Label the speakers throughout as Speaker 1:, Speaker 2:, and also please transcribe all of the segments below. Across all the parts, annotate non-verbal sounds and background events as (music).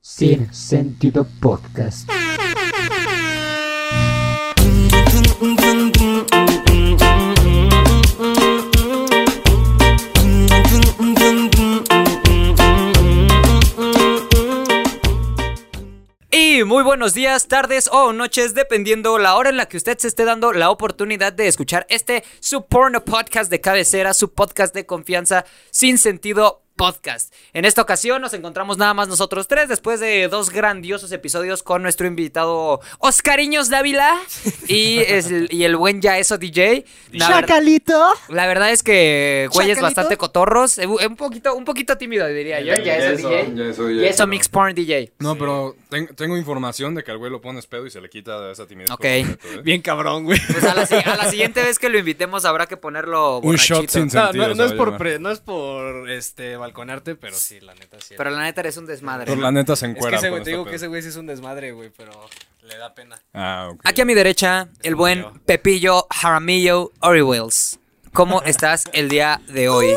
Speaker 1: Sin Sentido Podcast.
Speaker 2: Y muy buenos días, tardes o noches, dependiendo la hora en la que usted se esté dando la oportunidad de escuchar este su porno podcast de cabecera, su podcast de confianza sin sentido podcast. En esta ocasión nos encontramos nada más nosotros tres después de dos grandiosos episodios con nuestro invitado Oscariños Dávila y, es- y el buen ya eso DJ. La ver-
Speaker 3: Chacalito.
Speaker 2: la verdad es que güeyes
Speaker 3: Chacalito.
Speaker 2: bastante cotorros, eh, un poquito, un poquito tímido diría yo. Ya eso DJ.
Speaker 4: Ya eso,
Speaker 2: Y eso Mix Porn DJ.
Speaker 4: No, pero ten- tengo información de que al güey lo pones pedo y se le quita de esa timidez. por
Speaker 2: Ok.
Speaker 4: completo, ¿eh?
Speaker 5: Bien cabrón, güey.
Speaker 2: Pues a la, si- a la siguiente vez que lo invitemos habrá que ponerlo
Speaker 4: Un shot
Speaker 2: borrachito.
Speaker 4: sin
Speaker 5: No,
Speaker 4: sentido.
Speaker 5: no,
Speaker 4: se
Speaker 5: no
Speaker 4: va
Speaker 5: es
Speaker 4: a
Speaker 5: por
Speaker 4: llamar.
Speaker 5: pre- no es por este balconarte, pero sí, la neta sí.
Speaker 2: Pero la neta eres un desmadre.
Speaker 4: Pero la neta se
Speaker 5: es que
Speaker 4: encuera.
Speaker 5: ese güey, te digo que ese güey sí es un desmadre, güey, pero le da pena.
Speaker 4: Ah, ok.
Speaker 2: Aquí a mi derecha, el buen Pepillo Jaramillo Oriwells.
Speaker 4: (laughs)
Speaker 2: ¿Cómo estás el día de hoy?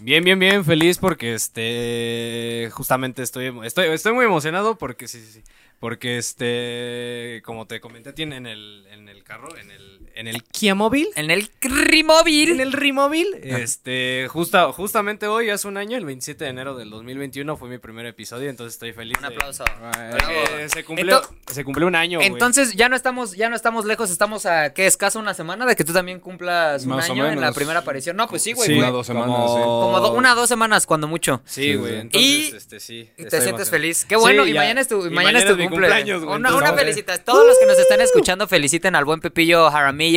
Speaker 5: Bien, bien, bien, feliz porque este justamente estoy emo- estoy estoy muy emocionado porque sí, sí, sí. Porque este, como te comenté tiene en el en el carro, en el en el Kia Móvil.
Speaker 2: En el Crimóvil.
Speaker 5: En el Remóvil, este, justa, justamente hoy, hace un año, el 27 de enero del 2021, fue mi primer episodio, entonces estoy feliz.
Speaker 2: Un
Speaker 5: de-
Speaker 2: aplauso.
Speaker 5: Eh,
Speaker 2: Bravo.
Speaker 5: se, cumplió,
Speaker 2: Ento-
Speaker 5: se cumplió un año. güey.
Speaker 2: Entonces ya no estamos, ya no estamos lejos, estamos a qué escasa una semana de que tú también cumplas un
Speaker 4: Más o
Speaker 2: año en la
Speaker 4: menos.
Speaker 2: primera aparición. No, pues sí, güey.
Speaker 4: Sí,
Speaker 2: güey.
Speaker 4: una dos semanas,
Speaker 5: Como-
Speaker 2: Como do- una o dos semanas cuando mucho.
Speaker 5: Sí, güey.
Speaker 4: sí.
Speaker 5: Entonces,
Speaker 2: Y
Speaker 5: este, sí.
Speaker 2: Y te
Speaker 5: estoy
Speaker 2: sientes
Speaker 5: emocionado.
Speaker 2: feliz. Qué bueno.
Speaker 5: Sí,
Speaker 2: y
Speaker 5: ya.
Speaker 2: mañana es tu,
Speaker 5: Y
Speaker 2: mañana es tu
Speaker 5: mi
Speaker 2: cumple.
Speaker 5: cumpleaños, güey,
Speaker 2: una
Speaker 5: entonces,
Speaker 2: una
Speaker 5: ¿sabes?
Speaker 2: felicitación. Todos los que nos están escuchando feliciten al buen Pepillo Jaramillo.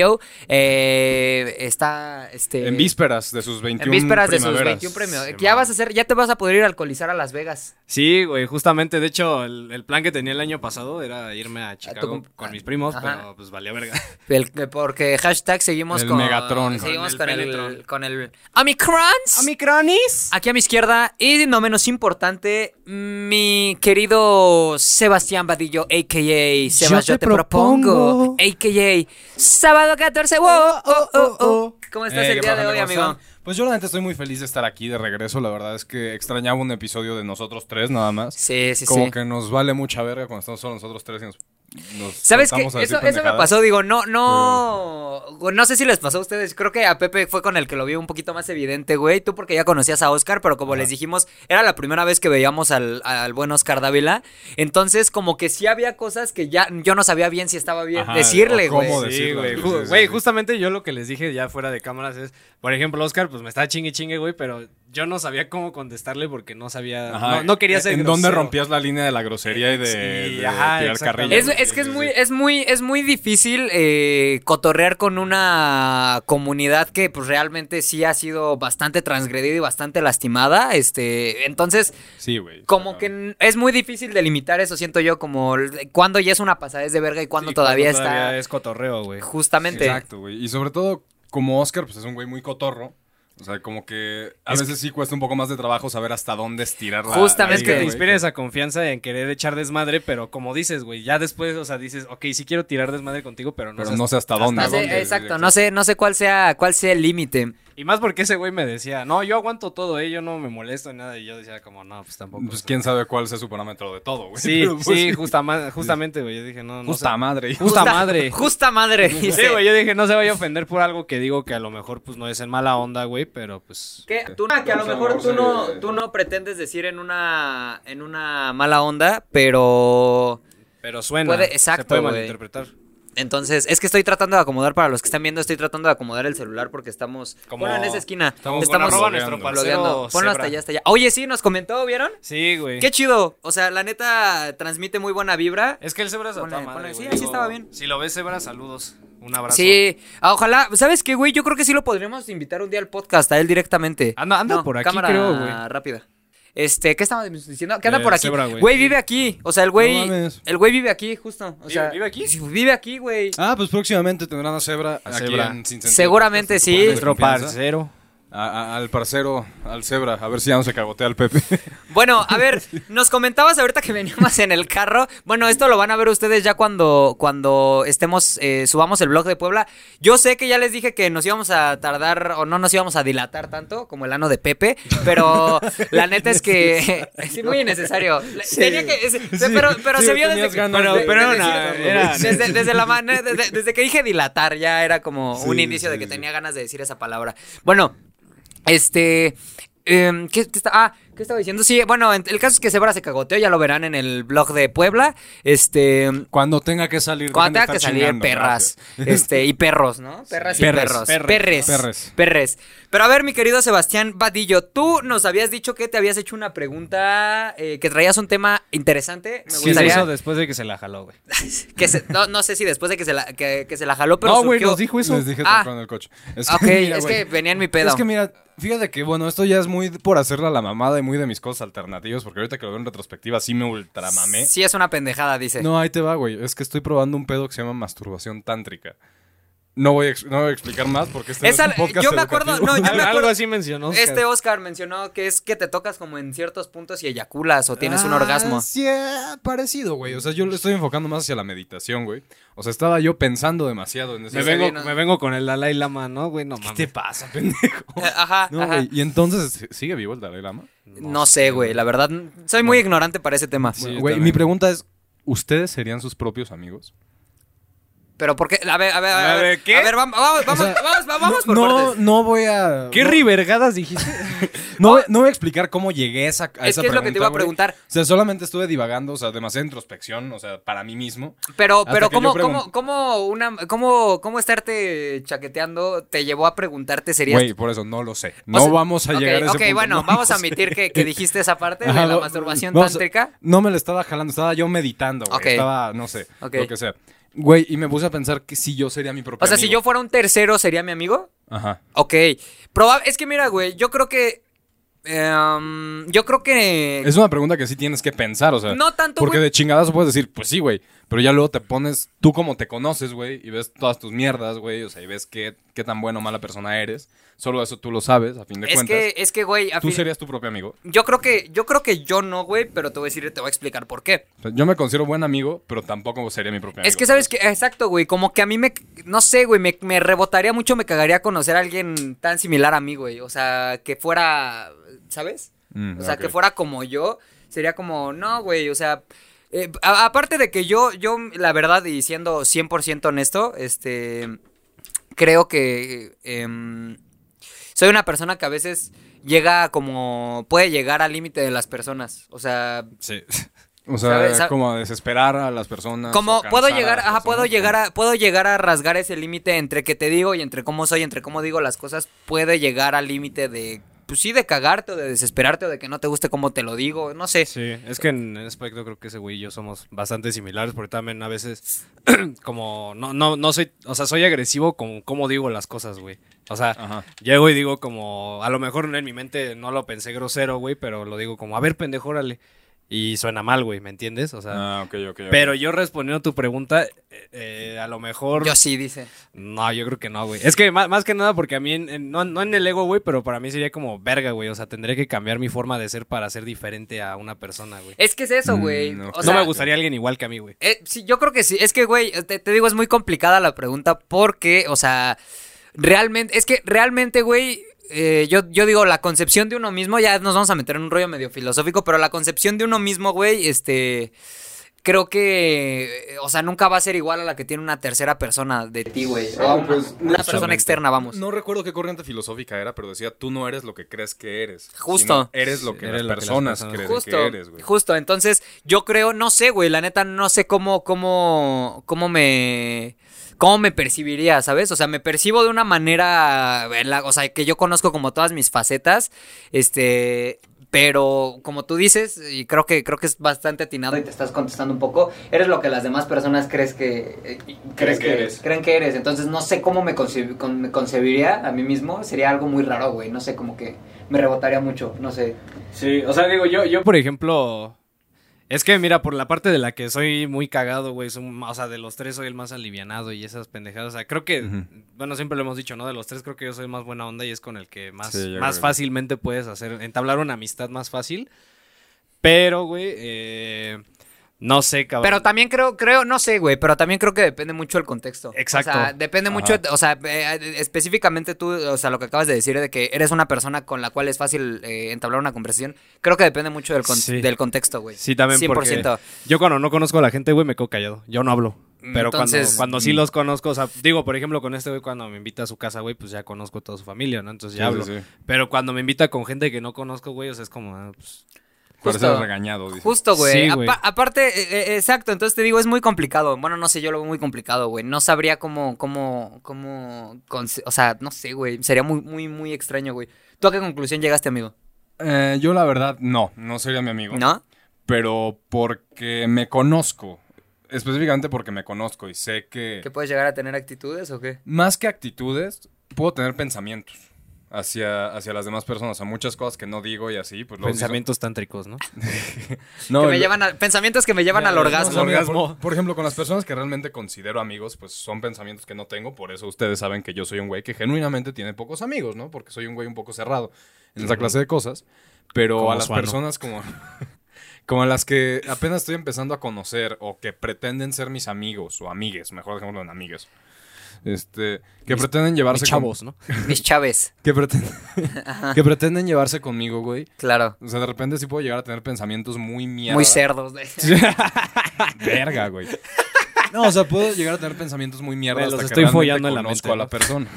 Speaker 2: Eh, está este,
Speaker 4: En vísperas de sus 21
Speaker 2: en vísperas de sus
Speaker 4: primaveras.
Speaker 2: 21 premios.
Speaker 4: Sí,
Speaker 2: Que ya
Speaker 4: man.
Speaker 2: vas a hacer, ya te vas a poder ir a alcoholizar a Las Vegas.
Speaker 5: Sí, güey, justamente, de hecho, el, el plan que tenía el año pasado era irme a Chicago
Speaker 2: cum-
Speaker 5: con mis primos,
Speaker 2: Ajá.
Speaker 5: pero pues valió (laughs) verga.
Speaker 2: El- porque hashtag seguimos
Speaker 4: El
Speaker 2: con.
Speaker 4: Megatron.
Speaker 2: Seguimos con
Speaker 5: Con el
Speaker 2: el.
Speaker 5: Peletron.
Speaker 2: con el. Omicrons.
Speaker 5: ¡Omicronis!
Speaker 2: Aquí a mi izquierda, y no menos importante, mi querido Sebastián Badillo, a.k.a. Sebas, yo, te, propongo,
Speaker 5: propongo.
Speaker 2: a.k.a. Sábado 14, wow, oh, oh, oh. ¿Cómo estás el
Speaker 4: Eh, ¿qué
Speaker 2: día
Speaker 4: pasa,
Speaker 2: de hoy,
Speaker 4: amigos?
Speaker 2: amigo?
Speaker 4: Pues yo la neta estoy muy feliz de estar aquí de regreso. La verdad es que extrañaba un episodio de nosotros tres nada más.
Speaker 2: Sí, sí,
Speaker 4: Como
Speaker 2: sí.
Speaker 4: que nos vale mucha verga cuando estamos solo nosotros tres y nos. nos
Speaker 2: ¿Sabes qué?
Speaker 4: soltamos a
Speaker 2: Eso, eso
Speaker 4: decir
Speaker 2: me
Speaker 4: pendejadas.
Speaker 2: pasó, digo, no, no, no sé si les pasó a ustedes, creo que a Pepe fue con el que lo vio un poquito más evidente, güey, tú porque ya conocías a Oscar, pero como les dijimos, era la primera vez que veíamos al, al buen Oscar Dávila, entonces como que sí había cosas que ya yo no sabía bien si estaba bien
Speaker 4: Ajá,
Speaker 2: decirle,
Speaker 4: o cómo
Speaker 2: güey.
Speaker 4: decirle.
Speaker 5: Sí, güey.
Speaker 4: Sí,
Speaker 5: ju-
Speaker 4: sí, sí,
Speaker 5: Güey,
Speaker 4: sí.
Speaker 5: justamente yo lo que les dije ya fuera de cámaras es, por ejemplo, Oscar, pues me estaba chingue chingue, güey, pero yo no sabía cómo contestarle porque no sabía,
Speaker 4: Ajá.
Speaker 5: no, no quería ser
Speaker 4: ¿En dónde
Speaker 5: grosero.
Speaker 4: rompías la línea de la grosería y de,
Speaker 5: Sí,
Speaker 4: de
Speaker 5: ajá,
Speaker 4: tirar
Speaker 5: exactamente.
Speaker 4: carrilla?
Speaker 2: Es,
Speaker 4: güey?
Speaker 2: es que es
Speaker 4: Sí, sí,
Speaker 2: muy,
Speaker 4: sí.
Speaker 2: es muy, es muy difícil eh, cotorrear con una comunidad que pues realmente sí ha sido bastante transgredida y bastante lastimada. Este, entonces,
Speaker 4: Sí, güey.
Speaker 2: como que n- es muy difícil delimitar eso, siento yo, como l- cuando ya es una pasadez de verga y cuando
Speaker 5: Sí,
Speaker 2: todavía
Speaker 5: cuando
Speaker 2: está.
Speaker 5: es cotorreo, güey.
Speaker 2: Justamente.
Speaker 4: Exacto, güey. Y sobre todo, como Oscar, pues es un güey muy cotorro. O sea, como que a veces sí cuesta un poco más de trabajo saber hasta dónde estirar la
Speaker 2: Justamente.
Speaker 5: Es que te
Speaker 2: güey.
Speaker 5: inspira esa confianza en querer echar desmadre, pero como dices, güey, ya después, o sea, dices, ok, sí quiero tirar desmadre contigo, pero no,
Speaker 4: Pero
Speaker 5: seas-
Speaker 4: no sé hasta dónde.
Speaker 2: No sé,
Speaker 4: dónde,
Speaker 2: exacto,
Speaker 4: sí,
Speaker 2: no sé, no sé cuál sea, cuál sea el límite.
Speaker 5: Y más porque ese güey me decía, no, yo aguanto todo, eh, yo no me molesto ni nada. Y yo decía, como, no, pues tampoco. o
Speaker 4: Pues
Speaker 5: sea".
Speaker 4: quién sabe cuál sea su parámetro de todo, güey.
Speaker 5: Sí,
Speaker 4: (laughs) Pero, pues,
Speaker 5: sí, justa ma- justamente, güey. Yo dije, no, no.
Speaker 4: Justa
Speaker 5: sé".
Speaker 4: madre.
Speaker 5: Justa madre.
Speaker 2: (laughs) Justa madre.
Speaker 5: (laughs) Sí,
Speaker 2: dice.
Speaker 5: güey, yo dije, no se vaya a ofender por algo que digo que a lo mejor, pues no es en mala onda, güey, pero pues.
Speaker 2: Que, tú, ah, que a lo
Speaker 4: O sea,
Speaker 2: mejor
Speaker 4: o
Speaker 2: tú
Speaker 4: sea,
Speaker 2: no,
Speaker 4: eh,
Speaker 2: tú no pretendes decir en una, en una mala onda, pero
Speaker 5: Pero suena.
Speaker 2: Puede-
Speaker 5: Se
Speaker 2: exacto,
Speaker 5: puede
Speaker 2: güey.
Speaker 5: malinterpretar.
Speaker 2: entonces es que estoy tratando de acomodar para los que están viendo, estoy tratando de acomodar el celular porque estamos
Speaker 5: Como-
Speaker 2: bueno, en esa esquina,
Speaker 4: estamos-
Speaker 2: estamos
Speaker 4: bueno,
Speaker 5: Arroba
Speaker 4: blogueando.
Speaker 5: nuestro
Speaker 2: blogueando.
Speaker 5: parcero.
Speaker 2: Ponlo hasta
Speaker 5: Zebra.
Speaker 2: allá, hasta allá. Oye, sí, nos comentó, ¿vieron?
Speaker 5: Sí, güey.
Speaker 2: Qué chido, o sea, la neta transmite muy buena vibra.
Speaker 5: Es que el Zebra es a
Speaker 2: Ponle-
Speaker 5: toda madre,
Speaker 2: ponle- sí,
Speaker 5: güey.
Speaker 2: sí
Speaker 5: Digo,
Speaker 2: estaba bien.
Speaker 5: Si lo ves, Zebra, saludos. Un abrazo.
Speaker 2: Sí, ah, ojalá, ¿sabes qué, güey? Yo creo que sí lo podríamos invitar un día al podcast a él directamente.
Speaker 5: Anda- Ah, anda por aquí,
Speaker 2: cámara
Speaker 5: creo, güey.
Speaker 2: rápida. Este, ¿qué estábamos diciendo? ¿Qué anda
Speaker 5: Eh,
Speaker 2: por aquí?
Speaker 5: Zebra,
Speaker 2: güey.
Speaker 5: güey.
Speaker 2: vive aquí, o sea, el güey,
Speaker 4: No mames.
Speaker 2: el güey vive aquí justo, o
Speaker 5: ¿Vive-
Speaker 2: sea,
Speaker 5: vive aquí? Ah,
Speaker 2: Vive aquí, güey.
Speaker 4: Ah, pues próximamente tendrán a Zebra.
Speaker 5: A Zebra.
Speaker 4: Sin Sentido.
Speaker 2: Seguramente
Speaker 4: Podcast,
Speaker 2: sí.
Speaker 4: tu podcast de
Speaker 5: Nuestro
Speaker 4: confianza.
Speaker 5: parcero.
Speaker 4: a- a- al parcero, al cebra, a ver si ya no se cagotea al Pepe.
Speaker 2: Bueno, a ver, nos comentabas ahorita que veníamos en el carro. Bueno, esto lo van a ver ustedes ya cuando, cuando estemos, eh, subamos el blog de Puebla. Yo sé que ya les dije que nos íbamos a tardar o no nos íbamos a dilatar tanto como el ano de Pepe, pero la neta es que (laughs) es muy innecesario. Tenía que, es- pero pero
Speaker 4: sí,
Speaker 2: se vio
Speaker 4: tenías
Speaker 2: desde que,
Speaker 4: ganas
Speaker 5: Pero-
Speaker 4: de-
Speaker 5: pero
Speaker 4: de-
Speaker 5: era-
Speaker 4: de- (laughs)
Speaker 5: era-
Speaker 2: desde, desde la man- desde, desde que dije dilatar ya era como un
Speaker 4: Sí,
Speaker 2: indicio de
Speaker 4: sí,
Speaker 2: que
Speaker 4: sí.
Speaker 2: tenía ganas de decir esa palabra. Bueno, este. em, ¿qué, qué está- ah, ¿qué estaba diciendo? Sí, bueno, en- el caso es que Zebra se cagoteó, ya lo verán en el blog de Puebla. Este.
Speaker 4: (laughs) Cuando tenga que salir.
Speaker 2: Cuando
Speaker 4: dejen
Speaker 2: tenga
Speaker 4: de
Speaker 2: que
Speaker 4: estar
Speaker 2: salir
Speaker 4: chingando, (laughs)
Speaker 2: perras. Este, y perros, ¿no? Perras y
Speaker 4: Perres,
Speaker 2: perros.
Speaker 4: perres,
Speaker 2: Perres, perres.
Speaker 4: perres.
Speaker 2: Pero a ver, mi querido Sebastián Vadillo, tú nos habías dicho que te habías hecho una pregunta eh, que traías un tema interesante. Me
Speaker 5: Sí,
Speaker 2: gustaría Pues
Speaker 5: eso después de que se la jaló, güey.
Speaker 2: que se- no, no sé si después de que se la, que, que se la jaló, pero
Speaker 5: no, güey,
Speaker 2: surgió-
Speaker 5: nos dijo eso.
Speaker 4: Les dije
Speaker 2: Ah.
Speaker 4: tocando el coche. Es
Speaker 2: Ok,
Speaker 4: mira,
Speaker 2: es
Speaker 4: güey,
Speaker 2: que venía en mi pedo.
Speaker 4: Es que mira, fíjate que, bueno, esto ya es muy por hacerla la mamada y muy de mis cosas alternativas, porque ahorita que lo veo en retrospectiva sí me ultramamé.
Speaker 2: Sí, es una pendejada, dice.
Speaker 4: No, ahí te va, güey. Es que estoy probando un pedo que se llama masturbación tántrica. No voy a, ex- no voy a explicar más porque este no
Speaker 2: Esa-
Speaker 4: es un podcast
Speaker 2: yo me acuerdo-
Speaker 4: educativo.
Speaker 2: no, yo- me
Speaker 5: Algo,
Speaker 2: acuerdo-
Speaker 5: algo así mencionó. Oscar.
Speaker 2: Este Oscar mencionó que es que te tocas como en ciertos puntos y eyaculas o tienes un
Speaker 4: Ah,
Speaker 2: orgasmo.
Speaker 4: Sí, eh, parecido, güey. O sea, yo lo estoy enfocando más hacia la meditación, güey. O sea, estaba yo pensando demasiado en ese
Speaker 5: me,
Speaker 2: Sí,
Speaker 5: vengo,
Speaker 2: sí, no.
Speaker 5: me vengo con el Dalai Lama, ¿no, güey? No mames.
Speaker 4: pasa, pendejo?
Speaker 2: Eh, Ajá,
Speaker 4: No,
Speaker 2: ajá.
Speaker 4: güey. Y entonces, ¿sigue vivo el Dalai Lama?
Speaker 2: No sé, güey, la verdad, soy muy ignorante para ese tema.
Speaker 4: Güey,
Speaker 5: yo
Speaker 4: güey,
Speaker 5: también.
Speaker 4: mi pregunta es, ¿ustedes serían sus propios amigos?
Speaker 2: Pero porque, a ver, a ver, a
Speaker 5: A
Speaker 2: ver,
Speaker 5: ver, ¿qué?
Speaker 2: a ver, vamos, vamos, vamos, vamos, vamos por
Speaker 4: no,
Speaker 2: partes.
Speaker 4: no voy a...
Speaker 5: ¿Qué
Speaker 4: no-
Speaker 5: rivergadas dijiste?
Speaker 2: (laughs)
Speaker 4: No, no voy a explicar cómo llegué a esa, a
Speaker 2: Es
Speaker 4: esa pregunta.
Speaker 2: que es lo que te iba a
Speaker 4: güey.
Speaker 2: preguntar.
Speaker 4: O sea, solamente estuve divagando, o sea, demasiada introspección, o sea, para mí mismo.
Speaker 2: Pero,
Speaker 4: Hasta
Speaker 2: pero
Speaker 4: que
Speaker 2: ¿cómo,
Speaker 4: yo pregun-
Speaker 2: cómo, cómo, una, cómo, cómo estarte chaqueteando te llevó a preguntarte serías
Speaker 4: Güey, por eso no lo sé.
Speaker 2: O
Speaker 4: No
Speaker 2: sea,
Speaker 4: vamos a
Speaker 2: ok,
Speaker 4: llegar a ese
Speaker 2: ok,
Speaker 4: punto.
Speaker 2: bueno,
Speaker 4: no pues,
Speaker 2: vamos
Speaker 4: lo
Speaker 2: a
Speaker 4: sé.
Speaker 2: admitir que, que dijiste esa parte de
Speaker 4: Ajá,
Speaker 2: la
Speaker 4: no,
Speaker 2: masturbación
Speaker 4: vamos a-
Speaker 2: tántrica.
Speaker 4: No me la estaba jalando, estaba yo meditando, güey.
Speaker 2: Ok.
Speaker 4: Estaba, no sé,
Speaker 2: Ok.
Speaker 4: lo que sea. Güey, y me puse a pensar que si yo sería mi propio
Speaker 2: O sea, si
Speaker 4: amigo.
Speaker 2: yo fuera un tercero, ¿sería mi amigo?
Speaker 4: Ajá.
Speaker 2: Ok. Proba- es que mira, güey, yo creo que... em, yo creo que...
Speaker 4: Es una pregunta que sí tienes que pensar, o sea.
Speaker 2: No tanto,
Speaker 4: Porque
Speaker 2: güey.
Speaker 4: de chingadazo puedes decir, pues sí, güey. Pero ya luego te pones tú como te conoces, güey. Y ves todas tus mierdas, güey. O sea, y ves qué, qué tan buena o mala persona eres. Solo eso tú lo sabes, a fin de
Speaker 2: Es
Speaker 4: cuentas.
Speaker 2: que, es que, güey, a
Speaker 4: ¿Tú
Speaker 2: fin-
Speaker 4: serías tu propio amigo?
Speaker 2: yo creo que yo creo que yo no, güey, pero te voy a decir, te voy a explicar por qué.
Speaker 4: O sea, yo me considero buen amigo, pero tampoco sería mi propio amigo.
Speaker 2: Es que, ¿sabes que Exacto, güey. Como que a mí me. No sé, güey. Me, me rebotaría mucho, me cagaría conocer a alguien tan similar a mí, güey. O sea, que fuera. ¿Sabes?
Speaker 4: Mm,
Speaker 2: o sea,
Speaker 4: ok.
Speaker 2: que fuera como yo. Sería como, no, güey. O sea. eh, a- aparte de que yo, yo, la verdad, y siendo 100% honesto, este. Creo que. em, soy una persona que a veces llega como. Puede llegar al límite de las personas. O sea,
Speaker 5: Sí.
Speaker 4: (laughs) O sea,
Speaker 2: ¿Sabes? Sa-
Speaker 4: como a desesperar a las personas.
Speaker 2: Como
Speaker 4: o
Speaker 2: puedo
Speaker 4: cansar
Speaker 2: llegar,
Speaker 4: las
Speaker 2: ajá, puedo
Speaker 4: personas.
Speaker 2: llegar a, puedo llegar a rasgar ese límite entre que te digo y entre cómo soy, entre cómo digo las cosas, puede llegar al límite de, pues sí, de cagarte o de desesperarte o de que no te guste cómo te lo digo, no sé.
Speaker 5: Sí, es que en ese aspecto creo que ese güey y yo somos bastante similares, porque también a veces, (clears throat) como, no, no, no soy, o sea, soy agresivo con cómo digo las cosas, güey. O sea,
Speaker 2: Ah.
Speaker 4: Ajá.
Speaker 5: llego y digo como, a lo mejor en mi mente no lo pensé grosero, güey, pero lo digo como, a ver, pendejo, órale. Y suena mal, güey, ¿me entiendes? O sea,
Speaker 4: Ah, ok, ok. ok.
Speaker 5: pero yo respondiendo a tu pregunta, eh, eh, a lo mejor...
Speaker 2: Yo sí, dice.
Speaker 5: No, yo creo que no, güey. Es que más, más que nada porque a mí, en- en- no, no en el ego, güey, pero para mí sería como verga, güey. O sea, tendría que cambiar mi forma de ser para ser diferente a una persona, güey.
Speaker 2: Es que es eso, güey.
Speaker 4: Mm,
Speaker 2: Eh, o
Speaker 4: ok.
Speaker 5: no
Speaker 2: sea,
Speaker 5: me gustaría alguien igual que a mí, güey.
Speaker 2: Eh, sí, yo creo que sí. Es que, güey, te, te digo, es muy complicada la pregunta porque, o sea, realmente, es que realmente, güey, eh, yo, yo digo, la concepción de uno mismo, ya nos vamos a meter en un rollo medio filosófico, pero la concepción de uno mismo, güey, este, creo que, eh, o sea, nunca va a ser igual a la que tiene una tercera persona de ti, güey. O a una,
Speaker 4: pues,
Speaker 2: una persona
Speaker 4: justamente.
Speaker 2: externa, vamos.
Speaker 4: No recuerdo qué corriente filosófica era, pero decía, tú no eres lo que crees que eres.
Speaker 2: Justo.
Speaker 4: sino Eres lo que las
Speaker 5: Eres lo que las
Speaker 4: personas
Speaker 5: personas
Speaker 4: creen
Speaker 2: Justo,
Speaker 4: que eres, güey.
Speaker 2: justo, entonces yo creo, no sé, güey, la neta no sé cómo, cómo, cómo me, cómo me percibiría, ¿sabes? O sea, me percibo de una manera, en la- o sea, que yo conozco como todas mis facetas, este, pero como tú dices, y creo que, creo que es bastante atinado y te estás contestando un poco, eres lo que las demás personas crees que, eh, crees
Speaker 4: que
Speaker 2: que,
Speaker 4: eres.
Speaker 2: creen que eres, entonces no sé cómo me, conceb- con- me concebiría a mí mismo, sería algo muy raro, güey, no sé, como que me rebotaría mucho, no sé.
Speaker 5: Sí, o sea, digo, yo, yo por ejemplo, Es que, mira, por la parte de la que soy muy cagado, güey. soy un- O sea, de los tres soy el más alivianado y esas pendejadas. O sea, creo que,
Speaker 4: Ujú.
Speaker 5: bueno, siempre lo hemos dicho, ¿no? De los tres creo que yo soy más buena onda y es con el que más,
Speaker 4: Sí, yo
Speaker 5: más
Speaker 4: creo.
Speaker 5: fácilmente puedes hacer, entablar una amistad más fácil. Pero, güey, eh, no sé, cabrón.
Speaker 2: Pero también creo, creo, no sé, güey, pero también creo que depende mucho el contexto.
Speaker 5: Exacto.
Speaker 2: O sea, depende
Speaker 4: Ajá.
Speaker 2: mucho, o sea, eh, específicamente tú, o sea, lo que acabas de decir de que eres una persona con la cual es fácil eh, entablar una conversación, creo que depende mucho del, con-
Speaker 5: Sí.
Speaker 2: del contexto, güey.
Speaker 5: Sí, también porque yo cuando no conozco a la gente, güey, me quedo callado. Yo no hablo. Pero
Speaker 2: Mm, Entonces, mm.
Speaker 5: cuando, cuando sí los conozco, o sea, digo, por ejemplo, con este güey, cuando me invita a su casa, güey, pues ya conozco a toda su familia, ¿no? Entonces ya
Speaker 4: Sí,
Speaker 5: hablo.
Speaker 4: sí, sí.
Speaker 5: Pero cuando me invita con gente que no conozco, güey, o sea, es como, ah, pues,
Speaker 4: Parece regañado, dice.
Speaker 2: Justo, güey.
Speaker 5: Sí,
Speaker 2: Apa-
Speaker 5: güey.
Speaker 2: aparte, eh, eh, exacto, entonces te digo, es muy complicado. Bueno, no sé, yo lo veo muy complicado, güey. No sabría cómo, cómo, cómo, conce- o sea, no sé, güey. Sería muy, muy, muy extraño, güey. ¿Tú a qué conclusión llegaste, amigo?
Speaker 4: Eh, yo la verdad, no, no sería mi amigo.
Speaker 2: ¿No?
Speaker 4: Pero porque me conozco. Específicamente porque me conozco y sé que...
Speaker 2: ¿Que puedes llegar a tener actitudes o qué?
Speaker 4: Más que actitudes, puedo tener pensamientos hacia, hacia las demás personas. A muchas cosas que no digo y así. Pues, luego sí son-
Speaker 5: pensamientos tántricos, ¿no?
Speaker 4: No,
Speaker 2: que me
Speaker 4: el-
Speaker 2: llevan a- pensamientos que me llevan al
Speaker 4: No,
Speaker 2: orgasmo.
Speaker 4: no, mira,
Speaker 5: Orgasmo.
Speaker 4: Por, por ejemplo, con las personas que realmente considero amigos, pues son pensamientos que no tengo. Por eso ustedes saben que yo soy un güey que genuinamente tiene pocos amigos, ¿no? Porque soy un güey un poco cerrado en esa clase de cosas. Pero
Speaker 5: Como
Speaker 4: a las
Speaker 5: Suano.
Speaker 4: personas como, (laughs) como a las que apenas estoy empezando a conocer o que pretenden ser mis amigos o amigues, mejor dejémoslo en amigues. Este, que pretenden llevarse con-
Speaker 5: chavos, ¿no?
Speaker 2: Mis Chávez,
Speaker 4: que,
Speaker 2: (laughs)
Speaker 4: preten- que pretenden llevarse conmigo, güey.
Speaker 2: claro.
Speaker 4: O sea, de repente sí puedo llegar a tener pensamientos muy mierda.
Speaker 2: Muy cerdos.
Speaker 4: Verga,
Speaker 2: (laughs)
Speaker 4: güey. No, o sea, puedo llegar a tener pensamientos muy mierda
Speaker 5: Güey,
Speaker 4: hasta
Speaker 5: los
Speaker 4: que
Speaker 5: estoy
Speaker 4: realmente
Speaker 5: follando en la
Speaker 4: conozco
Speaker 5: mente,
Speaker 4: a la
Speaker 5: ¿no?
Speaker 4: persona.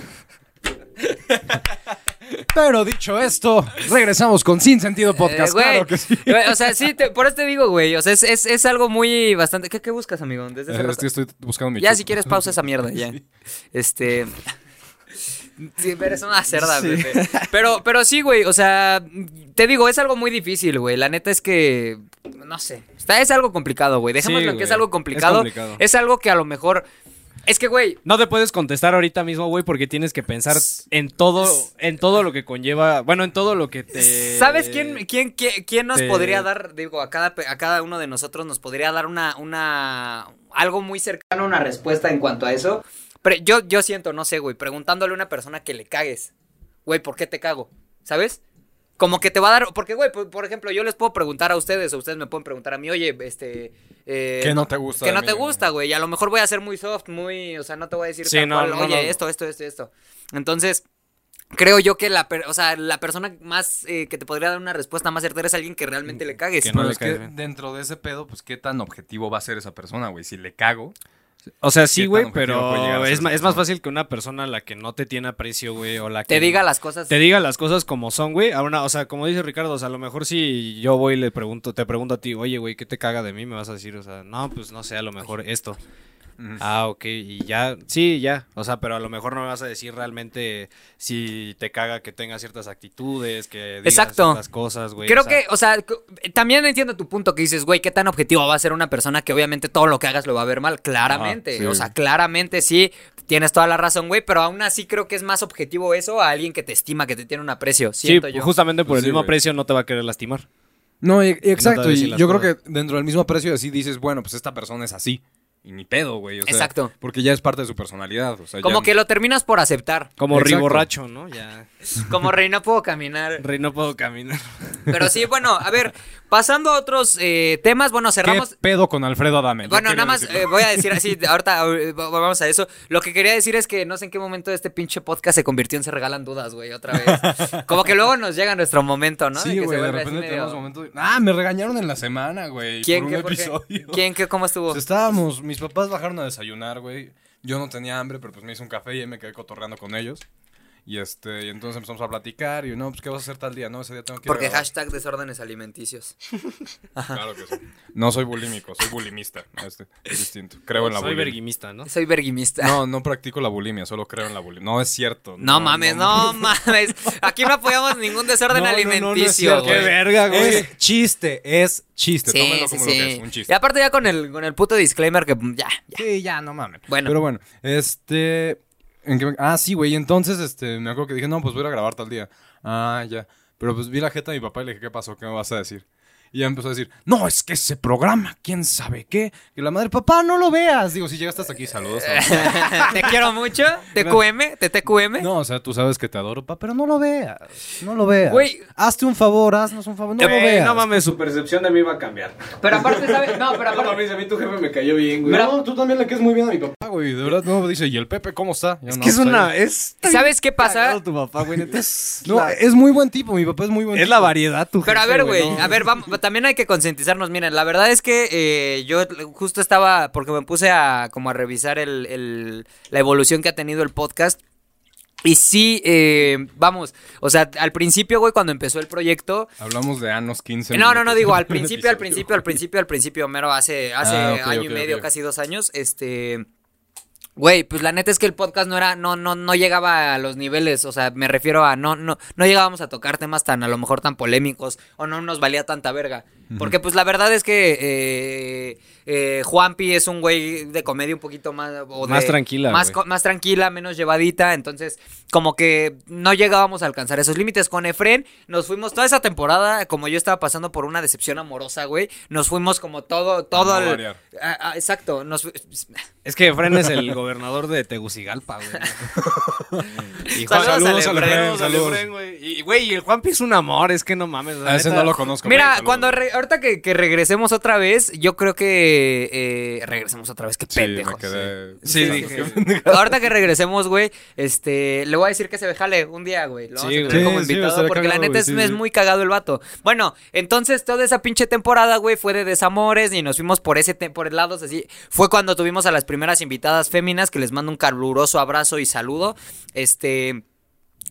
Speaker 4: (laughs) Pero dicho esto, regresamos con Sin Sentido Podcast.
Speaker 2: Eh, güey,
Speaker 4: claro que sí.
Speaker 2: güey, O sea, sí, te- por eso te digo, güey. O sea, es, es- es algo muy bastante. ¿Qué, qué buscas, amigo? Desde hace
Speaker 4: Eh, es
Speaker 2: rato.
Speaker 4: que estoy buscando mi
Speaker 2: Ya,
Speaker 4: chupo.
Speaker 2: si quieres, pausa esa mierda, ya. Este. Sí, pero es una cerda, Pepe. Pero, pero sí, güey, o sea, te digo, es algo muy difícil, güey. La neta es que, no sé, está, es algo complicado, güey. Dejémoslo en que es
Speaker 5: güey.
Speaker 2: algo
Speaker 5: Es
Speaker 2: complicado.
Speaker 5: complicado.
Speaker 2: Es algo que a lo mejor, es que, güey,
Speaker 5: No te puedes contestar ahorita mismo, güey, porque tienes que pensar en todo, en todo lo que conlleva, bueno, en todo lo que te...
Speaker 4: Este,
Speaker 2: ¿Sabes quién, quién, quién, quién nos
Speaker 5: te-
Speaker 2: podría dar, digo, a cada, pe- a cada uno de nosotros nos podría dar una, una, algo muy cercano, una respuesta en cuanto a eso? Pero yo, yo siento, no sé, güey, preguntándole a una persona que le cagues, güey, ¿por qué te cago? ¿Sabes? Como que te va a dar, porque, güey, por, por ejemplo, yo les puedo preguntar a ustedes, o ustedes me pueden preguntar a mí, oye, este... eh,
Speaker 4: ¿Qué no te gusta
Speaker 2: Que
Speaker 4: de
Speaker 2: no
Speaker 4: mí,
Speaker 2: te
Speaker 4: güey?
Speaker 2: gusta, güey, y a lo mejor voy a ser muy soft, muy, o sea, no te voy a decir
Speaker 5: Sí,
Speaker 2: tal
Speaker 5: no,
Speaker 2: cual,
Speaker 5: no,
Speaker 2: oye,
Speaker 5: no.
Speaker 2: esto, esto, esto, esto. Entonces, creo yo que la, per- o sea, la persona más eh, que te podría dar una respuesta más certera es alguien que realmente le cagues.
Speaker 5: Que
Speaker 4: Pero
Speaker 5: no le
Speaker 4: es que
Speaker 5: caes bien.
Speaker 4: dentro de ese pedo, pues qué tan objetivo va a ser esa persona, güey. Si le cago,
Speaker 5: O sea,
Speaker 4: ¿Qué
Speaker 5: sí,
Speaker 4: tan
Speaker 5: güey,
Speaker 4: objetivo puede llegar
Speaker 5: pero
Speaker 4: a ser
Speaker 5: es, ma-
Speaker 4: esa
Speaker 5: es más
Speaker 4: persona?
Speaker 5: fácil que una persona a la que no te tiene aprecio, güey, o la que...
Speaker 2: Te diga las cosas.
Speaker 5: Te diga las cosas como son, güey. A una- o sea, como dice Ricardo, o sea, a lo mejor si yo voy y le pregunto, te pregunto a ti, oye, güey, ¿qué te caga de mí? Me vas a decir, o sea, no, pues no sé, a lo mejor esto.
Speaker 4: Ujú.
Speaker 5: Ah, ok, y ya, sí, ya. O sea, pero a lo mejor no me vas a decir realmente si te caga que tenga ciertas actitudes, que digas
Speaker 2: Exacto.
Speaker 5: ciertas cosas, güey.
Speaker 2: Creo
Speaker 5: o sea,
Speaker 2: que, o sea, c- también entiendo tu punto que dices, güey, qué tan objetivo va a ser una persona que obviamente todo lo que hagas lo va a ver mal. Claramente,
Speaker 4: Ah, sí.
Speaker 2: o sea, claramente sí, tienes toda la razón, güey, pero aún así creo que es más objetivo eso a alguien que te estima, que te tiene un aprecio.
Speaker 5: Sí,
Speaker 2: Siento yo.
Speaker 5: justamente por
Speaker 4: Pues
Speaker 5: el
Speaker 4: sí,
Speaker 5: mismo
Speaker 4: güey.
Speaker 5: precio no te va a querer lastimar.
Speaker 4: No, e-
Speaker 5: No
Speaker 4: exacto.
Speaker 5: te
Speaker 4: y
Speaker 5: dicen
Speaker 4: yo
Speaker 5: las
Speaker 4: creo
Speaker 5: cosas.
Speaker 4: que dentro del mismo precio así dices, bueno, pues esta persona es así. Y ni pedo, güey. o sea,
Speaker 2: Exacto.
Speaker 4: Porque ya es parte de su personalidad. O sea,
Speaker 2: Como
Speaker 4: ya-
Speaker 2: que lo terminas por aceptar.
Speaker 5: Como
Speaker 4: Exacto.
Speaker 5: riborracho, ¿no? Ya.
Speaker 2: Como rey no puedo caminar.
Speaker 5: Rey, no puedo caminar.
Speaker 2: Pero sí, bueno, a ver, pasando a otros eh, temas, bueno,
Speaker 4: ¿Qué
Speaker 2: cerramos.
Speaker 4: pedo con Alfredo Adame? Yo
Speaker 2: Bueno,
Speaker 4: quiero
Speaker 2: nada más
Speaker 4: decirlo.
Speaker 2: eh, voy a decir así, ahorita eh, va- vamos a eso. Lo que quería decir es que no sé en qué momento este pinche podcast se convirtió en Se Regalan Dudas, güey, otra vez. Como que luego nos llega nuestro momento, ¿no?
Speaker 4: Sí,
Speaker 2: que se
Speaker 4: güey, de
Speaker 2: vuelve así
Speaker 4: repente
Speaker 2: medio-
Speaker 4: tenemos momentos. Ah, me regañaron en la semana, güey.
Speaker 2: ¿Quién,
Speaker 4: por
Speaker 2: qué,
Speaker 4: un
Speaker 2: por qué?
Speaker 4: episodio. (laughs)
Speaker 2: ¿Quién, qué, cómo estuvo?
Speaker 4: Pues estábamos, mis papás bajaron a desayunar, güey. Yo no tenía hambre, pero pues me hice un café y ahí me quedé cotorreando con ellos. Y este, y entonces empezamos a platicar y no, pues qué vas a hacer tal día, no, ese día tengo que ir a
Speaker 2: Porque
Speaker 4: grabar.
Speaker 2: hashtag desórdenes alimenticios.
Speaker 4: Claro que sí. No soy bulímico, soy bulimista. Este, es distinto. Creo en la
Speaker 5: Soy
Speaker 4: bulimia.
Speaker 5: verguimista, ¿no?
Speaker 2: Soy verguimista.
Speaker 4: No, no practico la bulimia, solo creo en la bulimia. No es cierto.
Speaker 2: No, mames, no, mames. Aquí no apoyamos ningún desorden
Speaker 4: No, no, no, no es
Speaker 2: alimenticio,
Speaker 4: cierto.
Speaker 2: güey.
Speaker 5: Qué verga, güey.
Speaker 4: Es chiste, es chiste.
Speaker 2: Sí,
Speaker 4: Tómalo
Speaker 2: sí,
Speaker 4: como
Speaker 2: sí.
Speaker 4: lo que es, un
Speaker 2: Y
Speaker 4: chiste.
Speaker 2: aparte ya con el, con el puto disclaimer que mm, ya, ya.
Speaker 4: Sí, ya, no mames.
Speaker 2: Bueno.
Speaker 4: Pero bueno, este. ¿en qué me- Ah, sí, güey. Entonces, este, me acuerdo que dije, no, pues voy a ir a grabar tal día. Ah, ya. Pero pues vi la jeta de mi papá y le dije, ¿qué pasó? ¿Qué me vas a decir? Y ya empezó a decir, no, es que ese programa, quién sabe qué. Y la madre, papá, no lo veas. Digo, si llegaste hasta aquí, saludos. papá.
Speaker 2: (laughs) Te quiero mucho. TQM, te TQM.
Speaker 4: No, o sea, tú sabes que te adoro, papá, pero no lo veas. No lo veas.
Speaker 2: Güey.
Speaker 4: Hazte un favor, haznos un favor, no
Speaker 5: Eh,
Speaker 4: lo veas.
Speaker 5: no mames, su percepción de mí va a cambiar.
Speaker 2: Pero aparte, ¿sabes? No, pero
Speaker 5: No
Speaker 2: aparte.
Speaker 5: mames, a mí tu jefe me cayó bien, güey.
Speaker 2: Mira,
Speaker 4: tú también le quedes muy bien a mi papá, güey. De verdad, no, dice, ¿y el Pepe cómo está? Yo,
Speaker 5: es
Speaker 4: no,
Speaker 5: que es
Speaker 4: pues,
Speaker 5: una.
Speaker 4: ahí-
Speaker 5: Es
Speaker 2: (laughs) ¿Sabes qué pasa?
Speaker 5: cagado Ah, tu papá, güey. neta, Es,
Speaker 4: No,
Speaker 5: la,
Speaker 4: es muy buen tipo, mi papá es muy buen
Speaker 5: es
Speaker 4: tipo.
Speaker 5: la variedad, tu
Speaker 2: Pero a
Speaker 5: jefe,
Speaker 2: ver, güey,
Speaker 5: no.
Speaker 2: a ver, vamos, también hay que concientizarnos. Miren, la verdad es que eh, yo justo estaba, porque me puse a como a revisar el, el- la evolución que ha tenido el podcast. Y sí, eh, vamos, o sea, al principio, güey, cuando empezó el proyecto,
Speaker 4: Hablamos de anos 15
Speaker 2: Eh, no, no, no,
Speaker 4: minutos.
Speaker 2: digo, al
Speaker 4: (laughs) Un
Speaker 2: principio, al
Speaker 4: episodio.
Speaker 2: principio, al principio, al principio, mero hace, hace
Speaker 4: Ah, ok,
Speaker 2: año
Speaker 4: ok,
Speaker 2: y medio,
Speaker 4: ok.
Speaker 2: casi dos años, este. Güey, pues la neta es que el podcast no era, no, no, no llegaba a los niveles, o sea, me refiero a no, no, no llegábamos a tocar temas tan, a lo mejor tan polémicos, o no nos valía tanta verga. Porque pues la verdad es que eh, eh, Juanpi es un güey de comedia un poquito más... o
Speaker 5: Más
Speaker 2: de-
Speaker 5: tranquila,
Speaker 2: Más,
Speaker 5: güey.
Speaker 2: co- más tranquila, menos llevadita, entonces como que no llegábamos a alcanzar esos límites. Con Efren nos fuimos toda esa temporada, como yo estaba pasando por una decepción amorosa, güey, nos fuimos como todo, todo...
Speaker 4: no
Speaker 2: el-
Speaker 4: variar.
Speaker 2: Ah, ah, exacto, nos... fu-
Speaker 5: Es que Fren es el gobernador de Tegucigalpa, güey. (laughs) Y
Speaker 2: Saludos al Efren,
Speaker 5: Efren,
Speaker 4: saludos.
Speaker 5: Efren, güey. Y, güey, y el Juanpi es un amor, es que Ah, no mames. la
Speaker 4: A ese
Speaker 5: neta.
Speaker 4: no lo conozco.
Speaker 2: Mira,
Speaker 4: pero-
Speaker 2: cuando re- ahorita que, que regresemos otra vez, yo creo que eh, regresemos otra vez, qué
Speaker 4: Sí, me
Speaker 2: pendejo.
Speaker 4: quedé- Sí,
Speaker 5: Sí, dije. (laughs)
Speaker 2: Ahorita que regresemos, güey, este, le voy a decir que se vejale un día, güey. Lo vamos
Speaker 5: Sí,
Speaker 2: a tener
Speaker 5: güey.
Speaker 2: como
Speaker 4: Sí, sí,
Speaker 2: invitado
Speaker 4: estaría
Speaker 2: porque la
Speaker 4: cagado,
Speaker 2: neta
Speaker 4: güey,
Speaker 2: es,
Speaker 4: sí,
Speaker 2: es
Speaker 4: sí.
Speaker 2: muy cagado el vato. Bueno, entonces toda esa pinche temporada, güey, fue de desamores y nos fuimos por ese te- por el lado así. Fue cuando tuvimos a las primeras invitadas féminas que les mando un caluroso abrazo y saludo. Este,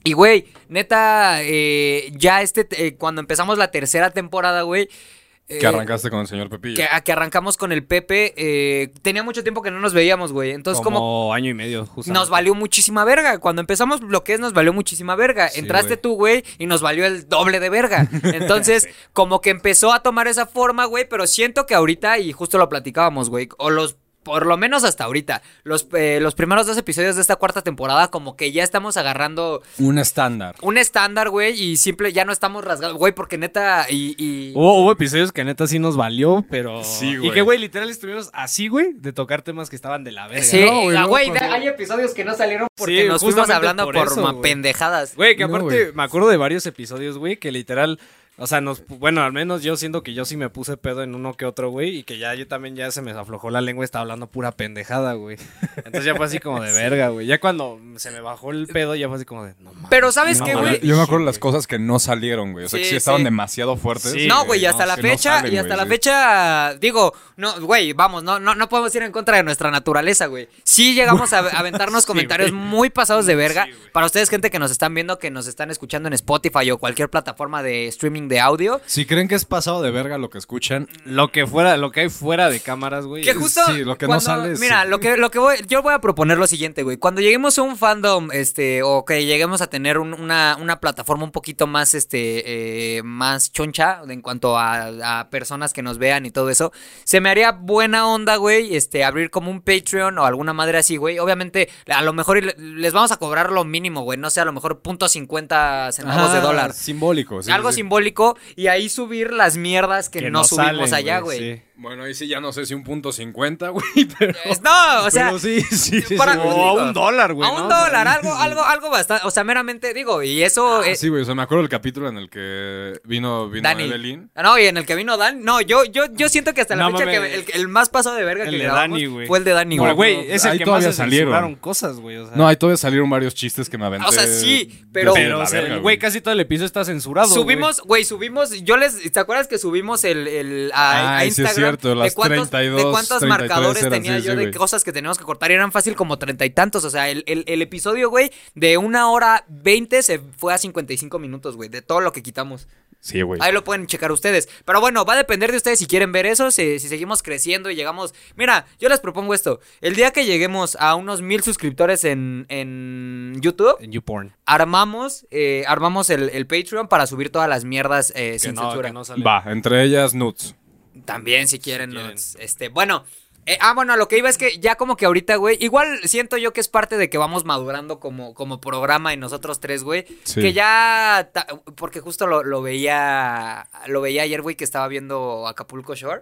Speaker 2: y güey, neta, eh, ya este, eh, cuando empezamos la tercera temporada, güey.
Speaker 4: (laughs) que
Speaker 2: eh,
Speaker 4: arrancaste con el señor Pepillo.
Speaker 2: que, a- que arrancamos con el Pepe, eh, tenía mucho tiempo que no nos veíamos, güey. Entonces,
Speaker 5: como,
Speaker 2: como
Speaker 5: año y medio, justo.
Speaker 2: nos valió muchísima verga. Cuando empezamos lo que es, nos valió muchísima verga.
Speaker 4: Sí,
Speaker 2: Entraste
Speaker 4: güey.
Speaker 2: tú, güey, y nos valió el doble de
Speaker 5: (laughs)
Speaker 2: verga. Entonces, como que empezó a tomar esa forma, güey, pero siento que ahorita, y justo lo platicábamos, güey, o los... Por lo menos hasta ahorita. Los, eh, los primeros dos episodios de esta cuarta temporada, como que ya estamos agarrando
Speaker 4: Un estándar.
Speaker 2: un estándar, güey, y simple, ya no estamos rasgados, güey, porque neta, y. y-
Speaker 5: Hubo, hubo episodios que neta sí nos valió, pero.
Speaker 4: Sí, güey.
Speaker 5: Y que, güey, literal estuvimos así, güey, de tocar temas que estaban de la verga.
Speaker 2: Sí,
Speaker 5: ¿no?
Speaker 2: ah, güey,
Speaker 5: no,
Speaker 2: hay episodios que no salieron porque
Speaker 5: Sí,
Speaker 2: nos fuimos
Speaker 5: justamente
Speaker 2: hablando por,
Speaker 5: por eso,
Speaker 2: ma-
Speaker 5: güey.
Speaker 2: pendejadas.
Speaker 5: Güey, que
Speaker 4: No,
Speaker 5: aparte
Speaker 4: güey.
Speaker 5: me acuerdo de varios episodios, güey, que literal, o sea, nos, bueno, al menos yo siento que yo sí me puse pedo en uno que otro, güey, y que ya yo también ya se me aflojó la lengua, estaba hablando pura pendejada, güey. Entonces ya fue
Speaker 4: (laughs)
Speaker 5: así como de verga, güey. Ya cuando se me bajó el pedo, ya fue así como de, no mames.
Speaker 2: Pero ¿sabes
Speaker 5: No,
Speaker 2: qué,
Speaker 4: Yo-
Speaker 5: mames.
Speaker 2: güey?
Speaker 4: Yo me acuerdo las cosas que no salieron, güey. O sea, que
Speaker 2: Sí,
Speaker 4: sí estaban
Speaker 2: sí.
Speaker 4: demasiado fuertes.
Speaker 5: Sí,
Speaker 2: no, güey, y
Speaker 4: no,
Speaker 2: hasta la
Speaker 4: que no
Speaker 2: fecha,
Speaker 4: salen,
Speaker 2: y hasta
Speaker 4: güey,
Speaker 2: la
Speaker 4: sí.
Speaker 2: fecha, digo, no, güey, vamos, no, no, no podemos ir en contra de nuestra naturaleza, güey. Sí
Speaker 4: (laughs)
Speaker 2: llegamos a aventarnos comentarios muy pasados de verga. Para ustedes, gente que nos están viendo, que nos están escuchando en Spotify o cualquier plataforma de streaming de audio.
Speaker 4: Si creen que es pasado de verga lo que escuchan,
Speaker 5: Lo que fuera, lo que hay fuera de cámaras, güey.
Speaker 2: Que
Speaker 5: es-
Speaker 2: justo.
Speaker 4: sí, lo que no sale es-
Speaker 2: Mira, lo que, lo que voy. Yo voy a proponer lo siguiente, güey. Cuando lleguemos a un fandom, este, o que lleguemos a tener un- una, una plataforma un poquito más, este, eh, más choncha en cuanto a, a personas que nos vean y todo eso, se me haría buena onda, güey, este, abrir como un Patreon o alguna madre así, güey. Obviamente, a lo mejor y le- les vamos a cobrar lo mínimo, güey. No sé, a lo mejor punto cincuenta centavos de
Speaker 4: Ajá,
Speaker 2: dólar.
Speaker 4: Simbólico, Ah, sí,
Speaker 2: Algo
Speaker 4: sí, sí.
Speaker 2: simbólico y ahí subir las mierdas que, no, subimos
Speaker 5: salen,
Speaker 2: allá, güey.
Speaker 5: sí.
Speaker 4: Bueno, ahí sí ya no sé si un punto cincuenta, (laughs) güey, pero...
Speaker 2: Es- no, o sea,
Speaker 4: pero
Speaker 5: (laughs)
Speaker 4: sí, sí, sí,
Speaker 2: para-
Speaker 4: sí,
Speaker 5: O
Speaker 4: güey.
Speaker 5: a un dólar, güey.
Speaker 2: a un
Speaker 5: ¿no?
Speaker 2: dólar, ah, algo, algo, algo bastante. O sea, meramente digo, y eso.
Speaker 4: Ah,
Speaker 2: eh,
Speaker 4: Sí, güey, o sea, me acuerdo el capítulo en el que vino, vino
Speaker 2: Dani.
Speaker 4: Evelyn.
Speaker 2: No, y en el que vino Dani. No, yo, yo, yo siento que hasta la
Speaker 5: No
Speaker 2: fecha
Speaker 5: mames.
Speaker 2: que el, el más paso de verga
Speaker 5: El
Speaker 2: que
Speaker 5: de
Speaker 2: grabamos
Speaker 5: Dani, güey.
Speaker 2: fue el de Dani,
Speaker 5: Pero,
Speaker 2: güey.
Speaker 5: güey, es el
Speaker 4: Ahí
Speaker 5: que
Speaker 4: todavía
Speaker 5: más se
Speaker 4: salieron.
Speaker 5: censuraron cosas, güey. O sea,
Speaker 4: No, ahí todavía salieron varios chistes que me aventé.
Speaker 2: O sea, sí, pero-
Speaker 4: desde
Speaker 5: pero,
Speaker 4: la
Speaker 5: o sea,
Speaker 4: verga,
Speaker 5: el güey, casi todo el episodio está censurado. güey.
Speaker 2: Subimos, güey, subimos. Yo les. ¿Te acuerdas que subimos el. el a, a
Speaker 4: Ay, sí es
Speaker 2: Instagram?
Speaker 4: cierto, las
Speaker 2: de cuántos,
Speaker 4: 32,
Speaker 2: de cuántos
Speaker 4: 33
Speaker 2: marcadores
Speaker 4: eran,
Speaker 2: tenía
Speaker 4: sí,
Speaker 2: yo
Speaker 4: sí,
Speaker 2: de
Speaker 4: güey.
Speaker 2: cosas que teníamos que cortar. Y eran fácil como treinta y tantos. O sea, el, el- el episodio, güey, de una hora veinte se fue a 55 minutos, güey, de todo lo que quitamos.
Speaker 4: Sí, güey.
Speaker 2: Ahí lo pueden checar ustedes. Pero bueno, va a depender de ustedes si quieren ver eso, si, si seguimos creciendo y llegamos... Mira, yo les propongo esto. El día que lleguemos a unos mil suscriptores en, en YouTube,
Speaker 5: En YouPorn.
Speaker 2: armamos, eh, armamos el, el Patreon para subir todas las mierdas eh,
Speaker 5: Que
Speaker 2: sin
Speaker 5: no,
Speaker 2: censura.
Speaker 5: que no sale.
Speaker 4: Va, entre ellas Nuts.
Speaker 2: También si quieren.
Speaker 5: quieren.
Speaker 2: nos- este, bueno, Eh, ah, bueno, a lo que iba es que ya como que ahorita, güey, igual siento yo que es parte de que vamos madurando como, como programa y nosotros tres, güey,
Speaker 4: Sí.
Speaker 2: que ya, ta- porque justo lo, lo veía, lo veía ayer, güey, que estaba viendo Acapulco Shore.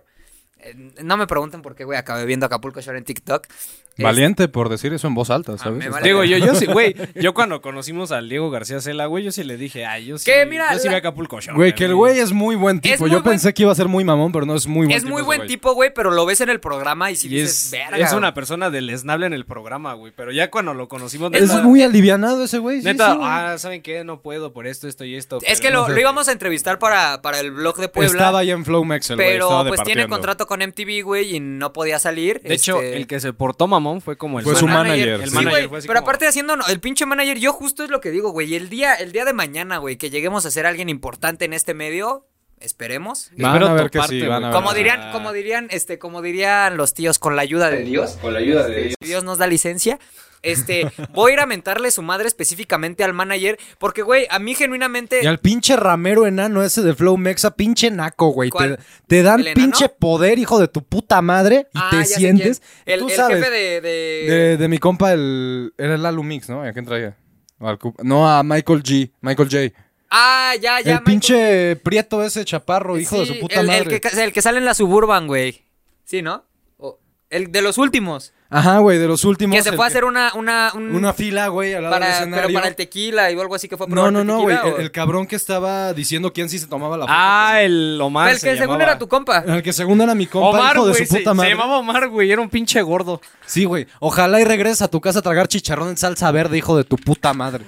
Speaker 2: Eh, No me pregunten por qué, güey, acabé viendo Acapulco Shore en TikTok. Este,
Speaker 4: Valiente por decir eso en voz alta, ¿sabes?
Speaker 2: Ah,
Speaker 4: Este,
Speaker 2: me
Speaker 4: Está-
Speaker 2: vale.
Speaker 5: Diego, yo, yo
Speaker 2: (laughs)
Speaker 5: sí, güey, yo cuando conocimos al Diego García Cela, güey, yo sí le dije, ay, yo sí,
Speaker 2: Que mira,
Speaker 5: yo sí
Speaker 2: la-
Speaker 5: vi Acapulco Shore,
Speaker 4: Güey, que el güey es muy buen
Speaker 2: Es
Speaker 4: tipo.
Speaker 2: muy
Speaker 4: Yo
Speaker 2: buen-
Speaker 4: pensé que iba a ser muy mamón, pero no es muy buen
Speaker 2: es
Speaker 4: tipo.
Speaker 2: muy
Speaker 4: ese
Speaker 2: buen
Speaker 4: güey.
Speaker 2: tipo, güey, pero lo ves en el programa y sí
Speaker 5: Y
Speaker 2: dices,
Speaker 5: es,
Speaker 2: verga.
Speaker 5: es una
Speaker 2: güey".
Speaker 5: persona deleznable en el programa, güey, pero ya cuando lo conocimos...
Speaker 4: Es
Speaker 5: neta-
Speaker 4: muy alivianado ese güey. sí,
Speaker 5: Neta,
Speaker 4: sí, güey.
Speaker 5: ah, ¿saben qué? No puedo por esto, esto y esto.
Speaker 2: Es
Speaker 5: pero
Speaker 2: que
Speaker 5: no
Speaker 2: lo,
Speaker 5: sé".
Speaker 2: lo íbamos a entrevistar para, para el blog de Puebla.
Speaker 4: Estaba ahí en Flow Mex el güey.
Speaker 2: Pero
Speaker 4: estaba
Speaker 2: pues tiene contrato
Speaker 4: departiendo.
Speaker 2: con MTV, güey, y no podía salir.
Speaker 5: De hecho,
Speaker 2: este,
Speaker 5: el que se portó mamón fue como el
Speaker 4: Fue su manager,
Speaker 5: El
Speaker 4: sí.
Speaker 5: manager
Speaker 2: güey,
Speaker 5: fue así
Speaker 2: pero
Speaker 5: como-
Speaker 2: aparte haciendo no, el pinche manager, yo justo es lo que digo, güey, el día el día de mañana, güey, que lleguemos a ser alguien importante en este medio, esperemos.
Speaker 4: Van
Speaker 5: Espero
Speaker 4: a ver que
Speaker 5: toparte,
Speaker 4: sí, van
Speaker 5: güey.
Speaker 4: a ver.
Speaker 2: Como
Speaker 4: Ah.
Speaker 2: dirían, como dirían, este, como dirían los tíos con la ayuda de Dios, este,
Speaker 5: Con la ayuda de
Speaker 2: si Dios nos da licencia. Este, voy a ir a mentarle su madre específicamente al manager, porque güey, a mí genuinamente
Speaker 3: Y al pinche ramero enano ese de Flow Mexa, pinche naco, güey.
Speaker 2: ¿Cuál?
Speaker 3: Te, te dan
Speaker 2: ¿El enano?
Speaker 3: pinche poder, hijo de tu puta madre, y
Speaker 2: Ah, ya
Speaker 3: te
Speaker 2: sé
Speaker 3: sientes.
Speaker 2: quién. El,
Speaker 3: tú
Speaker 2: el
Speaker 3: sabes.
Speaker 2: jefe de, de-
Speaker 4: De, de mi compa, el, era el Alumix, ¿no? ¿A quién traía? O al Cup- No, a Michael G. Michael J.
Speaker 2: Ah, ya, ya.
Speaker 3: el
Speaker 2: Michael.
Speaker 3: pinche prieto ese chaparro, hijo de
Speaker 2: Sí,
Speaker 3: su puta
Speaker 2: el,
Speaker 3: madre.
Speaker 2: El que, ca- el que sale en la Suburban, güey. Sí, ¿no? O- el de los últimos.
Speaker 4: Ajá, güey, de los últimos.
Speaker 2: Que se
Speaker 4: el
Speaker 2: fue a hacer una... una, un-
Speaker 3: Una fila, güey, al lado del
Speaker 2: para,
Speaker 3: escenario.
Speaker 2: pero para el tequila y algo así que fue a
Speaker 4: No,
Speaker 2: probar
Speaker 4: no, no, güey.
Speaker 2: tequila,
Speaker 4: El,
Speaker 2: o-
Speaker 4: el cabrón que estaba diciendo quién sí se tomaba la
Speaker 5: Ah, el Omar.
Speaker 2: El que
Speaker 5: se
Speaker 2: según
Speaker 5: llamaba.
Speaker 2: era tu compa.
Speaker 4: foto. El que según era mi compa,
Speaker 5: Omar,
Speaker 4: hijo de
Speaker 5: güey.
Speaker 4: su
Speaker 5: Se,
Speaker 4: puta
Speaker 5: se
Speaker 4: madre.
Speaker 5: llamaba Omar, güey. Era un pinche gordo.
Speaker 3: Sí, güey. Ojalá y regreses a tu casa a tragar chicharrón en salsa verde, hijo de tu puta madre.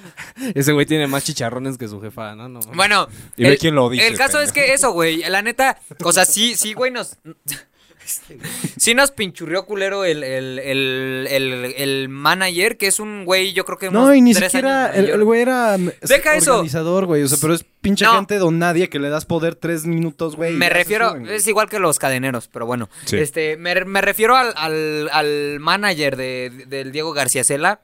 Speaker 5: Ese güey tiene más chicharrones que su jefa, ¿no? no.
Speaker 2: Bueno,
Speaker 4: Y ve
Speaker 2: el,
Speaker 4: quién lo dice,
Speaker 2: el caso es que eso, güey, la neta, o sea, sí, sí, güey, nos... (laughs) Sí nos pinchurrió culero el, el, el, el- el manager, que es un güey, yo creo que unos
Speaker 3: No, y ni
Speaker 2: tres
Speaker 3: siquiera
Speaker 2: años
Speaker 3: el,
Speaker 2: mayor.
Speaker 3: el güey era mm,
Speaker 2: Deja eso.
Speaker 3: organizador, güey. O sea, pero es pinche
Speaker 2: No.
Speaker 3: gente don nadie que le das poder tres minutos, güey.
Speaker 2: Me
Speaker 3: y ya se
Speaker 2: refiero,
Speaker 3: suben, güey.
Speaker 2: es igual que los cadeneros, pero bueno.
Speaker 4: Sí.
Speaker 2: Este, me, me refiero al, al, al manager de, del Diego García Cela,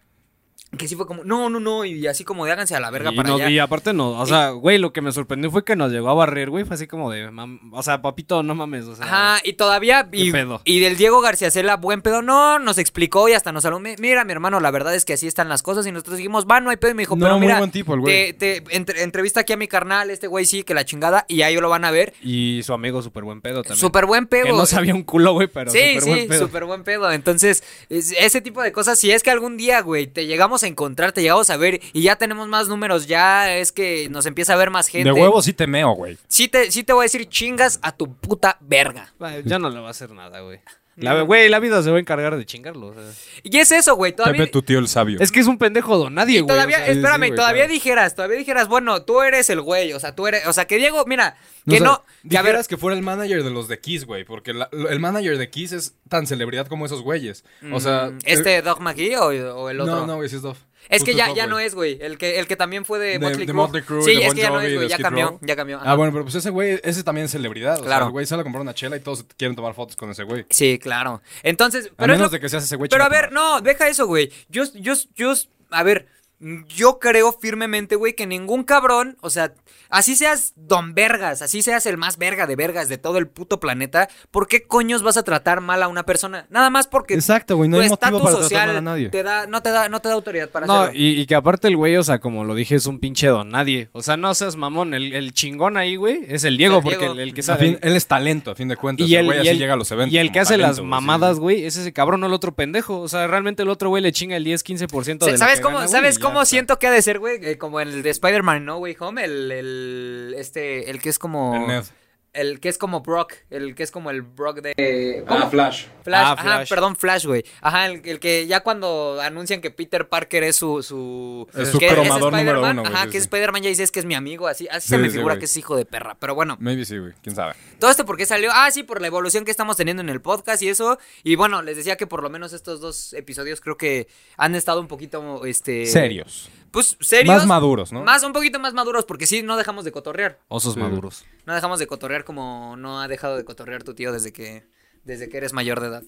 Speaker 2: que sí fue como, no, no, no, y así como de háganse a la verga
Speaker 5: y,
Speaker 2: para
Speaker 5: no-
Speaker 2: allá.
Speaker 5: y aparte no, o sea, güey, lo que me sorprendió fue que nos llegó a barrer, güey, fue así como de, mam- o sea, papito, no mames, o sea,
Speaker 2: Ajá, y todavía, y,
Speaker 5: Qué pedo.
Speaker 2: y del Diego García Cela, buen pedo, no, nos explicó y hasta nos habló, "Mi- mira, mi hermano, la verdad es que así están las cosas, y nosotros dijimos, va, no hay pedo, y me dijo,
Speaker 4: No,
Speaker 2: pero
Speaker 4: muy
Speaker 2: mira,
Speaker 4: buen tipo el güey.
Speaker 2: te, te entre- entrevista aquí a mi carnal, este güey sí, que la chingada, y ahí lo van a ver,
Speaker 5: y su amigo súper buen pedo también.
Speaker 2: súper buen pedo.
Speaker 5: Que no sabía un culo, güey, pero
Speaker 2: Sí,
Speaker 5: súper buen
Speaker 2: sí,
Speaker 5: pedo.
Speaker 2: súper buen pedo. Entonces, es- ese tipo de cosas, si es que algún día, güey, te llegamos a encontrar, te llegamos a ver y ya tenemos más números, ya es que nos empieza a ver más gente.
Speaker 4: De huevo sí te meo, güey.
Speaker 2: Sí te, sí te voy a decir chingas a tu puta verga.
Speaker 5: Ay, Ya no le va a hacer nada, güey. La, ve- güey, la vida se va a encargar de chingarlo. o sea.
Speaker 2: Y es eso, güey, todavía...
Speaker 4: Pepe, tu tío el sabio.
Speaker 5: Es que es un pendejo don nadie,
Speaker 2: y
Speaker 5: güey.
Speaker 2: todavía,
Speaker 5: o sea,
Speaker 2: espérame,
Speaker 4: sí, güey,
Speaker 2: todavía
Speaker 4: claro.
Speaker 2: dijeras, todavía dijeras, bueno, tú eres el güey, o sea, tú eres, o sea, que Diego, mira,
Speaker 4: O
Speaker 2: que
Speaker 4: sea,
Speaker 2: no, que a ver,
Speaker 4: dijeras que fuera el manager de los de Kiss, güey, porque la- lo- el manager de Kiss es tan celebridad como esos güeyes. O sea,
Speaker 2: este
Speaker 4: eh,
Speaker 2: Doc McGee o, o el otro.
Speaker 4: No, no, güey, sí es Duff.
Speaker 2: Es que
Speaker 4: Justo
Speaker 2: ya,
Speaker 4: Duff,
Speaker 2: ya
Speaker 4: güey.
Speaker 2: no es, güey. El que, el que también fue de,
Speaker 4: De-
Speaker 2: Motley
Speaker 4: de
Speaker 2: Crue.
Speaker 4: Motley Crue,
Speaker 2: Sí,
Speaker 4: de
Speaker 2: es
Speaker 4: Bon
Speaker 2: que ya no
Speaker 4: Jovi,
Speaker 2: es,
Speaker 4: de
Speaker 2: güey. Ya
Speaker 4: Skid
Speaker 2: cambió,
Speaker 4: Row.
Speaker 2: ya cambió.
Speaker 4: Ah,
Speaker 2: ajá.
Speaker 4: bueno, pero pues ese güey, ese también es celebridad. O
Speaker 2: Claro.
Speaker 4: sea, el güey sale a comprar una chela y todos quieren tomar fotos con ese güey.
Speaker 2: Sí, claro. Entonces,
Speaker 4: A
Speaker 2: pero, es
Speaker 4: menos
Speaker 2: lo-
Speaker 4: de que seas ese güey.
Speaker 2: pero a
Speaker 4: chinga tu
Speaker 2: ver, no, deja eso, güey. Yo, yo, yo, a ver, yo creo firmemente, güey, que ningún cabrón, o sea, así seas don vergas, así seas el más verga de vergas de todo el puto planeta, ¿por qué coños vas a tratar mal a una persona? Nada más porque
Speaker 3: Exacto, güey. No
Speaker 2: tu
Speaker 3: hay motivo
Speaker 2: estatus
Speaker 3: para tratar
Speaker 2: social
Speaker 3: mal a nadie.
Speaker 2: te da, no te da, no te da autoridad para
Speaker 5: No,
Speaker 2: hacerlo.
Speaker 5: y, y que aparte el güey, o sea, como lo dije, es un pinche don nadie. O sea, no seas mamón, el, el chingón ahí, güey, es el Diego,
Speaker 2: El
Speaker 5: porque
Speaker 2: Diego.
Speaker 5: el, el que
Speaker 4: A
Speaker 5: sabe.
Speaker 4: fin- él es talento, a fin de cuentas.
Speaker 5: y
Speaker 4: el
Speaker 5: el,
Speaker 4: güey
Speaker 5: y
Speaker 4: así
Speaker 5: el-
Speaker 4: llega a los eventos.
Speaker 5: y el
Speaker 4: como
Speaker 5: que hace las
Speaker 4: talento, güey, sí,
Speaker 5: mamadas,
Speaker 4: sí.
Speaker 5: güey, es ese cabrón, no el otro pendejo. O sea, realmente el otro güey le chinga el 10-15% de
Speaker 2: Sa-
Speaker 5: lo
Speaker 2: ¿Sabes
Speaker 5: que
Speaker 2: cómo,
Speaker 5: gana, güey,
Speaker 2: ¿sabes
Speaker 5: y ya
Speaker 2: cómo
Speaker 5: está.
Speaker 2: siento que ha de ser, güey? Eh, como el de Spider-Man No Way Home, el, el, este, el que es como...
Speaker 4: El Ned.
Speaker 2: El que es como Brock, el que es como el Brock de...
Speaker 4: Ah, Flash.
Speaker 2: Flash,
Speaker 5: Ah,
Speaker 2: ajá,
Speaker 5: Flash.
Speaker 2: perdón, Flash, güey. Ajá, el, el que ya cuando anuncian que Peter Parker es su. su
Speaker 4: Es su
Speaker 2: que es
Speaker 4: cromador número
Speaker 2: Spider-Man,
Speaker 4: uno, güey,
Speaker 2: Ajá,
Speaker 4: sí,
Speaker 2: que es
Speaker 4: sí.
Speaker 2: Spider-Man ya dices que es mi amigo, así. Así
Speaker 4: Sí,
Speaker 2: se me
Speaker 4: sí,
Speaker 2: figura
Speaker 4: güey.
Speaker 2: que es hijo de perra. Pero bueno,
Speaker 4: Maybe sí, güey. ¿Quién sabe?
Speaker 2: todo esto porque salió. Ah, sí, por la evolución que estamos teniendo en el podcast y eso. Y bueno, les decía que por lo menos estos dos episodios creo que han estado un poquito. este
Speaker 4: Eh, Serios.
Speaker 2: Pues serios.
Speaker 4: Más maduros, ¿no?
Speaker 2: Más, un poquito más maduros, porque sí, no dejamos de cotorrear.
Speaker 5: Osos
Speaker 4: Sí.
Speaker 5: maduros.
Speaker 2: No dejamos de cotorrear como no ha dejado de cotorrear tu tío desde que, desde que eres mayor de edad.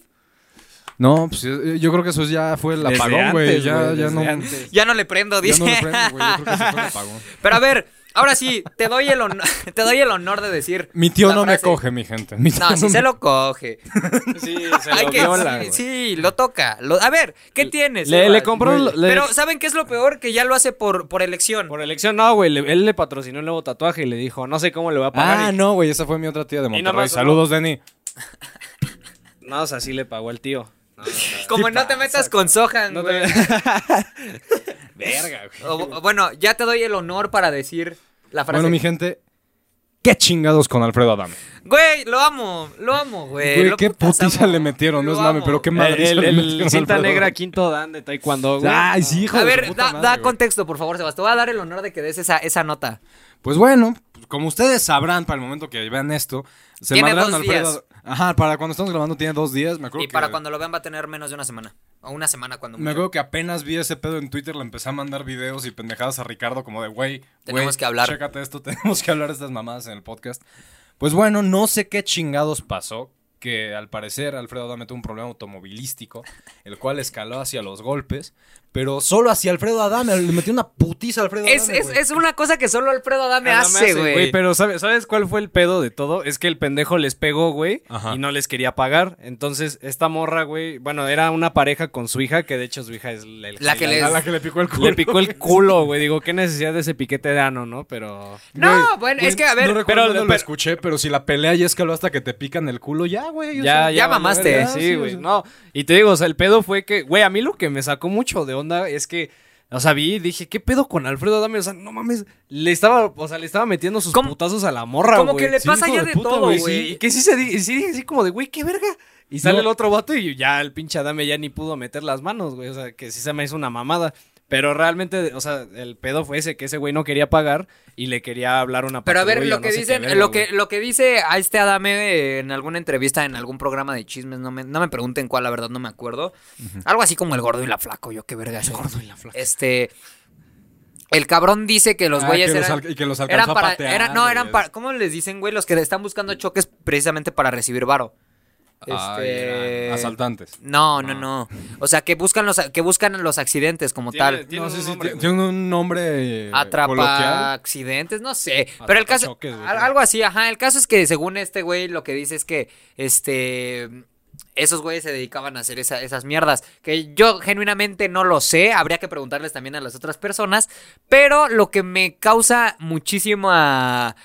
Speaker 4: No, pues eh, yo creo que eso ya fue el
Speaker 5: Desde
Speaker 4: apagón, güey.
Speaker 5: antes,
Speaker 4: Ya,
Speaker 5: güey,
Speaker 4: ya
Speaker 5: desde
Speaker 4: no.
Speaker 5: antes.
Speaker 2: Ya no le prendo,
Speaker 4: Ya
Speaker 2: dice.
Speaker 4: no lo prendo, güey. Yo creo que ese fue el apagón.
Speaker 2: (laughs) Pero a ver, Ahora sí, te doy el, honor, (laughs) te doy el honor de decir.
Speaker 4: (laughs) Mi tío
Speaker 2: la
Speaker 4: no me
Speaker 2: frase.
Speaker 4: coge, mi gente. Mi (laughs) tío
Speaker 2: No, si
Speaker 4: me-
Speaker 2: se lo coge. (laughs)
Speaker 5: Sí, se
Speaker 2: Hay
Speaker 5: lo
Speaker 2: que,
Speaker 5: viola,
Speaker 2: sí,
Speaker 5: güey.
Speaker 2: sí, lo toca. Lo- a ver, ¿qué tienes?
Speaker 5: le-
Speaker 2: Iván?
Speaker 5: le compró-
Speaker 2: Güey.
Speaker 5: le-
Speaker 2: Pero ¿saben qué es lo peor? Que ya lo hace por, por elección.
Speaker 5: Por elección, no, güey. le- Él le patrocinó el nuevo tatuaje y le dijo, no sé cómo le va a pagar.
Speaker 4: Ah,
Speaker 5: y-
Speaker 4: no, güey, esa fue mi otra tía de
Speaker 5: nomás
Speaker 4: Monterrey.
Speaker 5: uno.
Speaker 4: Saludos, Denny.
Speaker 5: No, o sea, sí le pagó al tío. No, no, no.
Speaker 2: Como no te metas con Sohan,
Speaker 5: No
Speaker 2: (laughs)
Speaker 5: te-
Speaker 2: güey.
Speaker 5: Verga, güey.
Speaker 2: O- o- bueno, ya te doy el honor para decir la frase.
Speaker 4: Bueno, mi gente, qué chingados con Alfredo Adame.
Speaker 2: Güey, lo amo, lo amo, güey.
Speaker 4: Güey,
Speaker 2: Eh, lo
Speaker 4: qué putiza
Speaker 2: amo,
Speaker 4: le metieron, no
Speaker 2: lo
Speaker 4: es mame,
Speaker 2: amo.
Speaker 4: pero qué madre.
Speaker 5: (laughs) El,
Speaker 4: le
Speaker 5: el-
Speaker 4: metieron a
Speaker 5: el cinta
Speaker 4: Alfredo
Speaker 5: negra
Speaker 4: Adame.
Speaker 5: quinto dan de taekwondo, güey.
Speaker 2: Ah,
Speaker 4: Ay, sí, hijo
Speaker 2: A
Speaker 4: de su
Speaker 2: ver,
Speaker 4: puta
Speaker 2: da,
Speaker 4: madre,
Speaker 2: da
Speaker 4: güey.
Speaker 2: contexto, por favor, Sebastián. Te voy a dar el honor de que des esa, esa nota.
Speaker 4: Pues bueno, pues como ustedes sabrán, para el momento que vean esto, se
Speaker 2: Tiene
Speaker 4: mandaron a
Speaker 2: dos
Speaker 4: Alfredo.
Speaker 2: días.
Speaker 4: Ajá, para cuando estamos grabando tiene dos días, me acuerdo
Speaker 2: Y
Speaker 4: que-
Speaker 2: para cuando lo vean va a tener menos de una semana. O una semana cuando
Speaker 4: Me
Speaker 2: mucho.
Speaker 4: acuerdo que apenas vi ese pedo en Twitter, le empecé a mandar videos y pendejadas a Ricardo como de, güey,
Speaker 2: Tenemos
Speaker 4: güey,
Speaker 2: que hablar".
Speaker 4: Chécate esto, (laughs) tenemos que hablar de estas mamadas en el podcast. Pues bueno, no sé qué chingados pasó, que al parecer Alfredo Adame tuvo un problema automovilístico, el cual escaló hacia los golpes, pero solo hacia Alfredo Adame, le metió una putiza a Alfredo
Speaker 2: Es,
Speaker 4: Adame.
Speaker 2: es-
Speaker 4: güey.
Speaker 2: es una cosa que solo Alfredo Adame
Speaker 5: Ah, no me
Speaker 2: hace,
Speaker 5: güey.
Speaker 2: güey.
Speaker 5: Pero ¿sabes, ¿sabes cuál fue el pedo de todo? Es que el pendejo les pegó, güey,
Speaker 4: Ajá.
Speaker 5: y no les quería pagar. Entonces, esta morra, güey, bueno, era una pareja con su hija, que de hecho su hija es el- el-
Speaker 2: La que les-
Speaker 4: A la que le picó el
Speaker 2: (laughs)
Speaker 4: culo.
Speaker 5: Le picó el culo, güey. Digo, qué necesidad de ese piquete de ano, ¿no? Pero.
Speaker 2: No, bueno, es que a ver,
Speaker 4: no recuerdo
Speaker 5: pero-
Speaker 4: dónde lo
Speaker 5: pero-
Speaker 4: escuché, pero si la pelea ya escaló hasta que te pican el culo, ya, güey. o
Speaker 5: Ya,
Speaker 4: sea,
Speaker 5: ya,
Speaker 2: ya
Speaker 5: valió
Speaker 2: mamaste.
Speaker 5: verga,
Speaker 4: Sí,
Speaker 5: Sí,
Speaker 4: o
Speaker 5: güey.
Speaker 4: sea.
Speaker 5: No, y te digo, o sea, el pedo fue que, güey, a mí lo que me sacó mucho de onda es que, o sea, vi y dije, ¿qué pedo con Alfredo Adame? O sea, no mames, le estaba, o sea, le estaba metiendo sus
Speaker 2: ¿Cómo?
Speaker 5: putazos a la morra, güey.
Speaker 2: como que le
Speaker 4: sí,
Speaker 2: pasa
Speaker 4: hijo
Speaker 2: ya
Speaker 4: de
Speaker 2: de
Speaker 4: puta,
Speaker 2: todo,
Speaker 4: güey,
Speaker 5: Y
Speaker 2: güey.
Speaker 5: que sí se di- sí dije así como de, güey, qué verga. Y sale
Speaker 4: No.
Speaker 5: el otro vato y ya el pinche Adame ya ni pudo meter las manos, güey. O sea, que sí se me hizo una mamada. Pero realmente, o sea, el pedo fue ese, que ese güey no quería pagar y le quería hablar una
Speaker 2: Pero a ver,
Speaker 5: patrulla,
Speaker 2: lo que
Speaker 5: no sé qué
Speaker 2: dicen,
Speaker 5: verga,
Speaker 2: lo
Speaker 5: güey.
Speaker 2: que, lo que dice a este Adame eh, en alguna entrevista, en algún programa de chismes, no me, no me pregunten cuál, la verdad no me acuerdo. Algo así como el gordo y la flaco, yo qué verga. El gordo y la flaca. Este. El cabrón dice que los
Speaker 4: Ah,
Speaker 2: güeyes
Speaker 4: que los
Speaker 2: eran.
Speaker 4: al- y que los
Speaker 2: eran
Speaker 4: alcanzó a
Speaker 2: para,
Speaker 4: patear,
Speaker 2: eran- no, eran
Speaker 4: güey.
Speaker 2: para. ¿Cómo les dicen, güey? Los que están buscando choques precisamente para recibir varo.
Speaker 4: Ay,
Speaker 2: Este-
Speaker 4: eran asaltantes.
Speaker 2: No, no, no. O sea, que buscan los, que buscan los accidentes como
Speaker 5: Tiene-
Speaker 2: tal.
Speaker 5: tiene
Speaker 4: No
Speaker 5: un
Speaker 4: sé si
Speaker 5: nombre,
Speaker 4: tie-
Speaker 5: güey.
Speaker 4: tiene un nombre eh,
Speaker 2: Atrapa
Speaker 4: coloquial.
Speaker 2: accidentes, no sé. Pero el caso.
Speaker 4: choques, güey.
Speaker 2: al- algo así, ajá. El caso es que según este güey, lo que dice es que este. Esos güeyes se dedicaban a hacer esa- esas mierdas. Que yo genuinamente no lo sé. Habría que preguntarles también a las otras personas. Pero lo que me causa muchísima.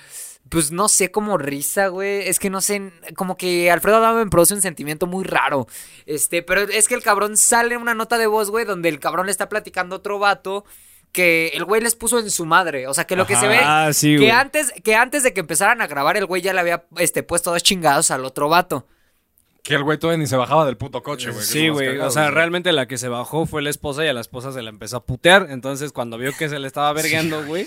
Speaker 2: Pues no sé, como risa, güey. Es que no sé, como que Alfredo Adame me produce un sentimiento muy raro. Este, pero es que el cabrón sale en una nota de voz, güey, donde el cabrón le está platicando a otro vato que el güey les puso en su madre. O sea, que lo que se ve.
Speaker 5: Ah, sí,
Speaker 2: que
Speaker 5: güey.
Speaker 2: antes, que antes de que empezaran a grabar, el güey ya le había este, puesto dos chingados al otro vato.
Speaker 4: Que el güey todavía ni se bajaba del puto coche, güey. que es
Speaker 5: Sí,
Speaker 4: lo más
Speaker 5: güey.
Speaker 4: cagado,
Speaker 5: O sea, realmente la que se bajó fue la esposa y a la esposa se la empezó a putear. Entonces, cuando vio que se le estaba vergueando, güey,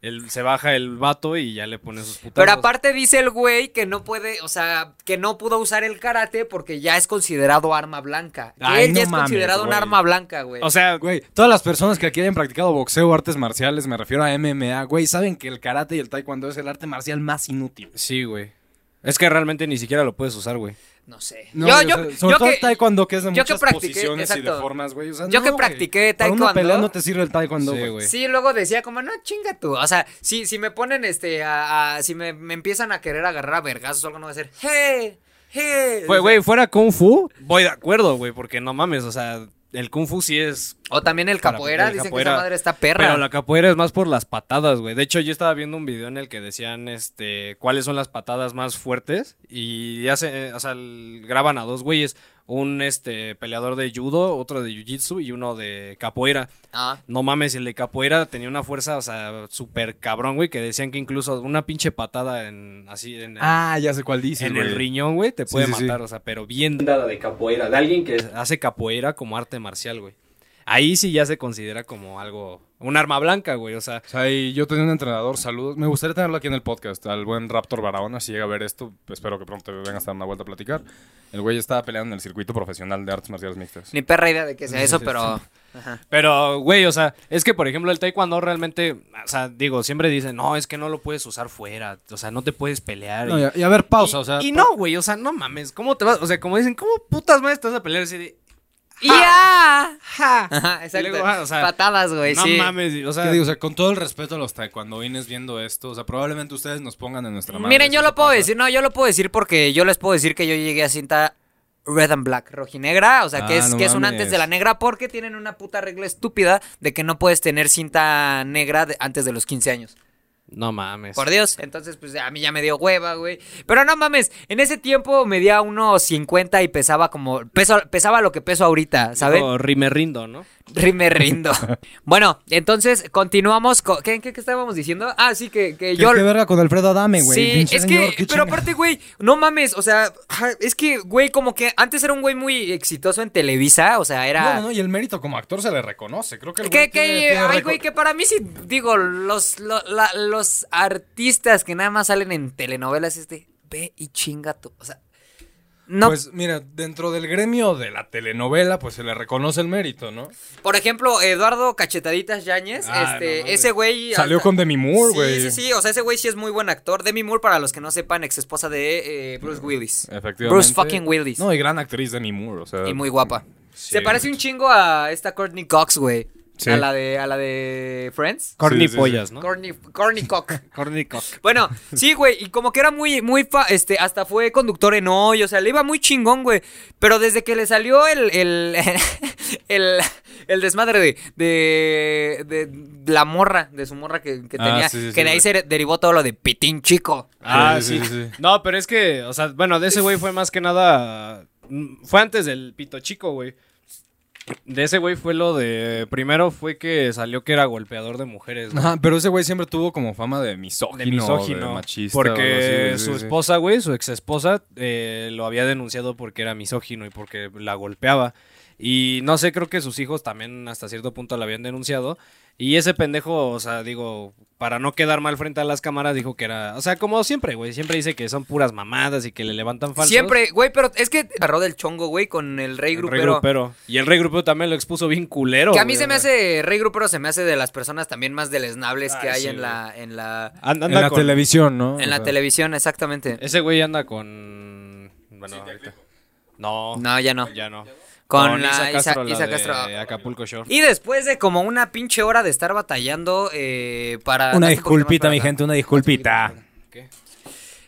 Speaker 5: él- se baja el vato y ya le pone sus putazos.
Speaker 2: Pero aparte dice el güey que no puede, o sea, que no pudo usar el karate porque ya es considerado arma blanca. Que
Speaker 4: Ay,
Speaker 2: él
Speaker 4: no
Speaker 2: ya es
Speaker 4: mames,
Speaker 2: considerado un
Speaker 4: güey.
Speaker 2: arma blanca, güey.
Speaker 5: O sea,
Speaker 4: Güey, todas las personas que aquí hayan practicado boxeo o artes marciales, me refiero a MMA, güey, saben que el karate y el taekwondo es el arte marcial más inútil.
Speaker 5: sí, güey. Es que realmente ni siquiera lo puedes usar, güey.
Speaker 2: no sé.
Speaker 4: No,
Speaker 2: yo,
Speaker 4: güey,
Speaker 2: yo,
Speaker 4: o sea, sobre
Speaker 2: yo
Speaker 4: todo
Speaker 2: que-
Speaker 4: el taekwondo que es de
Speaker 2: yo que
Speaker 4: muchas
Speaker 2: practiqué,
Speaker 4: posiciones y
Speaker 2: exacto.
Speaker 4: de formas, güey. o sea,
Speaker 2: Yo que
Speaker 4: no, güey.
Speaker 2: practiqué
Speaker 4: Para una
Speaker 2: taekwondo-
Speaker 4: pelea no te sirve el taekwondo,
Speaker 5: Sí,
Speaker 4: güey.
Speaker 5: güey.
Speaker 2: Sí, luego decía como, no, chinga tú. O sea, si, si me ponen, este, a, a- si me, me empiezan a querer agarrar a vergazos o algo, no va a ser, ¡hey! ¡hey!
Speaker 5: Fue- Güey, fuera Kung Fu, voy de acuerdo, güey, porque no mames, o sea, el Kung Fu sí es
Speaker 2: O también el
Speaker 5: Para-
Speaker 2: capoeira,
Speaker 5: el
Speaker 2: dicen
Speaker 5: capoeira.
Speaker 2: que esa madre está perra.
Speaker 5: Pero la capoeira es más por las patadas, güey. De hecho, yo estaba viendo un video en el que decían este cuáles son las patadas más fuertes y hace, o sea, el- graban a dos güeyes, un este peleador de judo, otro de jiu-jitsu y uno de capoeira.
Speaker 2: Ah,
Speaker 5: No mames, el de capoeira tenía una fuerza, o sea, súper cabrón, güey, que decían que incluso una pinche patada en así en,
Speaker 4: Ah, ya sé cuál dice,
Speaker 5: en el riñón, güey, te
Speaker 4: Sí,
Speaker 5: puede
Speaker 4: sí, sí.
Speaker 5: matar, o sea, pero bien dada de capoeira, de alguien que hace capoeira como arte marcial, güey. Ahí sí ya se considera como algo, un arma blanca, güey, o sea,
Speaker 4: O sea, y yo tenía un entrenador, saludos. Me gustaría tenerlo aquí en el podcast, al buen Raptor Barahona, si llega a ver esto. Espero que pronto vengas a dar una vuelta a platicar. El güey estaba peleando en el circuito profesional de artes marciales mixtas.
Speaker 2: ni perra idea de que sea eso, pero.
Speaker 5: Pero, güey, o sea, es que, por ejemplo, el taekwondo realmente, o sea, digo, siempre dicen, no, es que no lo puedes usar fuera, o sea, no te puedes pelear.
Speaker 4: No,
Speaker 5: y,
Speaker 4: y, a- y a ver, pausa,
Speaker 5: y-
Speaker 4: o sea.
Speaker 5: y no, güey, o sea, no mames, ¿cómo te vas? O sea, como dicen, ¿cómo putas madres te vas a pelear así de,
Speaker 2: ¡Ya! Ajá,
Speaker 5: Y
Speaker 2: exacto.
Speaker 5: luego, ah, o sea,
Speaker 2: Patadas, güey,
Speaker 5: no
Speaker 2: sí.
Speaker 5: mames, o sea,
Speaker 4: ¿Qué digo? O sea, con todo el respeto a los taekwondoines viendo esto, o sea, probablemente ustedes nos pongan en nuestra mano.
Speaker 2: Miren, yo lo puedo decir, no, yo lo puedo decir porque yo les puedo decir que yo llegué a cinta red and black, rojinegra, o sea, que
Speaker 4: Ah,
Speaker 2: es,
Speaker 4: no
Speaker 2: que es un
Speaker 4: mames.
Speaker 2: antes de la negra porque tienen una puta regla estúpida de que no puedes tener cinta negra de- antes de los 15 años.
Speaker 5: no mames.
Speaker 2: Por Dios, entonces pues a mí ya me dio hueva, güey. Pero no mames, en ese tiempo medía unos 50 y pesaba como peso, pesaba lo que peso ahorita, ¿sabes? (laughs)
Speaker 5: O rimerrindo, ¿no?
Speaker 2: Rime
Speaker 4: (laughs)
Speaker 2: rindo. bueno, entonces continuamos con ¿qué, qué, qué estábamos diciendo? Ah, sí que, que yo
Speaker 4: Yo... verga con Alfredo Adame, güey.
Speaker 2: Sí,
Speaker 4: pinche
Speaker 2: es
Speaker 4: señor,
Speaker 2: que,
Speaker 4: qué
Speaker 2: pero
Speaker 4: chinga-
Speaker 2: aparte, güey, no mames, o sea, ja, es que, güey, como que antes era un güey muy exitoso en Televisa, o sea, era...
Speaker 4: No, no, y el mérito como actor se le reconoce. Creo que el
Speaker 2: Que,
Speaker 4: güey
Speaker 2: que,
Speaker 4: tiene- tiene
Speaker 2: ay,
Speaker 4: récord.
Speaker 2: güey, que para mí sí, digo, los, lo- la- los artistas que nada más salen en telenovelas es de, ve y chinga tú, o sea, no,
Speaker 4: Pues mira, dentro del gremio de la telenovela, pues se le reconoce el mérito, ¿no?
Speaker 2: por ejemplo, Eduardo Cachetaditas Yáñez,
Speaker 4: Ah,
Speaker 2: este,
Speaker 4: no mames.
Speaker 2: ese güey...
Speaker 4: Salió
Speaker 2: hasta-
Speaker 4: con Demi Moore, güey.
Speaker 2: Sí, sí, sí, o sea, ese güey sí es muy buen actor, Demi Moore, para los que no sepan, ex esposa de eh, Bruce Willis.
Speaker 4: Efectivamente.
Speaker 2: Bruce fucking Willis.
Speaker 4: No, y gran actriz Demi Moore, o sea.
Speaker 2: Y muy guapa.
Speaker 4: Sí.
Speaker 2: Se parece un chingo a esta Courtney Cox, güey.
Speaker 4: Sí.
Speaker 2: A la de a la de Friends.
Speaker 5: Corny
Speaker 4: sí, sí.
Speaker 5: pollas, ¿no?
Speaker 2: Courtney, Courtney Cox. (laughs)
Speaker 5: Corny cock.
Speaker 2: Bueno, sí, güey, y como que era muy, muy, fa- este, hasta fue conductor en hoy, o sea, le iba muy chingón, güey, pero desde que le salió el, el, (laughs) el, el desmadre de, de, de la morra, de su morra que, que
Speaker 4: Ah,
Speaker 2: tenía,
Speaker 4: sí, sí,
Speaker 2: que
Speaker 4: sí,
Speaker 2: de ahí
Speaker 4: güey.
Speaker 2: se derivó todo lo de pitín chico.
Speaker 5: Ah,
Speaker 4: Sí,
Speaker 5: sí,
Speaker 4: sí, sí.
Speaker 5: No, pero es que, o sea, bueno, de ese güey fue más que nada. mm, Fue antes del pito chico, güey. De ese güey fue lo de. Primero fue que salió que era golpeador de mujeres, güey.
Speaker 4: Ajá, pero ese güey siempre tuvo como fama de misógino,
Speaker 5: De misógino.
Speaker 4: de machista. o algo así,
Speaker 5: porque
Speaker 4: güey, sí,
Speaker 5: su
Speaker 4: sí.
Speaker 5: esposa, güey, su ex esposa, lo había denunciado porque era misógino y porque la golpeaba. Y no sé, creo que sus hijos también hasta cierto punto la habían denunciado. Y ese pendejo, o sea, digo, para no quedar mal frente a las cámaras, dijo que era. O sea, como siempre, güey. Siempre dice que son puras mamadas y que le levantan falsos.
Speaker 2: Siempre, güey, pero es que agarró del chongo, güey, con el rey
Speaker 5: El
Speaker 2: grupero.
Speaker 5: rey grupero. Y el rey grupero también lo expuso
Speaker 4: (laughs)
Speaker 5: bien culero.
Speaker 2: Que a mí
Speaker 5: güey,
Speaker 2: se me
Speaker 5: o sea.
Speaker 2: hace, Rey Grupero se me hace de las personas también más deleznables que
Speaker 5: Ay,
Speaker 2: hay
Speaker 5: sí,
Speaker 2: en
Speaker 5: güey.
Speaker 2: la, en la,
Speaker 5: An-
Speaker 4: En
Speaker 5: anda
Speaker 4: la
Speaker 5: con-
Speaker 4: televisión, Ah, ¿no?
Speaker 2: en
Speaker 4: O
Speaker 2: la
Speaker 4: sea,
Speaker 2: televisión, exactamente.
Speaker 5: Ese güey anda con. Bueno, ahorita. No.
Speaker 2: No, ya no.
Speaker 5: Ya no.
Speaker 2: Con
Speaker 5: Con
Speaker 2: la
Speaker 5: Isa
Speaker 2: Isa-
Speaker 5: Castro, la
Speaker 2: Isa
Speaker 5: de
Speaker 2: Castro.
Speaker 5: Acapulco Shore.
Speaker 2: Y después de como una pinche hora de estar batallando eh, para...
Speaker 4: Una
Speaker 2: hazte un poquito más
Speaker 4: disculpita,
Speaker 2: para
Speaker 4: mi
Speaker 2: acá.
Speaker 4: gente, una disculpita.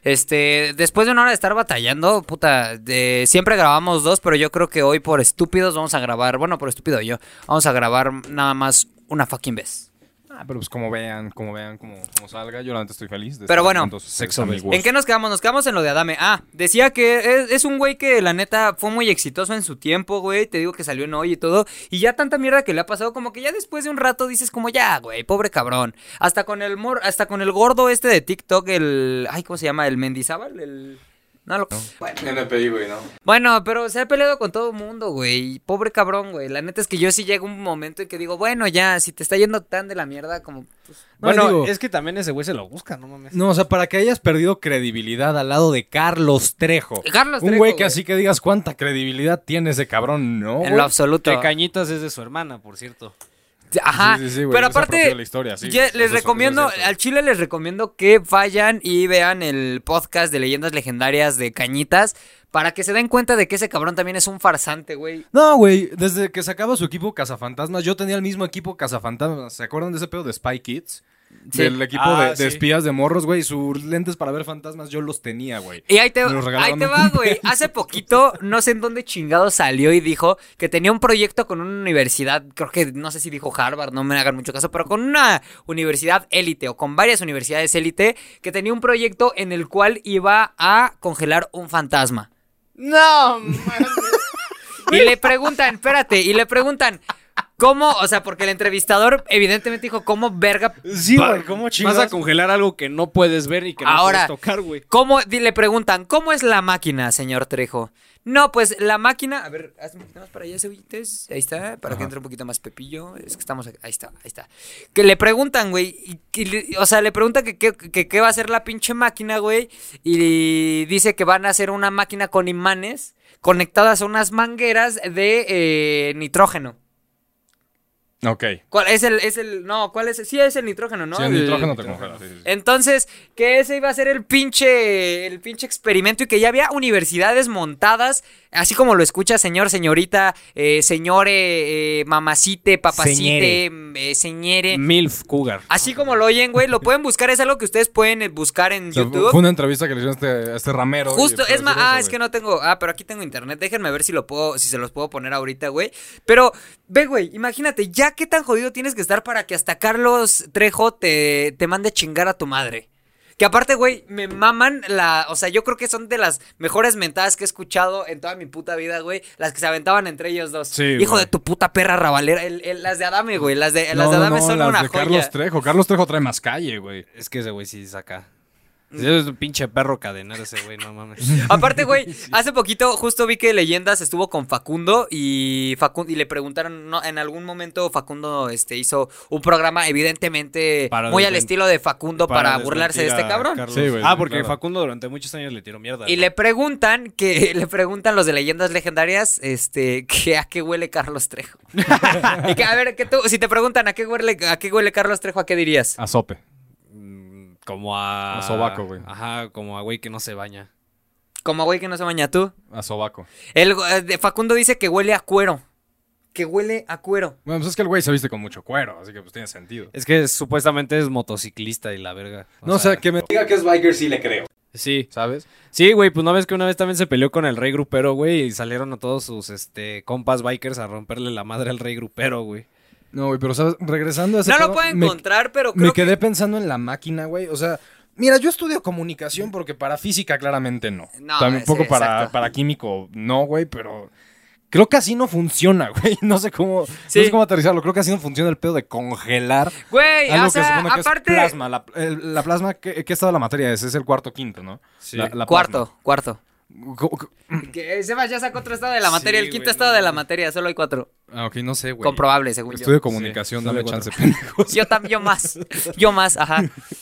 Speaker 2: Este, después de una hora de estar batallando, puta, de- siempre grabamos dos, pero yo creo que hoy por estúpidos vamos a grabar, bueno, por estúpido yo, vamos a grabar nada más una fucking vez.
Speaker 4: Ah, pero pues como vean, como vean, como, como salga, yo la neta estoy feliz. de
Speaker 2: Pero
Speaker 4: estar
Speaker 2: bueno,
Speaker 4: juntos,
Speaker 5: sexo
Speaker 4: amigos.
Speaker 5: bestia.
Speaker 2: ¿En qué nos quedamos? Nos quedamos en lo de Adame. Ah, decía que es, es un güey que la neta fue muy exitoso en su tiempo, güey. Te digo que salió en hoy y todo. Y ya tanta mierda que le ha pasado, como que ya después de un rato dices como ya, güey, pobre cabrón. Hasta con el mor, hasta con el gordo este de TikTok, el. Ay, ¿cómo se llama? El Mendizábal, el. No lo. Bueno. Bueno, pero se ha peleado con todo el mundo, güey. Pobre cabrón, güey. La neta es que yo sí llega un momento en que digo, bueno, ya, si te está yendo tan de la mierda como. pues,
Speaker 4: No,
Speaker 5: Bueno,
Speaker 4: digo-
Speaker 5: es que también ese güey se lo busca, no mames.
Speaker 4: No, o sea, para que hayas perdido credibilidad al lado de Carlos Trejo.
Speaker 2: Carlos
Speaker 4: Un
Speaker 2: Trejo,
Speaker 4: güey que
Speaker 2: güey.
Speaker 4: así que digas cuánta credibilidad tiene ese cabrón, ¿no?
Speaker 2: en
Speaker 4: güey?
Speaker 2: lo absoluto.
Speaker 5: Que Cañitas es de su hermana, por cierto.
Speaker 2: Ajá.
Speaker 4: Sí, sí, sí, güey,
Speaker 2: pero
Speaker 4: es apropiado
Speaker 2: aparte,
Speaker 4: de la historia, sí,
Speaker 2: ya
Speaker 4: eso-
Speaker 2: les
Speaker 4: eso- eso es
Speaker 2: recomiendo,
Speaker 4: cierto.
Speaker 2: al chile les recomiendo que vayan y vean el podcast de leyendas legendarias de Cañitas para que se den cuenta de que ese cabrón también es un farsante, güey.
Speaker 4: No, güey, desde que sacaba su equipo Cazafantasmas, yo tenía el mismo equipo Cazafantasmas. ¿Se acuerdan de ese pedo de Spy Kids?
Speaker 2: Sí.
Speaker 4: Del equipo
Speaker 5: Ah,
Speaker 4: de, de
Speaker 5: sí.
Speaker 4: espías de morros, güey. Sus lentes para ver fantasmas, yo los tenía, güey.
Speaker 2: Y ahí te,
Speaker 4: Me los regalaron
Speaker 2: ahí te
Speaker 4: en
Speaker 2: va, güey. (laughs) Hace poquito, no sé en dónde chingado salió y dijo que tenía un proyecto con una universidad, creo que no sé si dijo Harvard, no me hagan mucho caso, pero con una universidad élite o con varias universidades élite, que tenía un proyecto en el cual iba a congelar un fantasma.
Speaker 5: No,
Speaker 2: Y le preguntan, espérate, y le preguntan, ¿cómo? O sea, porque el entrevistador evidentemente dijo, ¿cómo verga?
Speaker 5: (laughs) sí, güey, ¿cómo chingas? Vas a congelar algo que no puedes ver y que no
Speaker 2: Ahora-
Speaker 5: puedes tocar, güey.
Speaker 2: ¿Cómo? Y le preguntan, ¿cómo es la máquina, señor Trejo? No, pues la máquina. A ver, hazme un poquito más para allá, cebollitas. Ahí está, para que entre un poquito más Pepillo. Es que estamos. Ahí está, ahí está. Que le preguntan, güey. y- y le- o sea, le preguntan que qué que qué va a hacer la pinche máquina, güey. Y dice que van a hacer una máquina con imanes conectadas a unas mangueras de eh, nitrógeno.
Speaker 4: Ok.
Speaker 2: ¿Cuál es el, es el, no, cuál es? el- Sí, es el nitrógeno, ¿no?
Speaker 4: Sí, el nitrógeno te congela. sí, sí, sí.
Speaker 2: Entonces, que ese iba a ser el pinche, el pinche experimento y que ya había universidades montadas, así como lo escucha señor, señorita, eh, señore, eh, mamacite, papacite,
Speaker 3: Señere.
Speaker 2: mm, eh, señere.
Speaker 5: Milf Cougar.
Speaker 2: Así como lo oyen, güey, lo pueden buscar, es algo que ustedes pueden eh, buscar en
Speaker 4: O sea,
Speaker 2: YouTube.
Speaker 4: Fue una entrevista que le hicieron a este, a este ramero. y
Speaker 2: Justo,
Speaker 4: empezó a
Speaker 2: es más,
Speaker 4: decir
Speaker 2: ah,
Speaker 4: eso,
Speaker 2: es que
Speaker 4: güey.
Speaker 2: no tengo, ah, pero aquí tengo internet, déjenme ver si lo puedo, si se los puedo poner ahorita, güey. Pero, ve, güey, imagínate, ya qué tan jodido tienes que estar para que hasta Carlos Trejo te, te mande a chingar a tu madre. Que aparte, güey, me maman la. O sea, yo creo que son de las mejores mentadas que he escuchado en toda mi puta vida, güey. Las que se aventaban entre ellos dos.
Speaker 5: Sí,
Speaker 2: Hijo
Speaker 5: güey.
Speaker 2: de tu puta perra rabalera. El- el- las de Adame, güey. Las de, las
Speaker 4: No,
Speaker 2: de
Speaker 4: no,
Speaker 2: Adame
Speaker 4: no,
Speaker 2: son
Speaker 4: las
Speaker 2: una
Speaker 4: de
Speaker 2: joya.
Speaker 4: Carlos Trejo. Carlos Trejo trae más calle, güey.
Speaker 5: Es que ese güey sí saca. Es un pinche perro cadenar ese güey, no (laughs) mames.
Speaker 2: Aparte, güey, hace poquito justo vi que Leyendas estuvo con Facundo y Facundo y le preguntaron, no, en algún momento Facundo este hizo un programa evidentemente
Speaker 5: Para
Speaker 2: muy al
Speaker 5: desmen-
Speaker 2: estilo de Facundo para,
Speaker 5: desmentir
Speaker 2: burlarse de
Speaker 5: a
Speaker 2: este cabrón.
Speaker 5: Carlos.
Speaker 4: Sí, güey,
Speaker 5: ah, porque
Speaker 4: claro.
Speaker 5: Facundo durante muchos años le tiró mierda.
Speaker 2: Y
Speaker 5: ¿no?
Speaker 2: le preguntan que (laughs) le preguntan los de leyendas legendarias, este, que a qué huele Carlos Trejo. (laughs) y que, a ver, que tú, si te preguntan a qué huele, a qué huele Carlos Trejo, ¿a qué dirías?
Speaker 4: A sope.
Speaker 5: Mm, Como a.
Speaker 4: A sobaco, güey.
Speaker 5: Ajá, como a güey que no se baña.
Speaker 2: Como güey que no se baña tú.
Speaker 4: A sobaco.
Speaker 2: El eh, de Facundo dice que huele a cuero. Que huele a cuero.
Speaker 4: Bueno, pues es que el güey se viste con mucho cuero, así que pues tiene sentido.
Speaker 5: Es que supuestamente es motociclista y la verga.
Speaker 4: no, o sea, que me diga que es biker sí le creo.
Speaker 5: Sí,
Speaker 4: ¿Sabes?
Speaker 5: sí, güey, pues no ves que una vez también se peleó con el rey grupero, güey, y salieron a todos sus este compas bikers a romperle la madre al rey grupero, güey.
Speaker 4: No, güey, pero ¿sabes? regresando a ese
Speaker 2: No lo
Speaker 4: pedo,
Speaker 2: puedo
Speaker 4: me-
Speaker 2: encontrar, pero creo
Speaker 4: Me quedé pensando en la máquina, güey. O sea, mira, yo estudio comunicación porque para física claramente no.
Speaker 2: No, sí,
Speaker 4: Tampoco para,
Speaker 2: exacto.
Speaker 4: para químico no, güey, pero creo que así no funciona, (laughs) güey. No sé cómo,
Speaker 2: Sí.
Speaker 4: no sé cómo aterrizarlo. Creo que así no funciona el pedo de congelar
Speaker 2: que. Güey,
Speaker 4: algo
Speaker 2: o
Speaker 4: que
Speaker 2: sea,
Speaker 4: supone que
Speaker 2: aparte.
Speaker 4: es plasma. La, el- la plasma, ¿qué, qué estado de la materia es? Es el cuarto quinto, ¿no?
Speaker 5: Sí.
Speaker 4: La- la
Speaker 2: cuarto, cuarto.
Speaker 4: plasma. Co- co-
Speaker 2: Que Sebas ya sacó otro estado de la materia,
Speaker 5: Sí,
Speaker 2: el quinto
Speaker 5: güey,
Speaker 2: estado
Speaker 5: no,
Speaker 2: de la
Speaker 5: güey.
Speaker 2: materia, solo hay cuatro.
Speaker 4: Ah, ok, no sé, güey.
Speaker 2: Comprobable, según
Speaker 4: Estudio comunicación,
Speaker 5: Sí,
Speaker 4: dame
Speaker 5: sale
Speaker 4: chance, pendejos.
Speaker 2: yo. Yo también, yo más. Yo más, ajá.
Speaker 4: (laughs)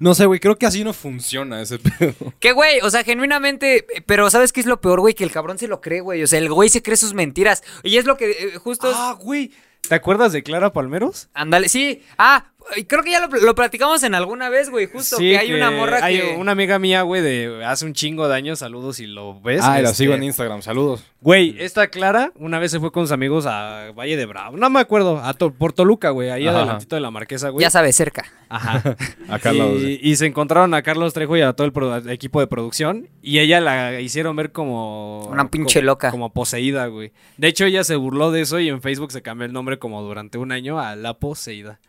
Speaker 4: No sé, güey, creo que así no funciona ese pedo.
Speaker 2: Que güey, o sea, genuinamente, eh, pero ¿sabes qué es lo peor, güey? Que el cabrón se lo cree, güey. O sea, el güey se cree sus mentiras. Y es lo que eh, justo. es-
Speaker 5: Ah, güey. ¿Te acuerdas de Clara Palmeros?
Speaker 2: Ándale, sí. Ah, y creo que ya lo, lo platicamos en alguna vez, güey. Justo
Speaker 5: Sí,
Speaker 2: que hay una morra
Speaker 5: hay
Speaker 2: que.
Speaker 5: una amiga mía, güey, de hace un chingo de años, saludos y lo ves.
Speaker 4: Ah, la
Speaker 5: este,
Speaker 4: sigo en Instagram, saludos.
Speaker 5: Güey, esta Clara una vez se fue con sus amigos a Valle de Bravo. No me acuerdo, a To- por Toluca, güey, ahí
Speaker 4: Ajá.
Speaker 5: adelantito de la Marquesa, güey.
Speaker 2: Ya sabes, cerca.
Speaker 5: Ajá.
Speaker 4: Acá al lado de-
Speaker 5: y, y se encontraron a Carlos Trejo y a todo el pro- equipo de producción. Y ella la hicieron ver como.
Speaker 2: Una pinche
Speaker 5: co-
Speaker 2: loca.
Speaker 5: Como poseída, güey. De hecho, ella se burló de eso y en Facebook se cambió el nombre como durante un año a La Poseída.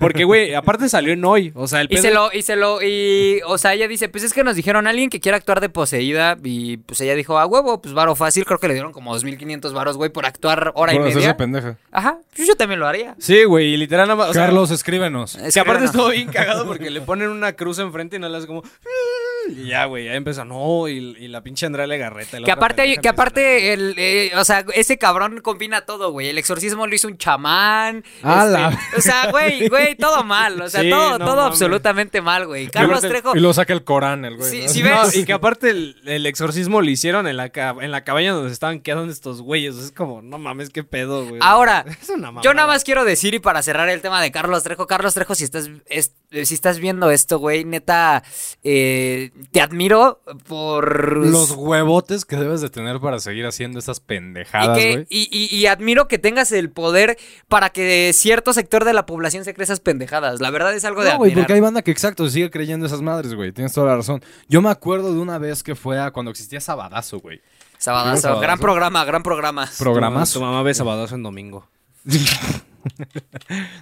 Speaker 5: Porque, güey, aparte salió en hoy. O sea, el
Speaker 2: Y
Speaker 5: pedo-
Speaker 2: se lo, y se lo, y, o sea, ella dice, pues es que nos dijeron alguien que quiera actuar de poseída y pues ella dijo, a huevo, pues varo fácil, creo que le dieron como 2.500 varos, güey, por actuar hora
Speaker 4: Bueno,
Speaker 2: y
Speaker 4: es
Speaker 2: media.
Speaker 4: esa pendeja.
Speaker 2: Ajá, pues yo, yo también lo haría.
Speaker 5: Sí, güey, y literal nada más. o sea,
Speaker 4: Carlos, escríbenos.
Speaker 5: que
Speaker 2: Escríbenos.
Speaker 5: aparte estuvo bien cagado porque le ponen una cruz enfrente y no le hace como. (laughs) Y ya, güey, ya empezó. No, y, y la pinche Andrea Legarreta. y la
Speaker 2: Que
Speaker 5: otra
Speaker 2: aparte, hay-
Speaker 5: pendeja
Speaker 2: que
Speaker 5: empiezan a-
Speaker 2: aparte, el, eh, o sea, ese cabrón combina todo, güey. El exorcismo lo hizo un chamán.
Speaker 4: Ah,
Speaker 2: este,
Speaker 4: la-
Speaker 2: O sea, güey, güey, todo mal. O sea,
Speaker 5: Sí,
Speaker 2: todo,
Speaker 5: no
Speaker 2: todo
Speaker 5: mames.
Speaker 2: absolutamente mal, güey. Carlos
Speaker 5: aparte-
Speaker 2: Trejo.
Speaker 4: Y luego saca el Corán, el güey.
Speaker 2: Sí,
Speaker 5: (laughs)
Speaker 4: ¿no?
Speaker 2: sí,
Speaker 5: No,
Speaker 2: ves.
Speaker 5: y que aparte el, el exorcismo lo hicieron en la, ca- en la cabaña donde estaban quedando estos güeyes. Es como, no mames, qué pedo, güey.
Speaker 2: Ahora,
Speaker 5: (laughs) es una mamada.
Speaker 2: Yo nada más quiero decir, y para cerrar el tema de Carlos Trejo, Carlos Trejo, si estás, es- si estás viendo esto, güey, neta, eh, te admiro por...
Speaker 4: Los huevotes que debes de tener para seguir haciendo estas
Speaker 2: y,
Speaker 4: pendejadas,
Speaker 2: que-
Speaker 4: güey.
Speaker 2: y- y- y admiro que tengas el poder para que cierto sector de la población se cree esas pendejadas. La verdad es algo de
Speaker 4: No, güey,
Speaker 2: admirar.
Speaker 4: porque hay banda que exacto sigue creyendo esas madres, güey. Tienes toda la razón. Yo me acuerdo de una vez que fue a cuando existía Sabadazo, güey.
Speaker 2: Sabadazo,
Speaker 4: Sabadazo.
Speaker 2: gran programa, gran programa.
Speaker 5: Tu
Speaker 4: Programazo.
Speaker 5: mamá ve sabadazo en domingo.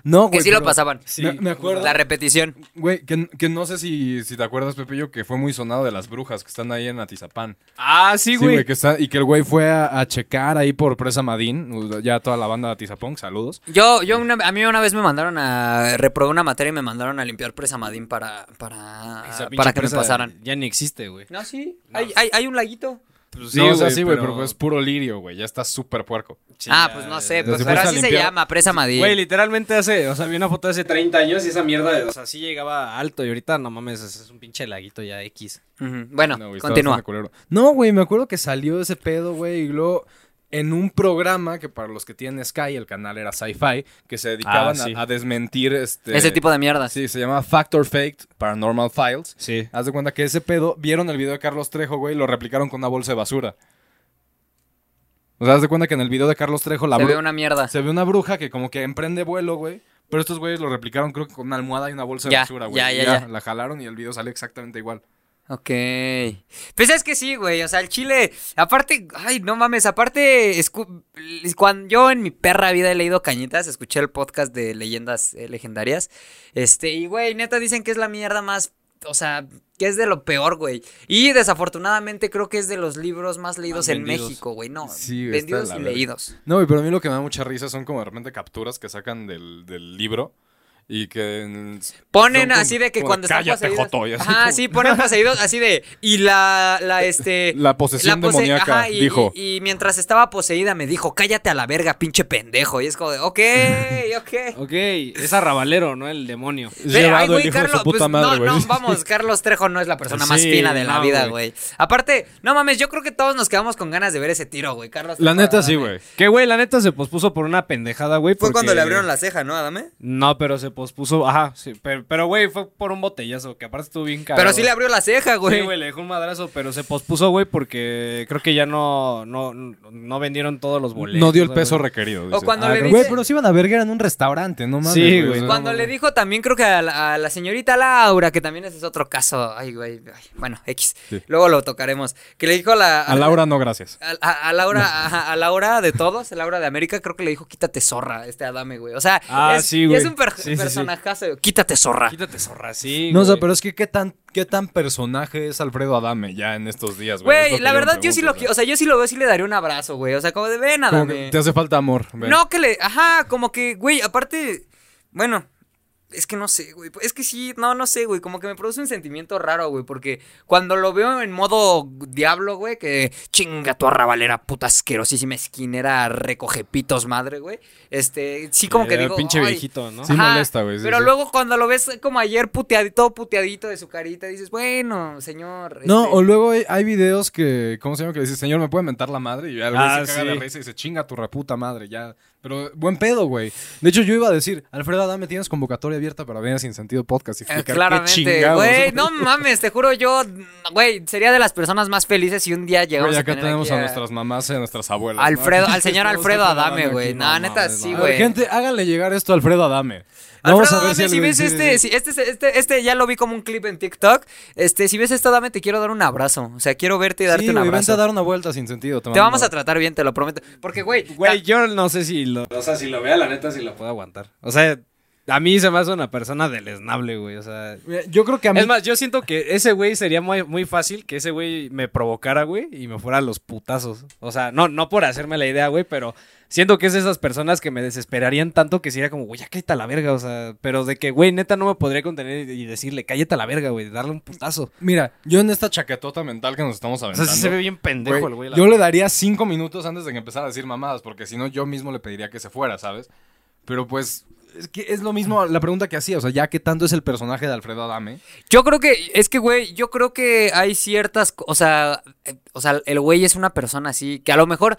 Speaker 4: No, güey.
Speaker 2: que sí lo
Speaker 4: pero-
Speaker 2: pasaban.
Speaker 4: Me, me acuerdo,
Speaker 2: La repetición.
Speaker 4: güey, que, que no sé si, si te acuerdas, Pepillo, que fue muy sonado de las brujas que están ahí en Atizapán.
Speaker 5: Ah, sí,
Speaker 4: Sí,
Speaker 5: güey.
Speaker 4: güey, que está, y que el güey fue a, a checar ahí por Presa Madín, ya toda la banda de Atizapón, saludos.
Speaker 2: Yo, yo una- a mí una vez me mandaron a reprobé una materia y me mandaron a limpiar presa Madín para, para,
Speaker 5: Esa pinche
Speaker 2: Ah, para que me
Speaker 5: presa
Speaker 2: pasaran.
Speaker 5: Ya ni existe, güey.
Speaker 2: No, sí, hay- hay- hay un laguito.
Speaker 5: Pues
Speaker 4: Sí, no, o sea, sí, güey, pero... es puro lirio, güey, ya está súper puerco.
Speaker 5: sí,
Speaker 2: ah,
Speaker 5: ya-
Speaker 2: pues no sé,
Speaker 4: desde
Speaker 2: pues,
Speaker 4: que
Speaker 2: pero
Speaker 4: fuiste a
Speaker 2: así se
Speaker 4: limpiar-
Speaker 2: llama, presa Madrid.
Speaker 5: Güey, literalmente hace, o sea, vi una foto de hace 30 años y esa mierda, o sea, sí llegaba alto y ahorita no mames, es, es un pinche laguito ya X.
Speaker 2: Ujú, Bueno,
Speaker 4: No, güey, está
Speaker 2: continúa.
Speaker 4: bastante culero. No, güey, me acuerdo que salió ese pedo, güey, y luego en un programa que para los que tienen Sky, el canal era Sci-Fi, que se dedicaban
Speaker 5: Ah, sí.
Speaker 4: a, a desmentir este...
Speaker 2: Ese tipo de mierdas.
Speaker 4: Sí, se llama Factor Faked Paranormal Files.
Speaker 5: Sí.
Speaker 4: Haz de cuenta que ese pedo, vieron el video de Carlos Trejo, güey, y lo replicaron con una bolsa de basura. O sea, haz de cuenta que en el video de Carlos Trejo la
Speaker 2: Se ve
Speaker 4: bru-
Speaker 2: una mierda.
Speaker 4: se ve una bruja que como que emprende vuelo, güey. Pero estos güeyes lo replicaron, creo que con una almohada y una bolsa de
Speaker 2: Ya,
Speaker 4: basura, güey.
Speaker 2: ya,
Speaker 4: y
Speaker 2: ya, ya.
Speaker 4: La jalaron y el video salió exactamente igual.
Speaker 2: Ok. Pues es que sí, güey. O sea, el chile. Aparte, ay, no mames. Aparte, escu- cuando yo en mi perra vida he leído cañitas, escuché el podcast de leyendas eh, legendarias. Este, y güey, neta dicen que es la mierda más. O sea, que es de lo peor, güey. Y desafortunadamente creo que es de los libros más leídos en
Speaker 5: vendidos.
Speaker 2: México, güey. No,
Speaker 4: Sí, está
Speaker 2: vendidos
Speaker 4: de
Speaker 2: y
Speaker 4: la verga.
Speaker 2: leídos.
Speaker 4: No, güey, pero a mí lo que me da mucha risa son como de repente capturas que sacan del, del libro y que... en-
Speaker 2: Ponen
Speaker 4: son como-
Speaker 2: así de que
Speaker 4: como
Speaker 2: cuando están
Speaker 4: "Cállate,
Speaker 2: poseídos.
Speaker 4: joto", y así
Speaker 2: Ajá,
Speaker 4: como-
Speaker 2: sí,
Speaker 4: (laughs)
Speaker 2: ponen poseídos así de. Y la, la, este.
Speaker 4: La posesión
Speaker 2: La pose-
Speaker 4: demoníaca,
Speaker 2: ajá, y,
Speaker 4: dijo.
Speaker 2: Y, y mientras estaba poseída me dijo, cállate a la verga, pinche pendejo. Y es como de,
Speaker 4: (laughs)
Speaker 2: ok, ok.
Speaker 5: Ok, es arrabalero, ¿no? El demonio.
Speaker 2: Ve, ay,
Speaker 4: Llevado
Speaker 2: güey,
Speaker 4: el hijo de
Speaker 2: Carlos,
Speaker 4: su puta
Speaker 2: pues,
Speaker 4: madre,
Speaker 2: no,
Speaker 4: güey.
Speaker 2: no, vamos, Carlos Trejo no es la persona
Speaker 5: Sí,
Speaker 2: más fina de la
Speaker 5: no,
Speaker 2: vida,
Speaker 5: güey.
Speaker 2: güey. Aparte, no mames, yo creo que todos nos quedamos con ganas de ver ese tiro, güey, Carlos.
Speaker 4: La
Speaker 2: Trejo,
Speaker 4: neta
Speaker 2: Adame.
Speaker 4: sí, güey.
Speaker 5: Que, güey, la neta se pospuso por una pendejada, güey.
Speaker 2: Fue cuando
Speaker 5: porque-
Speaker 2: le abrieron la ceja, ¿no, Adame?
Speaker 5: No, pero se pospuso. Ajá, sí. Pero, pero, güey, fue por un botellazo, que aparte estuvo bien cagado.
Speaker 2: Pero sí le abrió la ceja,
Speaker 5: Sí,
Speaker 2: güey.
Speaker 5: güey, le dejó un madrazo, pero se pospuso, güey, porque creo que ya no, no, no vendieron todos los boletos.
Speaker 4: No dio el
Speaker 5: o sea,
Speaker 4: peso
Speaker 5: güey.
Speaker 4: requerido.
Speaker 2: o
Speaker 4: dice.
Speaker 2: cuando
Speaker 4: Ah,
Speaker 2: le
Speaker 4: Güey,
Speaker 2: dice-
Speaker 4: pero sí iban a verga en un restaurante, no mames.
Speaker 5: Sí,
Speaker 4: güey,
Speaker 5: güey.
Speaker 4: o sea,
Speaker 2: Cuando
Speaker 4: no
Speaker 2: le
Speaker 4: mames.
Speaker 2: dijo también, creo que a la, a la señorita Laura, que también ese es otro caso. Ay, güey. ay, bueno, X.
Speaker 4: Sí.
Speaker 2: Luego lo tocaremos. Que le dijo a la.
Speaker 4: A Laura no, gracias.
Speaker 2: A, a- a Laura, a, a Laura de todos, a Laura de América, creo que le dijo quítate zorra este Adame, güey. O sea,
Speaker 5: Ah,
Speaker 2: es,
Speaker 5: sí,
Speaker 2: y
Speaker 5: güey.
Speaker 2: es un per-
Speaker 5: Sí, sí, sí.
Speaker 2: personajazo. güey. Quítate zorra.
Speaker 5: Ah, Quítate zorra, sí.
Speaker 4: No, o sea,
Speaker 5: güey.
Speaker 4: pero es que qué tan, qué tan personaje es Alfredo Adame ya en estos días, güey. Es lo
Speaker 2: Güey,
Speaker 4: que
Speaker 2: la
Speaker 4: me
Speaker 2: verdad, yo sí lo
Speaker 4: pregunto,
Speaker 2: quiero. O sea, yo sí lo veo, sí le daría un abrazo, güey. O sea, como de ven,
Speaker 4: Como que
Speaker 2: Adame.
Speaker 4: te hace falta amor. ven.
Speaker 2: No, que le. Ajá, como que, güey, aparte. Bueno, es que no sé, güey. Es que sí, no, no sé, güey. Como que me produce un sentimiento raro, güey. Porque cuando lo veo en modo diablo, güey, que chinga tu arrabalera, puta asquerosísima esquinera, recoge pitos, madre, güey. Este, sí, como que
Speaker 5: Eh,
Speaker 2: digo.
Speaker 5: Pinche
Speaker 2: "Ay".
Speaker 5: viejito, ¿no?
Speaker 4: Sí molesta, güey, sí,
Speaker 2: pero
Speaker 4: sí.
Speaker 2: luego cuando lo ves como ayer puteadito, todo puteadito de su carita, dices, bueno, señor.
Speaker 4: No,
Speaker 2: este,
Speaker 4: o luego hay, hay videos que, ¿cómo se llama? Que le dices, señor, ¿me puede mentar la madre? Y al güey
Speaker 5: Ah,
Speaker 4: se caga
Speaker 5: sí.
Speaker 4: de risa y dice, chinga tu reputa madre, ya. Pero buen pedo, güey. De hecho, yo iba a decir, Alfredo Adame, tienes convocatoria abierta para venir a Sin Sentido Podcast y
Speaker 2: Eh,
Speaker 4: explicar qué
Speaker 2: Claramente,
Speaker 4: chingados.
Speaker 2: güey, no mames, te juro yo, güey, sería de las personas más felices si un día llegamos
Speaker 4: Güey,
Speaker 2: a
Speaker 4: acá
Speaker 2: tener
Speaker 4: tenemos
Speaker 2: aquí
Speaker 4: a nuestras mamás y a nuestras abuelas. ¿no?
Speaker 2: Alfredo, al señor
Speaker 4: Tenemos a
Speaker 2: Alfredo Adame,
Speaker 4: aquí,
Speaker 2: güey. No, neta,
Speaker 4: mames,
Speaker 2: sí,
Speaker 4: no.
Speaker 2: güey.
Speaker 4: Gente, háganle llegar esto a Alfredo Adame.
Speaker 2: Alfredo,
Speaker 4: Vamos a ver
Speaker 2: dame,
Speaker 4: si,
Speaker 2: si,
Speaker 4: él lo
Speaker 2: ves
Speaker 4: dice.
Speaker 2: este, si este, este, este ya lo vi como un clip en TikTok. Este, si ves esto, dame, te quiero dar un abrazo. O sea, quiero verte y darte
Speaker 4: Sí,
Speaker 2: un
Speaker 4: güey, vente
Speaker 2: abrazo.
Speaker 4: a dar una vuelta sin sentido.
Speaker 2: Te vamos a tratar bien, te lo prometo. Porque, güey,
Speaker 5: Güey, yo no sé si lo. O sea, si lo vea, la neta, si lo puedo aguantar. O sea, a mí se me hace una persona deleznable, güey. O sea.
Speaker 4: Mira, Yo creo que a mí.
Speaker 5: Es más, yo siento que ese güey sería muy, muy fácil que ese güey me provocara, güey, y me fuera a los putazos. O sea, no, no por hacerme la idea, güey, pero siento que es de esas personas que me desesperarían tanto que sería como, güey, ya cállate a la verga, o sea, pero de que, güey, neta no me podría contener y y decirle, cállate a la verga, güey, darle un putazo.
Speaker 4: Mira, yo en esta chaquetota mental que nos estamos
Speaker 5: O
Speaker 4: aventando.
Speaker 5: sea, sí se ve bien pendejo
Speaker 4: güey,
Speaker 5: el güey. la
Speaker 4: yo
Speaker 5: neta.
Speaker 4: le daría cinco minutos antes de que empezara a decir mamadas, porque si no, yo mismo le pediría que se fuera, ¿sabes? Pero pues. Es que es lo mismo la pregunta que hacía, o sea, ya que tanto es el personaje de Alfredo Adame.
Speaker 2: Yo creo que, es que, güey, yo creo que hay ciertas, co- o sea, eh, o sea, el güey es una persona así, que a lo mejor,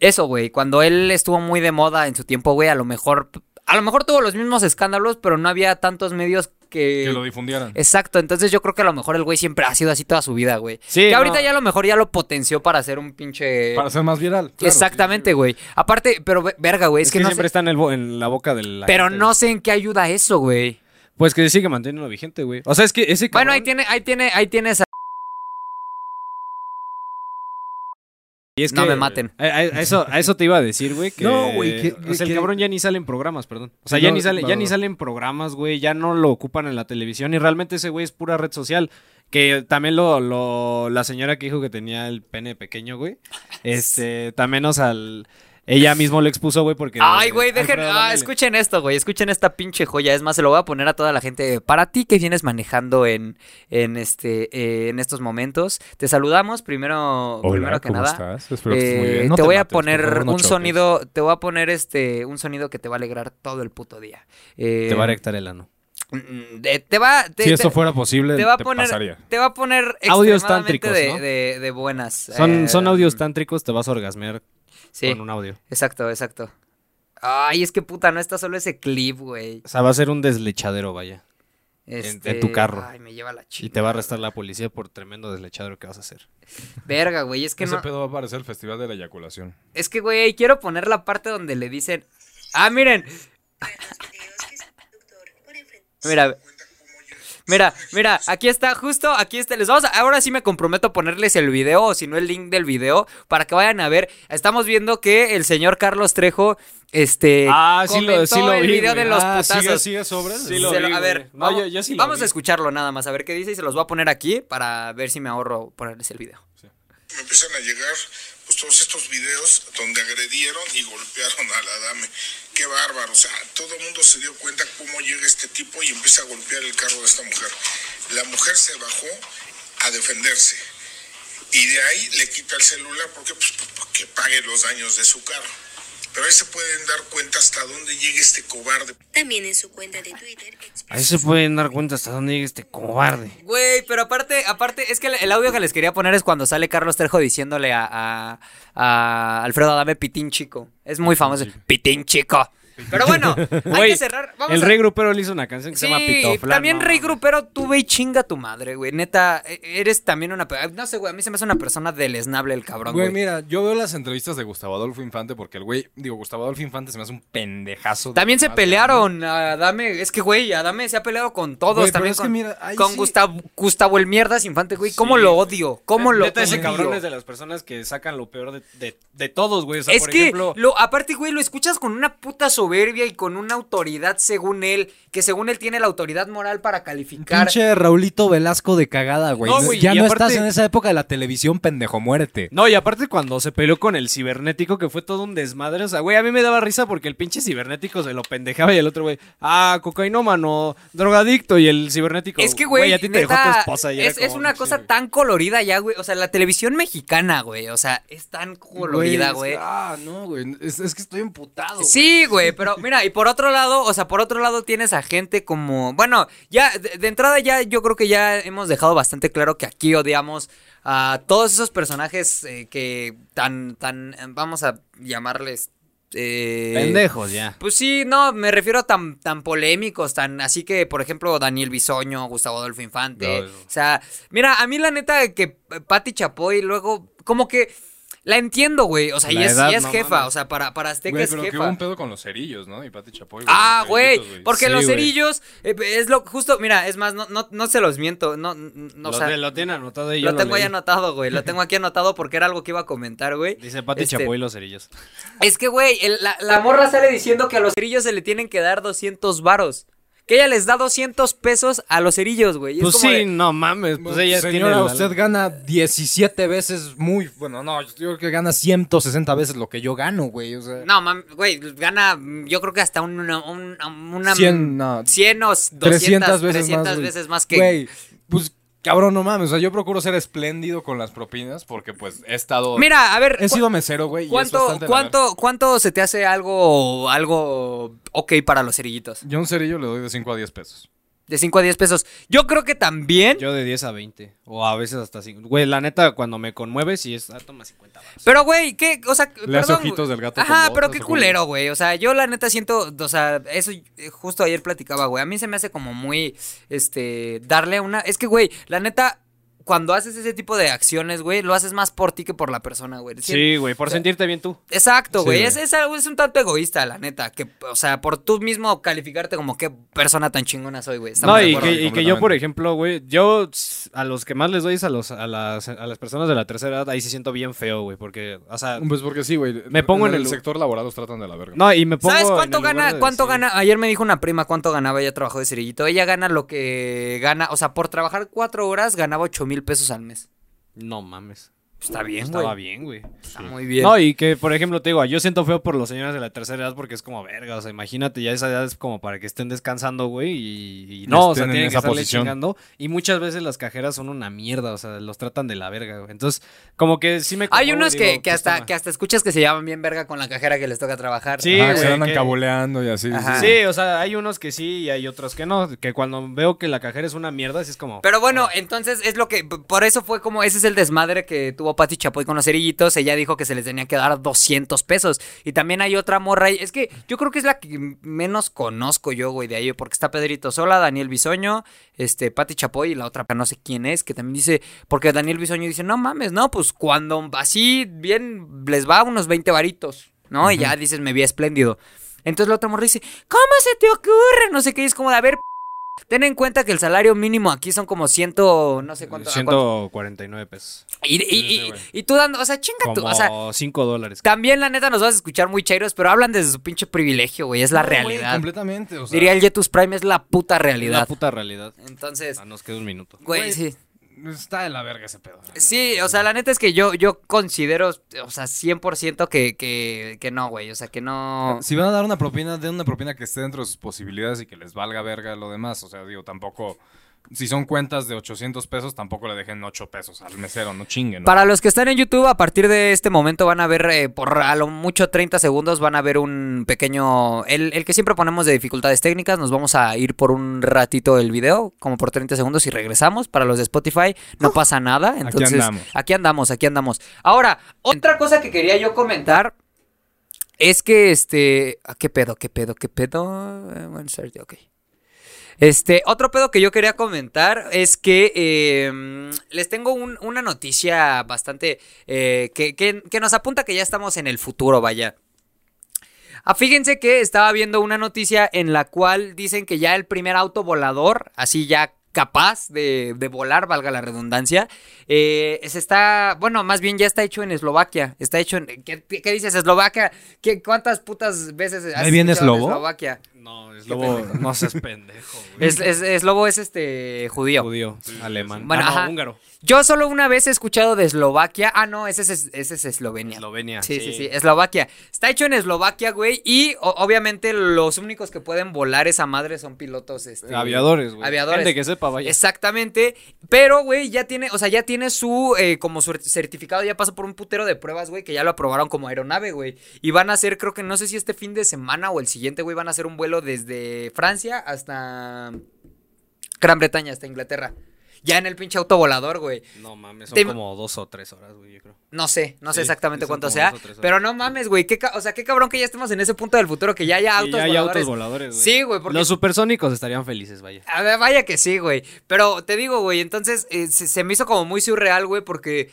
Speaker 2: eso, güey, cuando él estuvo muy de moda en su tiempo, güey, a lo mejor, a lo mejor tuvo los mismos escándalos, pero no había tantos medios que...
Speaker 4: que lo difundieran.
Speaker 2: Exacto, entonces yo creo que a lo mejor el güey siempre ha sido así toda su vida, güey.
Speaker 5: Sí,
Speaker 2: que
Speaker 5: no.
Speaker 2: ahorita ya a lo mejor ya lo potenció para hacer un pinche...
Speaker 4: Para ser más viral. claro.
Speaker 2: Exactamente, güey. Aparte, pero ve- verga, güey, es,
Speaker 5: es
Speaker 2: que,
Speaker 5: que,
Speaker 2: no
Speaker 5: siempre
Speaker 2: sé...
Speaker 5: está en, el bo- en la boca del.
Speaker 2: Pero no sé en qué ayuda eso, güey.
Speaker 5: Pues que sigue manteniendo vigente, güey. O sea, es que ese.
Speaker 2: Bueno,
Speaker 5: cabrón-
Speaker 2: ahí tiene, ahí tiene, ahí tienes a...
Speaker 5: Y es
Speaker 2: No me maten.
Speaker 5: A, a- a eso, a eso te iba a decir, güey. que-
Speaker 4: (laughs) No, güey, que-
Speaker 5: o sea, el
Speaker 4: que-
Speaker 5: cabrón ya ni sale en programas, perdón. O sea,
Speaker 4: Sí,
Speaker 5: ya,
Speaker 4: no,
Speaker 5: ni sale,
Speaker 4: no,
Speaker 5: ya
Speaker 4: no.
Speaker 5: ni sale en programas, güey. Ya no lo ocupan en la televisión. Y realmente ese güey es pura red social. Que también lo, lo- La señora que dijo que tenía el pene pequeño,
Speaker 2: (laughs)
Speaker 5: güey. Este, también, o sea, el- ella mismo lo expuso, güey, porque.
Speaker 2: Ay, güey, dejen.
Speaker 5: Alfredo
Speaker 2: Ah,
Speaker 5: Adame le-
Speaker 2: escuchen esto, güey. Escuchen esta pinche joya. Es más, se lo voy a poner a toda la gente. Para ti que vienes manejando en, en, este, eh, en estos momentos, te saludamos. Primero,
Speaker 4: Hola,
Speaker 2: primero que
Speaker 4: ¿cómo
Speaker 2: nada.
Speaker 4: estás? Espero que estés muy
Speaker 2: eh,
Speaker 4: bien. No
Speaker 2: te, voy a
Speaker 4: mates, por
Speaker 2: poner
Speaker 4: favor, no
Speaker 2: un
Speaker 4: choques.
Speaker 2: sonido. Te voy a poner este un sonido que te va a alegrar todo el puto día. Eh,
Speaker 5: Te va a rectar el ano.
Speaker 2: mm, de- te va. te-
Speaker 4: Si
Speaker 2: te-
Speaker 4: esto fuera posible,
Speaker 2: te va a
Speaker 4: te
Speaker 2: poner-
Speaker 4: pasaría.
Speaker 2: te va a poner
Speaker 5: Audios
Speaker 2: extremadamente
Speaker 5: tántricos,
Speaker 2: de,
Speaker 5: ¿no?
Speaker 2: de- de buenas.
Speaker 5: Son, son
Speaker 2: eh,
Speaker 5: audios tántricos, te vas a orgasmear
Speaker 2: Sí.
Speaker 5: con un audio.
Speaker 2: Exacto, exacto. Ay, es que puta, no está solo ese clip, güey.
Speaker 5: O sea, va a ser un deslechadero, vaya. en
Speaker 2: Este,
Speaker 5: tu carro.
Speaker 2: Ay, me lleva la
Speaker 5: Y
Speaker 2: chica.
Speaker 5: te va a arrestar la policía por tremendo deslechadero que vas a hacer.
Speaker 2: Verga, güey, es que
Speaker 4: Ese
Speaker 2: no.
Speaker 4: pedo va a aparecer el Festival de la Eyaculación.
Speaker 2: Es que, güey, quiero poner la parte donde le dicen. Ah, miren. Mira. Mira, mira, aquí está, justo aquí está. Les vamos a- ahora sí me comprometo a ponerles el video, o si no el link del video, para que vayan a ver. Estamos viendo que el señor Carlos Trejo, este.
Speaker 5: Ah, sí lo- sí
Speaker 2: comentó
Speaker 5: lo
Speaker 2: el
Speaker 5: vi,
Speaker 2: video
Speaker 5: güey.
Speaker 2: de los
Speaker 5: Ah,
Speaker 2: putazos.
Speaker 4: ¿Sigue, sigue sobres?
Speaker 5: Sí lo
Speaker 2: Se
Speaker 5: vi,
Speaker 2: a
Speaker 5: güey.
Speaker 2: ver,
Speaker 5: No,
Speaker 2: vamos,
Speaker 5: yo- yo sí lo
Speaker 2: vamos
Speaker 5: vi.
Speaker 2: a escucharlo nada más, a ver qué dice y se los voy a poner aquí para ver si me ahorro ponerles el video.
Speaker 6: me empiezan a llegar pues, todos estos videos donde agredieron y golpearon a la dame. Qué bárbaro. O sea, todo el mundo se dio cuenta cómo llega este tipo y empieza a golpear el carro de esta mujer. La mujer se bajó a defenderse. Y de ahí le quita el celular porque, pues, porque pague los daños de su carro. Pero ahí se pueden dar cuenta hasta dónde llega este cobarde.
Speaker 7: También en su cuenta de Twitter
Speaker 5: Ahí se pueden dar cuenta hasta dónde llega este cobarde.
Speaker 2: Güey, pero aparte, aparte, es que el audio que les quería poner es cuando sale Carlos Trejo diciéndole a, a- a Alfredo Adame Pitín Chico. Es muy famoso. Pitín Chico. Pero bueno, hay
Speaker 5: (laughs) Güey,
Speaker 2: que cerrar. Vamos
Speaker 5: el
Speaker 2: a-
Speaker 5: Rey Grupero le hizo una canción que se llama
Speaker 2: Sí,
Speaker 5: Pitoflan.
Speaker 2: también
Speaker 5: no
Speaker 2: Rey
Speaker 5: mames.
Speaker 2: Grupero, tú ve y chinga a tu madre, güey. Neta, e- eres también una... pe- No sé, güey, a mí se me hace una persona deleznable el cabrón,
Speaker 4: Güey,
Speaker 2: güey.
Speaker 4: mira, yo veo las entrevistas de Gustavo Adolfo Infante porque el güey, digo, Gustavo Adolfo Infante se me hace un pendejazo. de
Speaker 2: También se
Speaker 4: más
Speaker 2: pelearon, Adame, es que güey, Adame se ha peleado con todos,
Speaker 4: Güey, pero
Speaker 2: también
Speaker 4: es que
Speaker 2: con,
Speaker 4: mira, ahí
Speaker 2: con
Speaker 4: sí-
Speaker 2: Gustavo, Gustavo el Mierdas Infante, güey, cómo
Speaker 5: Sí,
Speaker 2: lo
Speaker 5: güey.
Speaker 2: odio, cómo lo
Speaker 5: Neta, ese
Speaker 2: odio.
Speaker 5: cabrón es de las personas que sacan lo peor de, de- de todos, güey. O sea,
Speaker 2: es
Speaker 5: por
Speaker 2: que,
Speaker 5: ejemplo,
Speaker 2: lo, aparte, güey, lo escuchas con una puta soberbia y con una autoridad según él, que según él tiene la autoridad moral para calificar.
Speaker 4: Pinche Raulito Velasco de cagada, güey.
Speaker 5: No, güey,
Speaker 4: ya
Speaker 5: y
Speaker 4: no
Speaker 5: aparte-
Speaker 4: estás en esa época de la televisión, pendejo, muérete.
Speaker 5: No, y aparte cuando se peleó con el cibernético, que fue todo un desmadre. O sea, güey, a mí me daba risa porque el pinche cibernético se lo pendejaba y el otro, güey, ah, cocainómano, drogadicto. Y el cibernético.
Speaker 2: Es que, güey,
Speaker 5: a ti te dejó
Speaker 2: neta,
Speaker 5: tu esposa. y era
Speaker 2: es, es
Speaker 5: como,
Speaker 2: una
Speaker 5: sí,
Speaker 2: cosa
Speaker 5: güey.
Speaker 2: tan colorida ya, güey. O sea, la televisión mexicana, güey. O sea, es tan colorida, güey.
Speaker 4: Ah, no, güey. Es, que estoy
Speaker 5: Oh,
Speaker 4: emputado.
Speaker 2: Sí, güey, pero mira, y por otro lado, o sea, por otro lado tienes a gente como, bueno, ya de, de entrada ya yo creo que ya hemos dejado bastante claro que aquí odiamos a todos esos personajes eh, que tan, tan, eh, vamos a llamarles... eh,
Speaker 5: Pendejos, ya.
Speaker 2: Pues sí, no, me refiero a tan, tan polémicos, tan así que, por ejemplo, Daniel Bisoño, Gustavo Adolfo Infante.
Speaker 5: No, no.
Speaker 2: O sea, mira, a mí la neta que eh, Pati Chapoy luego, como que la entiendo, güey. O sea, y
Speaker 5: La
Speaker 2: es,
Speaker 5: edad,
Speaker 2: y es
Speaker 5: no
Speaker 2: jefa,
Speaker 5: mames.
Speaker 2: o sea, para, para Azteca
Speaker 4: Güey,
Speaker 2: es
Speaker 4: pero
Speaker 2: jefa.
Speaker 4: que hubo un pedo con los cerillos, ¿no? Y Pati Chapoy.
Speaker 2: Ah,
Speaker 4: los
Speaker 2: güey,
Speaker 4: cerillitos,
Speaker 2: porque
Speaker 5: Sí,
Speaker 2: los
Speaker 5: güey.
Speaker 2: cerillos, eh, es lo justo, mira, es más, no, no, no se los miento, no, no, o
Speaker 5: lo,
Speaker 2: sea,
Speaker 5: te- lo tiene anotado y yo
Speaker 2: lo tengo ahí
Speaker 5: leí.
Speaker 2: anotado, güey, lo tengo aquí anotado porque era algo que iba a comentar, güey.
Speaker 5: Dice Pati
Speaker 2: Este,
Speaker 5: Chapoy y los cerillos.
Speaker 2: Es que, güey, el- la, la morra sale diciendo que a los cerillos se le tienen que dar 200 varos. Que ella les da 200 pesos a los cerillos, güey. y es
Speaker 5: Pues
Speaker 2: como
Speaker 5: sí,
Speaker 2: de-
Speaker 5: no mames. Pues ella
Speaker 4: Señora,
Speaker 5: tiene la-
Speaker 4: usted gana 17 veces muy. Bueno, no, yo creo que gana 160 veces lo que yo gano, güey. O sea,
Speaker 2: No, mam, güey, gana, mm, yo creo que hasta una... un- una
Speaker 4: 100, no.
Speaker 2: 100 o 200, 300 veces, más,
Speaker 4: güey.
Speaker 2: que...
Speaker 4: Güey, pues cabrón, no mames. O sea, yo procuro ser espléndido con las propinas porque, pues, he estado.
Speaker 2: Mira, a ver...
Speaker 4: He
Speaker 2: cu-
Speaker 4: sido mesero, güey. y es
Speaker 2: ¿Cuánto,
Speaker 4: bastante la
Speaker 2: cuánto, ¿Cuánto se te hace algo, algo ok para los cerillitos?
Speaker 4: verga. Yo a un cerillo le doy de 5 a 10 pesos.
Speaker 2: De 5 a 10 pesos. Yo creo que también...
Speaker 5: Yo de 10 a 20. O a veces hasta 5. Güey, la neta, cuando me conmueves y es. Ah, toma 50 varos.
Speaker 2: Pero, güey, ¿qué? O sea,
Speaker 4: Le hace
Speaker 2: perdón,
Speaker 4: ojitos
Speaker 2: güey.
Speaker 4: del gato con
Speaker 2: Ajá, pero
Speaker 4: botas,
Speaker 2: qué
Speaker 4: güey.
Speaker 2: culero, güey. O sea, yo la neta siento, o sea, eso eh, justo ayer platicaba, güey. A mí se me hace como muy, este, darle una... Es que, güey, la neta, cuando haces ese tipo de acciones, güey, lo haces más por ti que por la persona, güey.
Speaker 5: Sí, güey, por sentirte bien tú.
Speaker 2: Exacto,
Speaker 4: Sí,
Speaker 2: güey.
Speaker 4: güey.
Speaker 2: es, es algo- es un tanto egoísta, la neta. Que, o sea, por tú mismo calificarte como qué persona tan chingona soy, güey. Estamos
Speaker 5: No,
Speaker 2: de
Speaker 5: y
Speaker 2: acuerdo.
Speaker 5: que, y que yo,
Speaker 4: completamente.
Speaker 5: por ejemplo, güey, yo s- a los que más les doy es a, los, a, las, a las personas de la tercera edad, ahí sí siento bien feo, güey, porque, o sea,
Speaker 4: Pues porque sí, güey.
Speaker 5: Me pongo en
Speaker 4: el
Speaker 5: el-
Speaker 4: sector laboral los tratan de la verga.
Speaker 5: no, y me pongo...
Speaker 2: ¿Sabes
Speaker 5: en
Speaker 2: cuánto
Speaker 5: el lugar
Speaker 2: gana?
Speaker 5: de
Speaker 2: ¿Cuánto
Speaker 5: decir-
Speaker 2: gana? Ayer me dijo una prima cuánto ganaba, ella trabajó de cerillito. Ella gana lo que gana, o sea, por trabajar cuatro horas ganaba ocho mil pesos al mes.
Speaker 5: No mames.
Speaker 2: Está bien, güey.
Speaker 5: Estaba bien, güey.
Speaker 2: Está muy bien.
Speaker 5: No, y que, por ejemplo, te digo, yo siento feo por los señores de la tercera edad porque es como verga, o sea, imagínate, ya esa edad es como para que estén descansando, güey, y, y no, o sea,
Speaker 4: estén en
Speaker 5: tienen que
Speaker 4: esa
Speaker 5: estarle
Speaker 4: posición.
Speaker 5: chingando. Y muchas veces las cajeras son una mierda, o sea, los tratan de la verga, güey. Entonces, como que sí me...
Speaker 2: Hay
Speaker 5: conmuevo y
Speaker 2: unos que,
Speaker 5: digo,
Speaker 2: que
Speaker 5: pues,
Speaker 2: hasta
Speaker 5: toma.
Speaker 2: que hasta escuchas que se llaman bien verga con la cajera que les toca trabajar.
Speaker 5: Sí,
Speaker 4: Ajá, que
Speaker 5: güey,
Speaker 4: se andan
Speaker 5: que-
Speaker 4: cabuleando y así.
Speaker 2: Ajá.
Speaker 4: sí, sí.
Speaker 5: Sí, o sea, hay unos que sí y hay otros que no. Que cuando veo que la cajera es una mierda, sí es como.
Speaker 2: Pero bueno, entonces es lo que por eso fue como ese es el desmadre que tuvo estuvo Pati Chapoy con los cerillitos, ella dijo que se les tenía que dar 200 pesos. Y también hay otra morra, y- es que yo creo que es la que menos conozco yo, güey, de ahí, porque está Pedrito Sola, Daniel Bisoño, este, Pati Chapoy y la otra, no sé quién es, que también dice, porque Daniel Bisoño dice, no mames, no, pues cuando así bien les va unos 20 varitos, ¿no? Y ya dices, me vi espléndido. Entonces la otra morra dice, ¿cómo se te ocurre? No sé qué, y es como de, a ver, p- ten en cuenta que el salario mínimo aquí son como ciento, no sé cuánto. a cuánto-
Speaker 5: 149 pesos.
Speaker 2: y, y- y-
Speaker 5: sí, güey.
Speaker 2: y tú dando, o sea, chinga tú, o sea,
Speaker 5: Como 5 dólares.
Speaker 2: también la neta nos vas a escuchar muy chairos, pero hablan desde su pinche privilegio, güey, es la
Speaker 4: No, güey,
Speaker 2: realidad.
Speaker 4: completamente. O sea,
Speaker 2: Diría el Jetus Prime, es la puta
Speaker 5: La
Speaker 2: realidad.
Speaker 5: puta realidad.
Speaker 2: Entonces,
Speaker 5: Ah, nos queda un minuto.
Speaker 2: güey,
Speaker 4: Güey.
Speaker 2: sí.
Speaker 4: Está de la verga ese pedo.
Speaker 2: Sí, o sea, la neta es que yo, yo considero, o sea, 100% que, que, que no, güey, o sea, que no...
Speaker 4: Si van a dar una propina, den una propina que esté dentro de sus posibilidades y que les valga verga lo demás. O sea, digo, tampoco. Si son cuentas de 800 pesos, tampoco le dejen 8 pesos al mesero, no chinguen. ¿no?
Speaker 2: Para los que están en YouTube, a partir de este momento van a ver, eh, por a lo mucho 30 segundos, van a ver un pequeño... El, el que siempre ponemos de dificultades técnicas, nos vamos a ir por un ratito el video, como por 30 segundos y regresamos. Para los de Spotify no pasa nada. Entonces,
Speaker 4: Ah. andamos.
Speaker 2: Aquí andamos, aquí andamos. Ahora, otra cosa que quería yo comentar es que, este... ah, ¿Qué pedo, qué pedo, qué pedo? Eh, Bueno, Sergio, ok. Este, otro pedo que yo quería comentar es que eh, les tengo un- una noticia bastante eh, que, que- que nos apunta que ya estamos en el futuro, vaya. Ah, fíjense que estaba viendo una noticia en la cual dicen que ya el primer auto volador, así ya capaz de, de volar, valga la redundancia, eh, se está, bueno, más bien ya está hecho en Eslovaquia, está hecho en, ¿qué, qué dices Eslovaquia? ¿Qué, ¿Cuántas putas veces has
Speaker 4: Ahí viene
Speaker 2: escuchado de
Speaker 4: Slobo.
Speaker 2: Eslovaquia?
Speaker 5: No, es
Speaker 2: Qué
Speaker 5: lobo.
Speaker 2: pendejo.
Speaker 5: No seas pendejo. güey.
Speaker 2: Es, es- es lobo es este judío.
Speaker 5: judío, alemán.
Speaker 2: Bueno,
Speaker 5: Ah, no,
Speaker 2: ajá.
Speaker 5: húngaro.
Speaker 2: Yo solo una vez he escuchado de Eslovaquia. Ah, no, ese es, ese es Eslovenia.
Speaker 5: Eslovenia.
Speaker 2: Sí, sí, sí, Eslovaquia. Está hecho en Eslovaquia, güey. Y o- obviamente los únicos que pueden volar esa madre son pilotos. Este,
Speaker 5: Aviadores, güey.
Speaker 2: Aviadores.
Speaker 5: Gente que sepa, vaya.
Speaker 2: Exactamente. Pero, güey, ya tiene, o sea, ya tiene su, eh, como su certificado, ya pasó por un putero de pruebas, güey, que ya lo aprobaron como aeronave, güey. Y van a hacer, creo que no sé si este fin de semana o el siguiente, güey, van a hacer un vuelo desde Francia hasta Gran Bretaña, hasta Inglaterra. Ya en el pinche autovolador, güey.
Speaker 5: No mames, son
Speaker 2: Te-
Speaker 5: como dos o tres horas, güey, yo creo.
Speaker 2: No sé, no sé
Speaker 5: Sí,
Speaker 2: exactamente
Speaker 5: son
Speaker 2: cuánto
Speaker 5: como
Speaker 2: sea.
Speaker 5: dos o tres horas.
Speaker 2: Pero no mames, güey. qué ca- O sea, qué cabrón que ya estemos en ese punto del futuro que ya haya
Speaker 5: Y
Speaker 2: autos
Speaker 5: ya hay
Speaker 2: voladores.
Speaker 5: autos voladores, güey.
Speaker 2: Ah, Sí, güey, porque-
Speaker 5: Los supersónicos estarían felices, vaya.
Speaker 2: A ver, vaya que sí, güey. Pero te digo, güey, entonces eh, se, se me hizo como muy surreal, güey, porque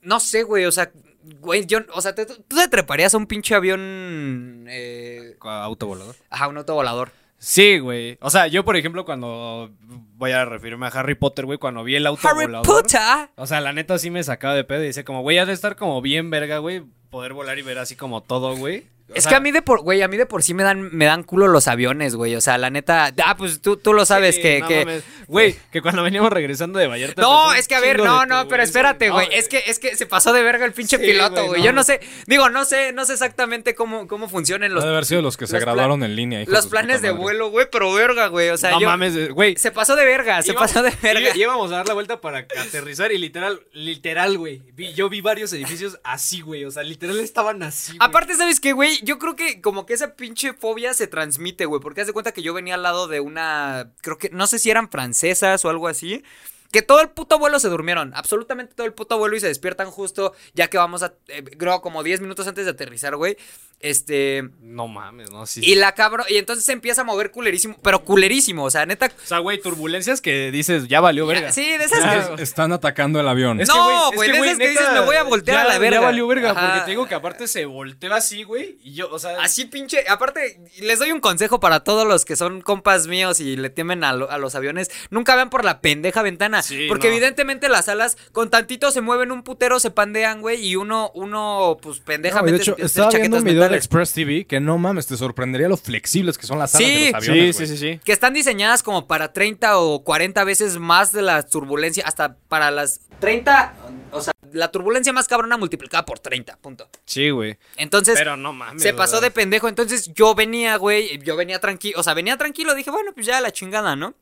Speaker 2: no sé, güey, o sea, güey, yo, o sea, te- tú te treparías a un pinche avión, eh,
Speaker 5: Ah, Autovolador.
Speaker 2: ajá, un autovolador.
Speaker 5: Sí, güey. O sea, yo, por ejemplo, cuando voy a referirme a Harry Potter, güey, cuando vi el
Speaker 2: Harry
Speaker 5: autovolador.
Speaker 2: Potter.
Speaker 5: O sea, la neta sí me sacaba de pedo y decía como, güey, ha de estar como bien verga, güey, poder volar y ver así como todo, güey. O
Speaker 2: Es
Speaker 5: sea,
Speaker 2: que a mí de por, güey, a mí de por sí me dan, me dan culo los aviones, güey. O sea, la neta, ah, pues tú, tú lo sabes
Speaker 5: sí,
Speaker 2: que,
Speaker 5: no
Speaker 2: que-
Speaker 5: mames. Güey, que cuando veníamos regresando de Vallarta...
Speaker 2: No,
Speaker 5: pasó un
Speaker 2: es que a ver,
Speaker 5: chingo
Speaker 2: no,
Speaker 5: de
Speaker 2: no, pero
Speaker 5: turbulencia.
Speaker 2: espérate, güey.
Speaker 5: No,
Speaker 2: Es que, es que se pasó de verga el pinche
Speaker 5: Sí,
Speaker 2: piloto,
Speaker 5: güey,
Speaker 2: güey.
Speaker 5: no.
Speaker 2: Yo no sé, digo, no sé, no sé exactamente cómo, cómo funcionan los,
Speaker 4: Ha de haber sido los que se
Speaker 2: los
Speaker 4: graduaron
Speaker 2: plan-
Speaker 4: en línea. hijos
Speaker 2: los
Speaker 4: su
Speaker 2: planes
Speaker 4: puta
Speaker 2: de
Speaker 4: madre.
Speaker 2: vuelo, güey, pero verga, güey. O sea,
Speaker 5: No
Speaker 2: yo-
Speaker 5: mames, güey.
Speaker 2: se pasó de verga, se
Speaker 5: Íbamos-
Speaker 2: pasó de verga.
Speaker 5: iba- Íbamos a dar la vuelta para aterrizar y literal, literal, güey. Vi- yo vi varios edificios así, güey. O sea, literal estaban así. güey.
Speaker 2: Aparte, ¿sabes qué, güey? Yo creo que como que esa pinche fobia se transmite, güey. Porque haz de cuenta que yo venía al lado de una. Creo que. No sé si eran francesas o algo así. Que todo el puto vuelo se durmieron. Absolutamente todo el puto vuelo y se despiertan justo. Ya que vamos a. eh, creo como 10 minutos antes de aterrizar, güey. Este.
Speaker 5: No mames, no, sí.
Speaker 2: Y la cabrón. Y entonces se empieza a mover culerísimo. Pero culerísimo. O sea, neta.
Speaker 5: O sea, güey, turbulencias que dices, ya valió verga.
Speaker 2: Sí, de esas que-
Speaker 4: Es- Están atacando el avión.
Speaker 5: Es
Speaker 2: No,
Speaker 5: que, es
Speaker 2: güey,
Speaker 5: que,
Speaker 2: de esas que dices, me voy a voltear
Speaker 5: ya-
Speaker 2: a la verga.
Speaker 5: Ya valió verga,
Speaker 2: Ajá.
Speaker 5: porque te digo que aparte se volteó así, güey. Y yo, o sea.
Speaker 2: Así pinche, aparte, les doy un consejo para todos los que son compas míos y le temen a, lo- a los aviones, nunca vean por la pendeja ventana,
Speaker 5: Sí,
Speaker 2: porque
Speaker 5: no.
Speaker 2: evidentemente las alas con tantito se mueven un putero, se pandean, güey, y uno, uno, pues
Speaker 4: No, y
Speaker 2: pendejamente
Speaker 4: de
Speaker 2: se
Speaker 4: hecho,
Speaker 2: empieza a hacer
Speaker 4: estaba viendo un
Speaker 2: chaquetas
Speaker 4: video de
Speaker 2: mentales.
Speaker 4: Express TV que no mames, te sorprendería lo flexibles que son las alas
Speaker 2: Sí.
Speaker 4: de los aviones.
Speaker 5: sí, sí, sí.
Speaker 2: Que están diseñadas como para 30 o 40 veces más de la turbulencia, hasta para las 30, o sea, la turbulencia más cabrona multiplicada por 30, punto.
Speaker 5: Sí, güey.
Speaker 2: Entonces,
Speaker 5: Pero no mames.
Speaker 2: Se pasó de
Speaker 5: ¿verdad?
Speaker 2: pendejo. Entonces yo venía, güey, yo venía tranquilo. O sea, venía tranquilo. Dije, bueno, pues ya la chingada, ¿no?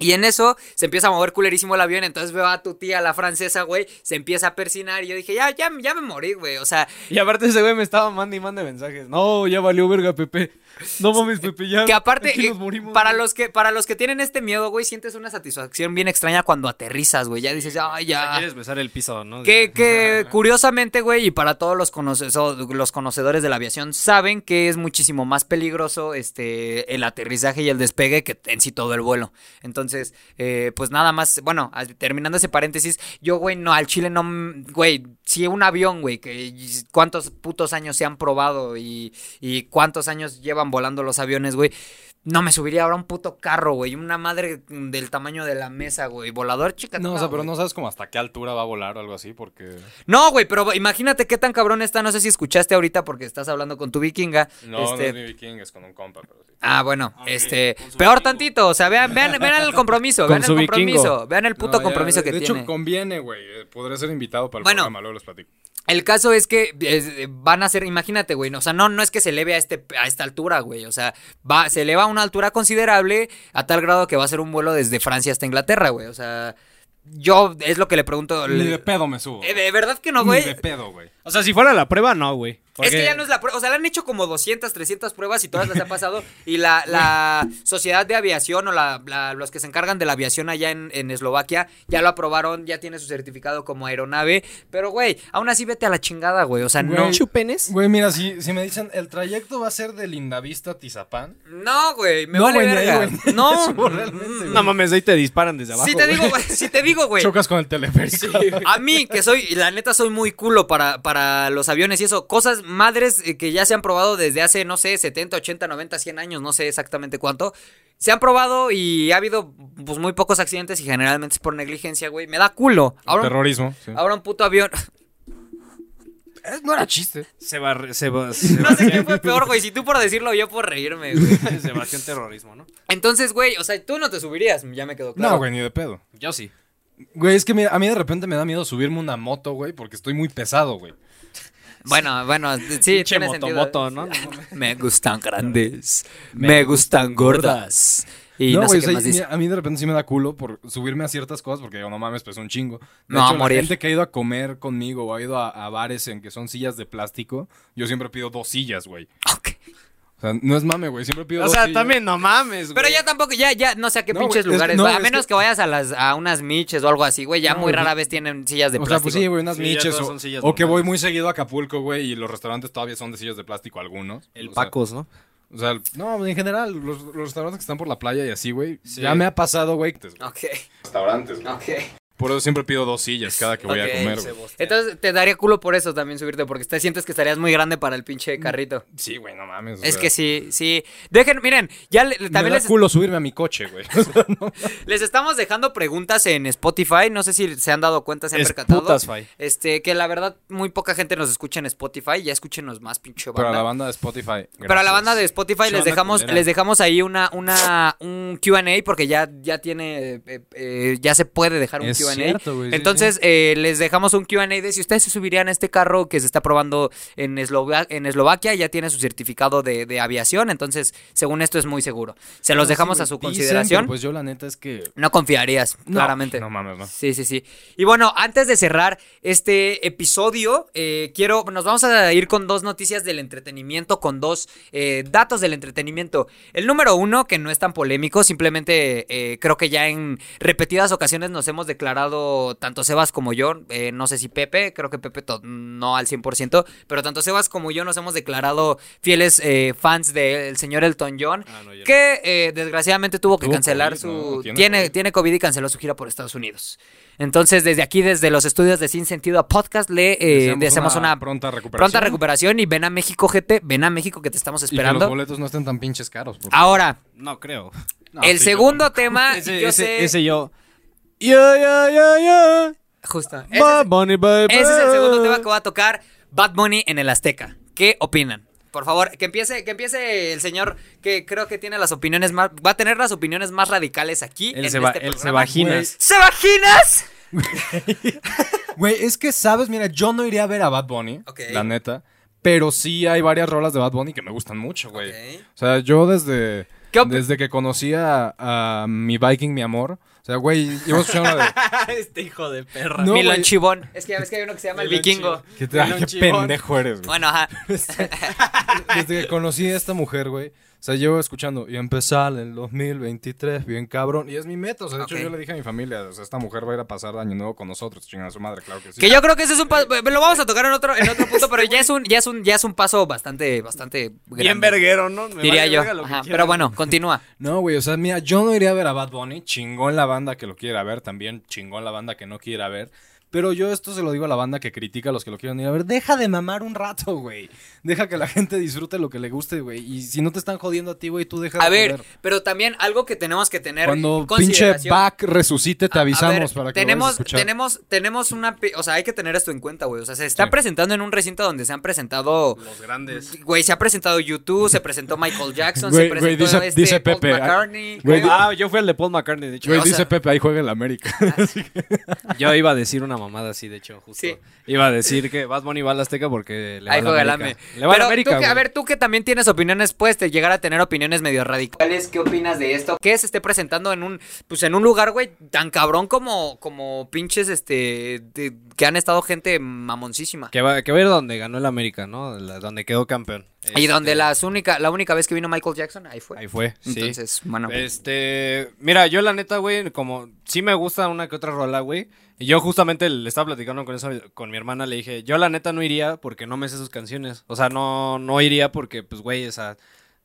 Speaker 2: Y en eso se empieza a mover culerísimo el avión. Entonces veo a tu tía, la francesa, güey, se empieza a persinar. Y yo dije, ya, ya, ya me morí, güey. O sea,
Speaker 5: Y aparte ese güey me estaba mandando y mande mensajes. No, ya valió verga, Pepe. No mames, Pepe, ya.
Speaker 2: Que aparte,
Speaker 5: Ah, aquí
Speaker 2: eh,
Speaker 5: nos morimos,
Speaker 2: para,
Speaker 5: güey.
Speaker 2: los que, para los que tienen este miedo, güey, sientes una satisfacción bien extraña cuando aterrizas, güey. Ya dices, ay,
Speaker 5: O sea,
Speaker 2: ya.
Speaker 5: Quieres besar el piso, ¿no?
Speaker 2: Que, que curiosamente, güey, y para todos los, conoce- so- los conocedores de la aviación, saben que es muchísimo más peligroso este, el aterrizaje y el despegue que en sí todo el vuelo. Entonces, eh, pues nada más, bueno, al- terminando ese paréntesis, yo, güey, no, al Chile no, m- güey, si un avión, güey, que y- cuántos putos años se han probado y, y cuántos años llevan volando los aviones, güey. No me subiría ahora a un puto carro, güey. Una madre del tamaño de la mesa, güey. Volador, chica.
Speaker 4: No, o sea, pero
Speaker 2: güey.
Speaker 4: no sabes como hasta qué altura va a volar o algo así, porque.
Speaker 2: No, güey, pero imagínate qué tan cabrón está. No sé si escuchaste ahorita porque estás hablando con tu vikinga.
Speaker 4: No, no
Speaker 2: este,
Speaker 4: es mi viking, es con un compa, pero sí.
Speaker 2: Ah, bueno, este, peor tantito, o sea, vean, vean, vean el compromiso,
Speaker 5: Con
Speaker 2: vean
Speaker 5: su
Speaker 2: el
Speaker 5: vikingo.
Speaker 2: compromiso, vean el puto
Speaker 4: No, ya,
Speaker 2: compromiso
Speaker 4: de-
Speaker 2: que
Speaker 4: de
Speaker 2: tiene.
Speaker 4: hecho, conviene, güey. eh, Podré ser invitado para el
Speaker 2: Bueno.
Speaker 4: programa, luego los platico.
Speaker 2: El caso es que eh, van a ser, imagínate, güey, no, o sea, no, no es que se eleve a, este, a esta altura, güey, o sea, va, se eleva a una altura considerable a tal grado que va a ser un vuelo desde Francia hasta Inglaterra, güey, o sea, yo es lo que le pregunto.
Speaker 4: Ni
Speaker 2: le-
Speaker 4: de pedo me subo.
Speaker 2: Eh, de verdad que no, güey.
Speaker 4: Ni de pedo, güey.
Speaker 5: O sea, si fuera la prueba, no, güey.
Speaker 2: Es que ya no es la prueba, o sea, le han hecho como 200, 300 pruebas y todas las ha pasado. Y
Speaker 4: (laughs)
Speaker 2: la, la sociedad de aviación o la, la- los que se encargan de la aviación allá en, en Eslovaquia ya lo aprobaron, ya tiene su certificado como aeronave. Pero, güey, aún así vete a la chingada, güey. O sea, no.
Speaker 4: Güey, Güey, mira, si, si me dicen el trayecto va a ser de Lindavista a Tizapán.
Speaker 2: No, güey, me
Speaker 4: No,
Speaker 2: vale
Speaker 4: güey, ni ahí,
Speaker 2: verga.
Speaker 4: güey. (laughs)
Speaker 2: No, mm,
Speaker 4: Eso, realmente,
Speaker 5: No mames, ahí te disparan desde abajo.
Speaker 2: si te
Speaker 5: güey.
Speaker 2: digo, güey, si te digo,
Speaker 4: (laughs)
Speaker 2: güey.
Speaker 4: Chocas con el teleférico.
Speaker 2: (laughs) A mí, que soy, y la neta, soy muy culo para, para los aviones y eso. Cosas madres eh, que ya se han probado desde hace, no sé, 70, 80, 90, 100 años, no sé exactamente cuánto. Se han probado y ha habido pues muy pocos accidentes y generalmente es por negligencia, güey. Me da culo. Ahora, un-
Speaker 4: Terrorismo. sí.
Speaker 2: ahora un puto avión. (laughs)
Speaker 4: No era chiste.
Speaker 5: Se va. Se
Speaker 2: (laughs)
Speaker 5: va.
Speaker 2: No sé qué fue peor, güey. Si tú por decirlo, yo por reírme, güey.
Speaker 5: Sebastián terrorismo, ¿no?
Speaker 2: Entonces, güey, o sea, tú no te subirías, ya me quedó claro.
Speaker 4: No, güey, ni de pedo.
Speaker 5: Yo sí.
Speaker 4: Güey, es que mira, a mí de repente me da miedo subirme una moto, güey, porque estoy muy pesado, güey.
Speaker 2: Bueno, bueno, sí,
Speaker 5: Che
Speaker 2: tiene
Speaker 5: motomoto,
Speaker 2: sentido. ¿eh?
Speaker 5: ¿no?
Speaker 2: (laughs) Me gustan grandes, me gustan gordas. Y no, sé
Speaker 4: güey, o
Speaker 2: qué
Speaker 4: sea,
Speaker 2: más dice.
Speaker 4: mira, a mí de repente sí me da culo por subirme a ciertas cosas porque digo, no mames, pues un chingo. De
Speaker 2: No, a
Speaker 4: hecho, la
Speaker 2: morir.
Speaker 4: gente que ha ido a comer conmigo o ha ido a, a bares en que son sillas de plástico, yo siempre pido dos sillas, güey.
Speaker 2: Ok.
Speaker 4: O sea, no es mame, güey, siempre pido
Speaker 5: (laughs) O
Speaker 4: dos
Speaker 5: sea,
Speaker 4: sillas.
Speaker 5: también no mames, güey.
Speaker 2: Pero ya tampoco, ya, ya, no sé a qué
Speaker 4: No,
Speaker 2: pinches
Speaker 4: güey, es que-
Speaker 2: lugares.
Speaker 4: no,
Speaker 2: va, a
Speaker 4: es
Speaker 2: menos que,
Speaker 4: que-
Speaker 2: vayas a las, a unas miches o algo así, güey. Ya muy rara vez tienen sillas de
Speaker 4: O sea,
Speaker 2: plástico.
Speaker 4: pues sí, güey, unas
Speaker 5: Sí, ya
Speaker 4: miches
Speaker 5: todas
Speaker 4: o,
Speaker 5: son sillas
Speaker 4: o que voy
Speaker 5: normales.
Speaker 4: muy seguido a Acapulco, güey, y los restaurantes todavía son de sillas de plástico algunos.
Speaker 5: El
Speaker 4: O sea,
Speaker 5: Pacos, ¿no?
Speaker 4: O sea, no, en general, los, los restaurantes que están por la playa y así, güey,
Speaker 5: Sí.
Speaker 4: ya me ha pasado, güey.
Speaker 2: Ok,
Speaker 4: Restaurantes, güey.
Speaker 2: ok.
Speaker 4: Por eso siempre pido dos sillas cada que voy
Speaker 2: Ok,
Speaker 4: a comer,
Speaker 2: se
Speaker 4: güey.
Speaker 2: Entonces te daría culo por eso también subirte, porque te sientes que estarías muy grande para el
Speaker 4: Mm.
Speaker 2: pinche carrito.
Speaker 4: Sí, güey, no mames. o
Speaker 2: Es
Speaker 4: sea,
Speaker 2: que sí, sí. Dejen, miren, ya le-
Speaker 4: Me
Speaker 2: también
Speaker 4: da
Speaker 2: les,
Speaker 4: culo subirme a mi coche, güey. (laughs)
Speaker 2: Les estamos dejando preguntas en Spotify. No sé si se han dado cuenta, se han
Speaker 5: Es
Speaker 2: percatado.
Speaker 5: putasfy.
Speaker 2: Este, que la verdad, muy poca gente nos escucha en Spotify. Ya escúchenos más, pinche banda.
Speaker 4: Pero a la banda de Spotify.
Speaker 2: Pero a la banda de Spotify
Speaker 4: Pinche
Speaker 2: les
Speaker 4: banda
Speaker 2: dejamos,
Speaker 4: culera.
Speaker 2: les dejamos ahí una, una, un QA porque ya, ya tiene, eh, eh, ya se puede dejar un
Speaker 4: Es
Speaker 2: QA.
Speaker 4: cierto, güey, sí,
Speaker 2: Entonces, eh, les dejamos un QA de si ustedes se subirían a este carro que se está probando en, Eslova- en Eslovaquia, ya tiene su certificado de, de aviación. Entonces, según esto es muy seguro. Se los dejamos a su consideración.
Speaker 4: Pues yo la neta es que.
Speaker 2: No confiarías, claramente.
Speaker 4: No mames, no.
Speaker 2: Sí, sí, sí. Y bueno, antes de cerrar este episodio, eh, quiero, nos vamos a ir con dos noticias del entretenimiento, con dos eh, datos del entretenimiento. El número uno, que no es tan polémico, simplemente eh, creo que ya en repetidas ocasiones nos hemos declarado, tanto Sebas como yo, eh, no sé si Pepe, creo que Pepe to- no al 100%, pero tanto Sebas como yo nos hemos declarado fieles eh, fans del señor Elton John,
Speaker 5: Ah, no, yo no.
Speaker 2: que eh, desgraciadamente tuvo que
Speaker 4: Tuvo
Speaker 2: cancelar
Speaker 4: COVID,
Speaker 2: su...
Speaker 4: ¿no? Tiene
Speaker 2: tiene,
Speaker 4: COVID.
Speaker 2: tiene COVID y canceló su gira por Estados Unidos. Entonces, desde aquí, desde los estudios de Sin Sentido a Podcast, le eh,
Speaker 4: Deseamos
Speaker 2: deseamos una,
Speaker 4: pronta recuperación.
Speaker 2: pronta recuperación y ven a México, gente. Ven a México que te estamos
Speaker 4: Y que los
Speaker 2: esperando.
Speaker 4: boletos no estén tan pinches caros. por favor.
Speaker 2: Ahora,
Speaker 5: No creo.
Speaker 2: el segundo tema,
Speaker 5: (laughs) Ese,
Speaker 2: ah, yo
Speaker 5: ese,
Speaker 2: sé.
Speaker 5: ese yo. Yo, yo, yo, yo.
Speaker 2: justo. Ese,
Speaker 5: Bad Bunny, baby.
Speaker 2: ese es el segundo tema que va a tocar Bad Bunny en el Azteca. ¿Qué opinan? Por favor, que empiece, que empiece el señor que creo que tiene las opiniones más. Va a tener las opiniones más radicales aquí.
Speaker 5: El
Speaker 2: en
Speaker 5: Seba-
Speaker 2: este
Speaker 5: el
Speaker 2: programa.
Speaker 5: Sebaginas.
Speaker 2: (laughs) ¡Sebaginas!
Speaker 4: Güey, es que sabes, mira, yo no iría a ver a Bad Bunny.
Speaker 2: Ok.
Speaker 4: La neta. Pero sí hay varias rolas de Bad Bunny que me gustan mucho, güey.
Speaker 2: Ok.
Speaker 4: O sea, yo desde.
Speaker 2: ¿Qué op-
Speaker 4: Desde que conocí a, a mi Viking, mi amor. O sea, güey, llevo
Speaker 2: (laughs)
Speaker 4: escuchando la de...
Speaker 5: este hijo de perra.
Speaker 4: No,
Speaker 2: mi
Speaker 4: güey.
Speaker 2: lonchibón. Es que ya ves que hay uno que se llama el vikingo.
Speaker 4: ¿Qué, te- ay,
Speaker 5: Era un
Speaker 4: qué
Speaker 5: chivón.
Speaker 4: pendejo eres, güey.
Speaker 2: Bueno, ajá.
Speaker 4: (laughs)
Speaker 2: (laughs)
Speaker 4: Desde que conocí a esta mujer, güey, o sea, llevo escuchando y empezar en el 2023, bien cabrón. Y es mi meta, o sea, de
Speaker 2: Ok.
Speaker 4: hecho yo le dije a mi familia, o sea, esta mujer va a ir a pasar año nuevo con nosotros, chingada su madre, claro que sí.
Speaker 2: Que yo creo que ese es un paso. Lo vamos a tocar en otro, en otro punto, pero ya es un, ya es un, ya es un paso bastante, bastante grande,
Speaker 5: Bien verguero, ¿no? Me
Speaker 2: Diría
Speaker 5: vale
Speaker 2: yo.
Speaker 5: verga lo que
Speaker 2: Ajá,
Speaker 5: quieran.
Speaker 2: pero bueno,
Speaker 4: (laughs)
Speaker 2: continúa.
Speaker 4: No, güey, o sea, mira, yo no iría a ver a Bad Bunny, chingón la banda que lo quiera ver, también chingón la banda que no quiera ver. Pero yo esto se lo digo a la banda que critica a los que lo quieran ir a ver. Deja de mamar un rato, güey. Deja que la gente disfrute lo que le guste, güey. Y si no te están jodiendo a ti, güey, tú deja
Speaker 2: A
Speaker 4: de
Speaker 2: ver,
Speaker 4: joder.
Speaker 2: pero también algo que tenemos que tener. en
Speaker 4: Cuando pinche
Speaker 2: consideración-
Speaker 4: Back resucite, te
Speaker 2: A- a ver,
Speaker 4: avisamos para que
Speaker 2: tenemos,
Speaker 4: lo vayas a escuchar.
Speaker 2: tenemos, tenemos una, pi- o sea, hay que tener esto en cuenta, güey. O sea, se está
Speaker 4: Sí.
Speaker 2: presentando en un recinto donde se han presentado,
Speaker 5: Los grandes.
Speaker 2: güey, se ha presentado YouTube, se presentó Michael Jackson,
Speaker 4: Güey,
Speaker 2: se
Speaker 4: güey,
Speaker 2: presentó
Speaker 4: dice-
Speaker 2: este
Speaker 4: dice
Speaker 2: Paul
Speaker 4: Pepe, ah,
Speaker 2: McCartney.
Speaker 4: güey, di-
Speaker 5: Ah, yo fui el de Paul McCartney, de hecho.
Speaker 4: Güey,
Speaker 2: o
Speaker 4: dice
Speaker 2: sea-
Speaker 4: Pepe, ahí juega en la América. (laughs)
Speaker 5: Yo iba a decir una mamada así, de hecho, justo.
Speaker 2: Sí.
Speaker 5: Iba a decir que Bad Bunny va a la Azteca porque le va
Speaker 2: Ahí
Speaker 5: a la
Speaker 2: juega el AME.
Speaker 5: América. Le va a la
Speaker 2: Pero
Speaker 5: América,
Speaker 2: tú que- a
Speaker 5: güey.
Speaker 2: ver, tú que también tienes opiniones, puedes te- llegar a tener opiniones medio radicales. ¿Qué opinas de esto? Que se esté presentando en un, pues en un lugar, güey, tan cabrón como, como pinches, este, de- que han estado gente mamoncísima.
Speaker 5: Que va, que va a ir donde ganó el América, ¿no? La- donde quedó campeón.
Speaker 2: Y
Speaker 5: Este,
Speaker 2: donde las única, la única vez que vino Michael Jackson, ahí fue.
Speaker 5: Ahí fue, sí.
Speaker 2: Entonces, bueno.
Speaker 5: Este, mira, yo la neta, güey, como sí me gusta una que otra rola, güey. Y yo justamente le estaba platicando con eso con mi hermana, le dije, yo la neta no iría porque no me sé sus canciones. O sea, no, no iría porque, pues, güey, o sea,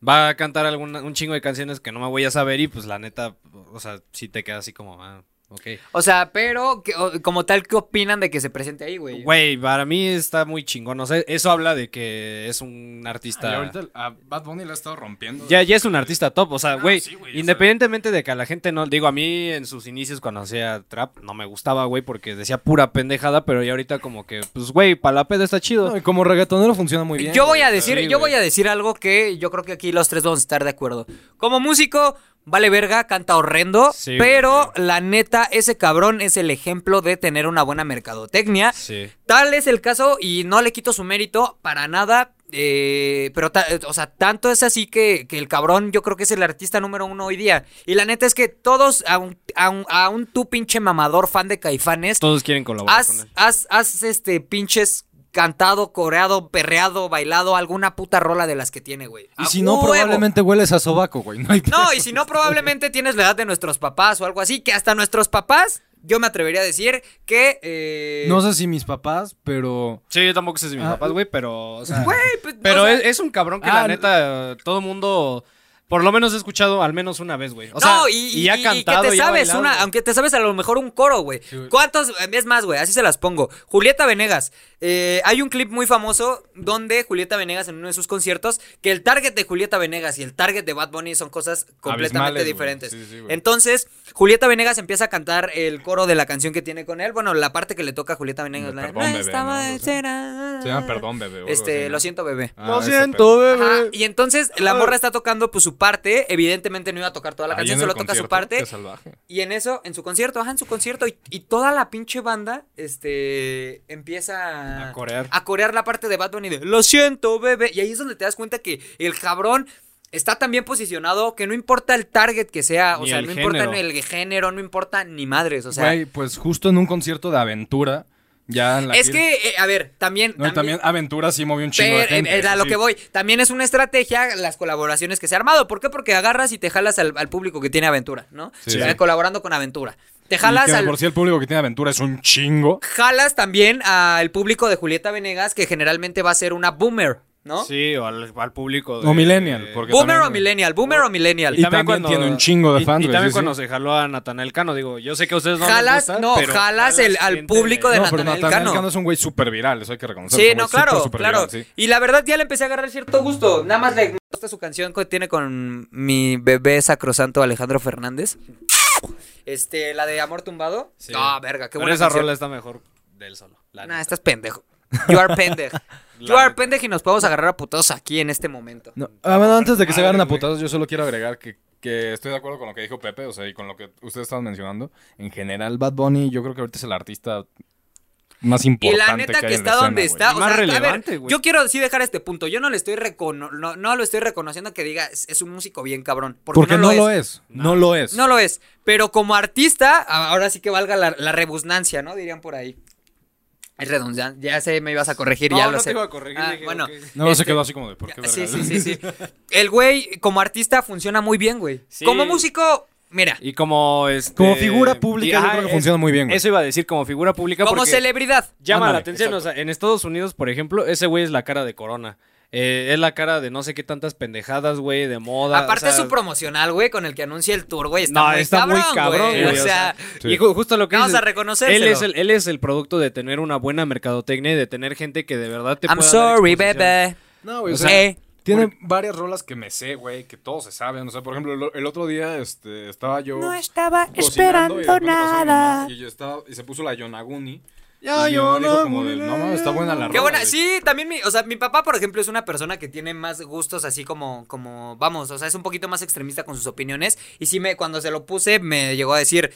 Speaker 5: va a cantar alguna, un chingo de canciones que no me voy a saber y pues la neta, o sea, sí te queda así como, ah, ok.
Speaker 2: O sea, pero que- o- como tal, ¿qué opinan de que se presente ahí, güey?
Speaker 5: Güey, para mí está muy chingón. O sea, eso habla de que es un
Speaker 4: Ah,
Speaker 5: artista.
Speaker 2: (laughs)
Speaker 4: a Bad Bunny le ha estado rompiendo.
Speaker 5: Ya, ya es un artista top, o sea,
Speaker 4: No,
Speaker 5: güey,
Speaker 4: Ah, sí, güey, o sea.
Speaker 5: independientemente de que a la gente no, digo, a mí en sus inicios cuando hacía trap no me gustaba, güey, porque decía pura pendejada, pero ya ahorita como que, pues, güey, para la peda está chido.
Speaker 4: No, y como reggaetonero funciona muy bien.
Speaker 2: yo voy
Speaker 4: güey.
Speaker 2: a decir,
Speaker 5: sí,
Speaker 2: yo
Speaker 5: güey.
Speaker 2: voy a decir algo que yo creo que aquí los tres vamos a estar de acuerdo. Como músico, vale verga, canta horrendo,
Speaker 5: Sí,
Speaker 2: pero la neta, ese cabrón es el ejemplo de tener una buena mercadotecnia.
Speaker 5: Sí.
Speaker 2: Tal es el caso y no le quito su mérito para nada. eh, pero, ta- o sea, tanto es así que, que el cabrón yo creo que es el artista número uno hoy día. Y la neta es que todos, aun, aun, aun tú pinche mamador fan de Caifanes,
Speaker 5: Todos quieren colaborar con
Speaker 2: has,
Speaker 5: él.
Speaker 2: has, has, este pinches cantado, coreado, perreado, bailado alguna puta rola de las que tiene, güey.
Speaker 4: Y
Speaker 2: ¡A
Speaker 4: si no,
Speaker 2: Ah, huevo!
Speaker 4: probablemente hueles a sobaco, güey. No hay
Speaker 2: No, y si no, probablemente tienes la edad de nuestros papás o algo así, que hasta nuestros papás, yo me atrevería a decir que... eh,
Speaker 4: No sé si mis papás, pero.
Speaker 5: Sí, yo tampoco sé si mis
Speaker 4: Ah.
Speaker 5: papás, güey, pero, o sea,
Speaker 2: Güey, pues,
Speaker 5: pero
Speaker 2: o sea,
Speaker 5: es, es un cabrón que
Speaker 4: Ah,
Speaker 5: la neta eh, todo mundo, por lo menos he escuchado al menos una vez, güey. O sea,
Speaker 2: no, y, y-
Speaker 5: ha
Speaker 2: y- y
Speaker 5: cantado,
Speaker 2: que te
Speaker 5: y ha
Speaker 2: sabes
Speaker 5: bailado,
Speaker 2: una,
Speaker 5: güey.
Speaker 2: aunque te sabes a lo mejor un coro, güey. ¿Cuántos? Es más, güey, así se las pongo. Julieta Venegas. eh, hay un clip muy famoso donde Julieta Venegas en uno de sus conciertos, que el target de Julieta Venegas y el target de Bad Bunny son cosas completamente
Speaker 4: Abismales, güey.
Speaker 2: diferentes.
Speaker 4: Sí, sí, güey.
Speaker 2: Entonces, Julieta Venegas empieza a cantar el coro de la canción que tiene con él. Bueno, la parte que le toca a Julieta Venegas.
Speaker 4: De
Speaker 2: la de,
Speaker 4: Perdón,
Speaker 2: "No
Speaker 4: Bebé",
Speaker 2: estaba
Speaker 4: ¿no?
Speaker 2: de
Speaker 4: O sea,
Speaker 2: cera".
Speaker 4: Se llama Perdón, bebé. o algo así,
Speaker 2: Este,
Speaker 4: ¿no?
Speaker 2: lo siento, bebé.
Speaker 4: Ah,
Speaker 5: Lo
Speaker 4: ese
Speaker 5: siento,
Speaker 2: Ajá,
Speaker 5: bebé.
Speaker 2: Y entonces la morra está tocando pues su parte, evidentemente no iba a tocar toda la
Speaker 4: pedo. Ah. Ahí
Speaker 2: canción,
Speaker 4: en
Speaker 2: solo
Speaker 4: el
Speaker 2: toca su
Speaker 4: concierto,
Speaker 2: parte
Speaker 4: qué salvaje.
Speaker 2: y en eso, en su concierto, ajá, en su concierto y, y toda la pinche banda este empieza
Speaker 5: A corear.
Speaker 2: a corear la parte de Bad Bunny de Lo siento, bebé, y ahí es donde te das cuenta que el cabrón Está tan bien posicionado que no importa el target que sea, o
Speaker 5: Ni
Speaker 2: sea,
Speaker 5: el
Speaker 2: no importa
Speaker 5: género.
Speaker 2: el género, no importa ni madres, o sea,
Speaker 4: Güey, pues justo en un concierto de aventura. Ya en la
Speaker 2: es
Speaker 4: gira-
Speaker 2: que, eh, a ver, también,
Speaker 4: No, y también Aventura sí movió un chingo de
Speaker 2: Pero,
Speaker 4: gente.
Speaker 2: eh, eh, a lo
Speaker 4: sí.
Speaker 2: que voy, también es una estrategia las colaboraciones que se ha armado. ¿Por qué? Porque agarras y te jalas al, al público que tiene aventura, ¿no?
Speaker 4: Sí.
Speaker 2: O sea, colaborando con aventura. Te
Speaker 4: Y
Speaker 2: jalas
Speaker 4: que de
Speaker 2: al.
Speaker 4: por sí el público que tiene Aventura es un chingo.
Speaker 2: Jalas también al público de Julieta Venegas, que generalmente va a ser una boomer, ¿no?
Speaker 5: Sí, o al, al público.
Speaker 4: O millennial, porque-
Speaker 2: Boomer
Speaker 4: también- Oh,
Speaker 2: o millennial, boomer o millennial.
Speaker 4: Y también tiene un chingo de
Speaker 5: y-
Speaker 4: fans,
Speaker 5: Y,
Speaker 4: güey,
Speaker 5: también
Speaker 4: sí,
Speaker 5: cuando
Speaker 4: sí.
Speaker 5: se jaló a Natanael Cano, digo, yo sé que a ustedes no les
Speaker 2: Jalas,
Speaker 5: gusta,
Speaker 2: no,
Speaker 5: pero
Speaker 2: jalas el- al
Speaker 5: gente-
Speaker 2: público de-
Speaker 4: No, pero
Speaker 2: Natanael
Speaker 4: Natanael
Speaker 2: Cano.
Speaker 4: Cano. es un güey súper viral, eso hay que reconocerlo.
Speaker 2: Sí,
Speaker 4: un
Speaker 2: no,
Speaker 4: güey súper,
Speaker 2: claro,
Speaker 4: súper
Speaker 2: claro.
Speaker 4: viral, sí.
Speaker 2: Y la verdad ya le empecé a agarrar cierto gusto. Nada más le gusta su canción que tiene con mi bebé sacrosanto Alejandro Fernández.
Speaker 4: ¡Ah!
Speaker 2: Este, la de Amor Tumbado.
Speaker 5: Sí.
Speaker 2: Ah, verga, qué
Speaker 5: Pero
Speaker 2: buena
Speaker 5: esa
Speaker 2: canción.
Speaker 5: rola está mejor del solo. la
Speaker 2: Nah,
Speaker 5: neta.
Speaker 2: estás pendejo. You are
Speaker 5: (laughs)
Speaker 2: pendejo. You
Speaker 5: La
Speaker 2: are
Speaker 5: neta.
Speaker 2: pendejo y nos podemos agarrar a putos aquí en este momento.
Speaker 4: No, ah, bueno, antes de que se
Speaker 5: Madre,
Speaker 4: agarren a
Speaker 5: güey.
Speaker 4: putazos, yo solo quiero agregar que, que estoy de acuerdo con lo que dijo Pepe, o sea, y con lo que ustedes estaban mencionando. En general, Bad Bunny, yo creo que ahorita es el artista más
Speaker 2: Y
Speaker 4: importante.
Speaker 2: la neta que,
Speaker 4: hay en
Speaker 2: está
Speaker 4: la escena,
Speaker 2: donde
Speaker 4: güey.
Speaker 2: está.
Speaker 5: Y
Speaker 2: O
Speaker 5: más
Speaker 2: sea, a
Speaker 5: relevante,
Speaker 2: ver,
Speaker 5: güey.
Speaker 2: yo quiero sí dejar este punto. Yo no le estoy recono no, no lo estoy reconociendo que diga es, es un músico bien cabrón. Porque,
Speaker 4: Porque no, lo es. No lo es.
Speaker 2: No lo es. Pero como artista, a- ahora sí que valga la, la rebusnancia, ¿no? Dirían por ahí. Es redundancia. Ya sé, me ibas a corregir,
Speaker 5: No,
Speaker 2: ya
Speaker 5: no
Speaker 2: lo
Speaker 5: te
Speaker 2: sé.
Speaker 5: iba a corregir,
Speaker 2: Ah,
Speaker 5: dije,
Speaker 2: bueno.
Speaker 5: ok.
Speaker 4: No, se
Speaker 2: este-
Speaker 4: quedó así como de por qué
Speaker 2: Sí,
Speaker 4: verga?
Speaker 2: sí, sí, sí. El güey, como artista, funciona muy bien, güey.
Speaker 5: Sí.
Speaker 2: Como músico, mira.
Speaker 5: Y como este, ah,
Speaker 4: Como figura pública, yo creo que funciona muy bien, güey.
Speaker 5: Eso iba a decir, como figura pública.
Speaker 2: Como
Speaker 5: porque
Speaker 2: celebridad.
Speaker 5: Llama
Speaker 4: Ándale,
Speaker 5: la atención. O sea, en Estados Unidos, por ejemplo, ese güey es la cara de Corona. Eh, es la cara de no sé qué tantas pendejadas, güey, de moda.
Speaker 2: Aparte
Speaker 5: o sea,
Speaker 2: su promocional, güey, con el que anuncia el tour, güey, está,
Speaker 5: no,
Speaker 2: muy,
Speaker 5: está
Speaker 2: cabrón,
Speaker 5: muy cabrón,
Speaker 2: güey.
Speaker 5: güey,
Speaker 2: O sea,
Speaker 4: Sí.
Speaker 5: y ju- justo lo que
Speaker 2: Vamos
Speaker 5: dices,
Speaker 2: a reconocérselo.
Speaker 5: Él es, el, él es el producto de tener una buena mercadotecnia y de tener gente que de verdad te
Speaker 2: I'm
Speaker 5: pueda dar
Speaker 2: sorry,
Speaker 5: exposición.
Speaker 2: bebé.
Speaker 4: No, güey, o
Speaker 2: O
Speaker 4: sea,
Speaker 2: sea,
Speaker 4: tiene varias rolas que me sé, güey, que todos se saben. O sea, por ejemplo, el, el otro día este, estaba yo.
Speaker 2: No estaba
Speaker 4: cocinando y de
Speaker 2: esperando
Speaker 4: repente pasó mi
Speaker 2: nada.
Speaker 4: mamá Y, yo estaba, y se puso la Yonaguni.
Speaker 5: Ya,
Speaker 4: y mi mamá dijo como de,
Speaker 5: Yonaguni.
Speaker 4: No, mames, está buena la rola.
Speaker 2: Qué buena,
Speaker 4: güey".
Speaker 2: sí, también mi, o sea, mi papá, por ejemplo, es una persona que tiene más gustos así como, como, vamos, o sea, es un poquito más extremista con sus opiniones. Y sí me, cuando se lo puse, me llegó a decir,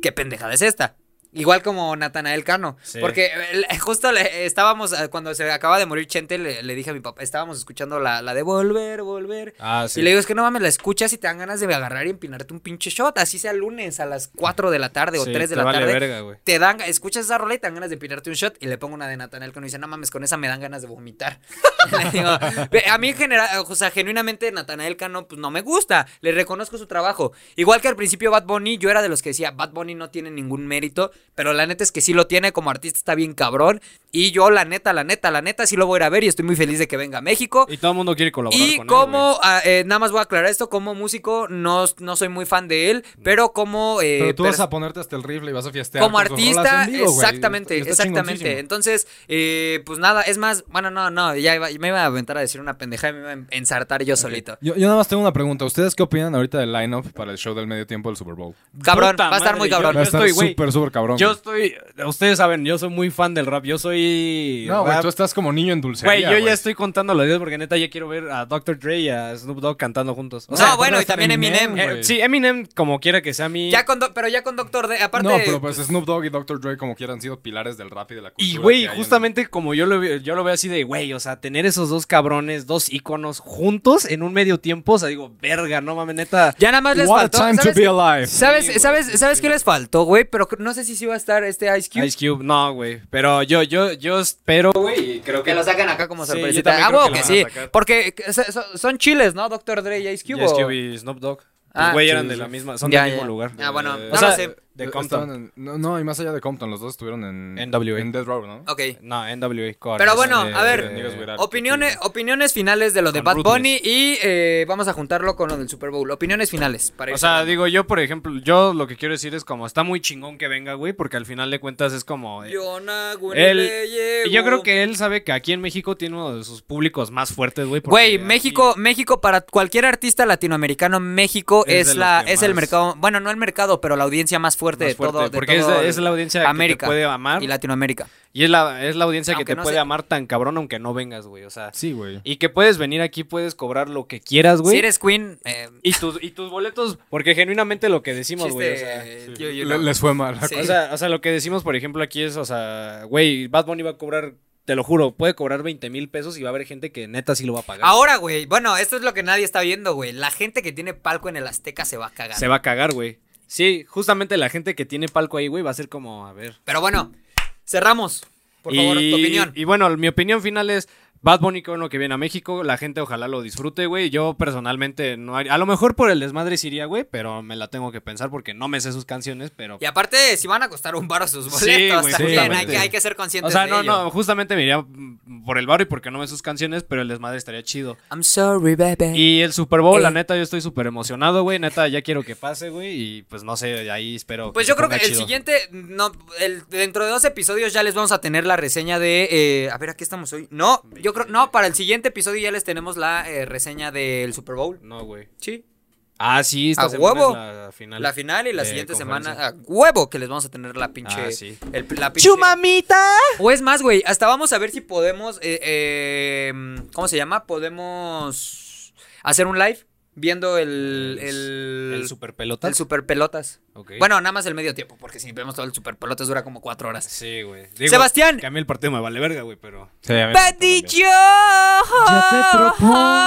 Speaker 2: qué pendejada es esta. Igual como Natanael Cano. Porque eh, el- justo le- estábamos, eh, cuando se acaba de morir Chente, le, le dije a mi papá, estábamos escuchando la, la de volver, volver.
Speaker 4: Ah, sí.
Speaker 2: Y le digo, es que no mames, la escuchas y te dan ganas de agarrar y empinarte un pinche shot. Así sea lunes a las 4 de la tarde o
Speaker 5: Sí,
Speaker 2: 3 de
Speaker 5: te
Speaker 2: la
Speaker 5: vale
Speaker 2: tarde.
Speaker 5: verga, güey.
Speaker 2: te dan, escuchas esa rola y te dan ganas de empinarte un shot. Y le pongo una de Natanael que dice, no mames, con esa me dan ganas de vomitar. (laughs) Le digo, "Ve, a mí en general, o sea, genuinamente Natanael Cano, pues no me gusta. Le reconozco su trabajo. Igual que al principio Bad Bunny, yo era de los que decía, Bad Bunny no tiene ningún mérito, pero la neta es que sí lo tiene como artista, está bien cabrón. Y yo, la neta, la neta, la neta, sí lo voy a ir a ver y estoy muy feliz de que venga a México.
Speaker 5: Y todo el mundo quiere colaborar
Speaker 2: Y
Speaker 5: con él,
Speaker 2: como,
Speaker 5: güey.
Speaker 2: ah, eh, nada más voy a aclarar esto, como músico no, no soy muy fan de él, pero como... eh,
Speaker 4: Mm. Pero tú
Speaker 2: pers-
Speaker 4: vas a ponerte hasta el rifle y vas a fiestear.
Speaker 2: como
Speaker 4: con tus rolas
Speaker 2: artista,
Speaker 4: en vivo, güey.
Speaker 2: exactamente,
Speaker 4: Está- está
Speaker 2: exactamente.
Speaker 4: chingoncísimo.
Speaker 2: Entonces, eh, pues nada, es más, bueno, no, no, ya iba- me iba a aventar a decir una pendeja y me iba a ensartar yo solito.
Speaker 4: Yo, yo nada más tengo una pregunta. ¿Ustedes qué opinan ahorita del line-up para el show del medio tiempo del Super Bowl?
Speaker 2: Cabrón,
Speaker 5: Puta
Speaker 2: va a estar
Speaker 5: madre,
Speaker 2: muy
Speaker 5: yo-
Speaker 2: cabrón.
Speaker 4: Va a estar
Speaker 5: estoy, güey.
Speaker 4: súper, súper cabrón.
Speaker 5: Yo
Speaker 4: güey.
Speaker 5: estoy, ustedes saben, yo soy muy fan del rap, yo soy...
Speaker 4: No, güey,
Speaker 5: rap-
Speaker 4: tú estás como niño en dulcería,
Speaker 5: Güey, yo ya estoy contando los días porque neta ya quiero ver a Dr. Dre y a Snoop Dogg cantando juntos. O
Speaker 2: No,
Speaker 5: sea,
Speaker 2: bueno,
Speaker 4: va a
Speaker 2: y
Speaker 4: estar
Speaker 2: también Eminem.
Speaker 4: Eminem,
Speaker 5: eh,
Speaker 4: güey.
Speaker 5: sí, Eminem, como quiera que sea mi...
Speaker 2: Ya con Do- pero ya con Doctor D, aparte...
Speaker 4: no, pero pues Snoop Dogg y Dr. Dre como quieran han sido pilares del rap y de la cultura.
Speaker 5: Y,
Speaker 4: que
Speaker 5: güey,
Speaker 4: hay en-
Speaker 5: justamente como yo lo, veo- yo lo veo así de, güey, o sea, tener esos dos cabrones, dos íconos juntos en un medio tiempo, o sea, digo, verga, no mames, neta.
Speaker 2: ya nada más les
Speaker 4: What a
Speaker 2: faltó.
Speaker 4: time to
Speaker 2: ¿sabes,
Speaker 4: be alive.
Speaker 2: ¿sabes, sabes, sabes qué les faltó, güey? Pero no sé si sí va a estar este Ice Cube.
Speaker 5: Ice Cube, no, güey. Pero yo, yo, yo espero, güey, y creo
Speaker 2: Que
Speaker 5: que...
Speaker 2: lo sacan acá como
Speaker 5: Sí, yo
Speaker 2: sorpresita.
Speaker 5: también
Speaker 2: ah,
Speaker 5: creo
Speaker 2: huevo
Speaker 5: que
Speaker 2: que,
Speaker 5: lo
Speaker 2: sí.
Speaker 5: van a sacar.
Speaker 2: Porque so- so- son chiles, ¿no? Doctor Dre y Ice
Speaker 5: y
Speaker 2: Cube.
Speaker 5: Ice
Speaker 2: o-
Speaker 5: Cube y Snoop Dogg.
Speaker 2: Ah,
Speaker 5: Pues, güey,
Speaker 4: sí,
Speaker 5: eran de
Speaker 4: sí.
Speaker 5: la misma, son
Speaker 2: Ya,
Speaker 5: del mismo
Speaker 2: ya.
Speaker 5: lugar.
Speaker 2: Ah, bueno,
Speaker 5: Eh,
Speaker 2: no
Speaker 5: o sea,
Speaker 2: lo sé.
Speaker 5: De
Speaker 4: Estaban
Speaker 5: Compton.
Speaker 4: en- no, no, y más allá de Compton, los dos estuvieron en...
Speaker 5: NWA.
Speaker 4: En Death Row, ¿no?
Speaker 2: Ok.
Speaker 5: No, NWA. correcto.
Speaker 2: Pero bueno,
Speaker 5: Eh,
Speaker 2: a ver,
Speaker 5: eh,
Speaker 4: Niggas With Attitude.
Speaker 2: Opiniones, opiniones finales de lo de
Speaker 5: Con
Speaker 2: Bad
Speaker 5: Ruthless.
Speaker 2: Bunny y eh, vamos a juntarlo con lo del Super Bowl. Opiniones finales. Para este
Speaker 5: O
Speaker 2: ir
Speaker 5: sea,
Speaker 2: cerrando.
Speaker 5: digo, yo, por ejemplo, yo lo que quiero decir es como, está muy chingón que venga, güey, porque al final de cuentas es como... eh,
Speaker 2: Jonah, güey,
Speaker 5: él-
Speaker 2: le llevo.
Speaker 5: y yo creo que él sabe que aquí en México tiene uno de sus públicos más fuertes, güey. porque
Speaker 2: Güey,
Speaker 5: aquí-
Speaker 2: México, México para cualquier artista latinoamericano, México
Speaker 5: Es
Speaker 2: es,
Speaker 5: de los
Speaker 2: la,
Speaker 5: que
Speaker 2: es el
Speaker 5: más-
Speaker 2: mercado, bueno, no el mercado, pero la audiencia más fuerte
Speaker 5: Más
Speaker 2: de todo,
Speaker 5: fuerte,
Speaker 2: de
Speaker 5: porque es
Speaker 2: todo
Speaker 5: la- es la audiencia que te
Speaker 2: América
Speaker 5: puede amar.
Speaker 2: y Latinoamérica.
Speaker 5: Y es la, es la audiencia
Speaker 2: Aunque
Speaker 5: que te
Speaker 2: no
Speaker 5: puede
Speaker 2: sea-
Speaker 5: amar tan cabrón aunque no vengas, güey. O sea,
Speaker 4: Sí, güey.
Speaker 5: y que puedes venir aquí, puedes cobrar lo que quieras, güey.
Speaker 2: Si eres Queen, eh,
Speaker 5: y, tus, y tus boletos, porque genuinamente lo que decimos, güey. O sea,
Speaker 2: chiste, eh, yo- yo
Speaker 4: Le-
Speaker 2: no.
Speaker 4: Les fue mal.
Speaker 2: Sí.
Speaker 5: o, sea, o sea, lo que decimos, por ejemplo, aquí es, o sea, güey, Bad Bunny va a cobrar, te lo juro, puede cobrar 20 mil pesos y va a haber gente que neta sí lo va a pagar.
Speaker 2: Ahora, güey, bueno, esto es lo que nadie está viendo, güey. La gente que tiene palco en el Azteca se va a cagar.
Speaker 5: Se va a cagar, güey. Sí, justamente la gente que tiene palco ahí, güey, va a ser como, a ver.
Speaker 2: Pero bueno, cerramos. Por favor,
Speaker 5: Y-
Speaker 2: tu opinión.
Speaker 5: Y bueno, mi opinión final es Bad Bunny con lo que viene a México, la gente ojalá lo disfrute, güey. Yo personalmente no haría- a lo mejor por el desmadre sí iría, güey, pero me la tengo que pensar porque no me sé sus canciones, pero
Speaker 2: Y aparte, si van a costar un bar sus boletos,
Speaker 5: Sí,
Speaker 2: también
Speaker 5: güey,
Speaker 2: hay
Speaker 5: justamente.
Speaker 2: que, hay que ser
Speaker 5: o
Speaker 2: conscientes
Speaker 5: sea,
Speaker 2: de
Speaker 5: no,
Speaker 2: ello.
Speaker 5: no, justamente me iría mm, por el barrio y porque no me sé sus canciones, pero el desmadre estaría chido.
Speaker 2: I'm sorry, baby.
Speaker 5: Y el Super Bowl,
Speaker 2: Eh.
Speaker 5: la neta, yo estoy súper emocionado, güey. Neta, ya quiero que pase, güey. Y pues no sé, ahí espero.
Speaker 2: pues
Speaker 5: se
Speaker 2: yo creo que
Speaker 5: ponga
Speaker 2: el
Speaker 5: chido.
Speaker 2: siguiente, no, el, dentro de dos episodios ya les vamos a tener la reseña de, eh, a ver, aquí estamos hoy. No, yo creo, no, para el siguiente episodio ya les tenemos la eh, reseña del Super Bowl.
Speaker 5: No, güey.
Speaker 2: Sí.
Speaker 5: Ah, sí, esta
Speaker 2: A
Speaker 5: semana
Speaker 2: huevo.
Speaker 5: es la final.
Speaker 2: La final y la
Speaker 5: de
Speaker 2: siguiente
Speaker 5: conferencia.
Speaker 2: semana, a huevo, que les vamos a tener la pinche.
Speaker 5: Ah, sí.
Speaker 2: el- la pinche ¡Chumamita! O es más, güey, hasta vamos a ver si em, podemos. eh, eh, ¿Cómo se llama? Podemos hacer un live. viendo el. El,
Speaker 4: El superpelota.
Speaker 2: el superpelotas.
Speaker 5: Ok.
Speaker 2: Bueno, nada más el medio tiempo, porque si vemos todo el superpelotas dura como cuatro horas.
Speaker 5: Sí, güey.
Speaker 2: Sebastián.
Speaker 5: Que a mí el partido me vale verga, güey, pero.
Speaker 4: Sí, a ver.
Speaker 2: Padillo.
Speaker 3: te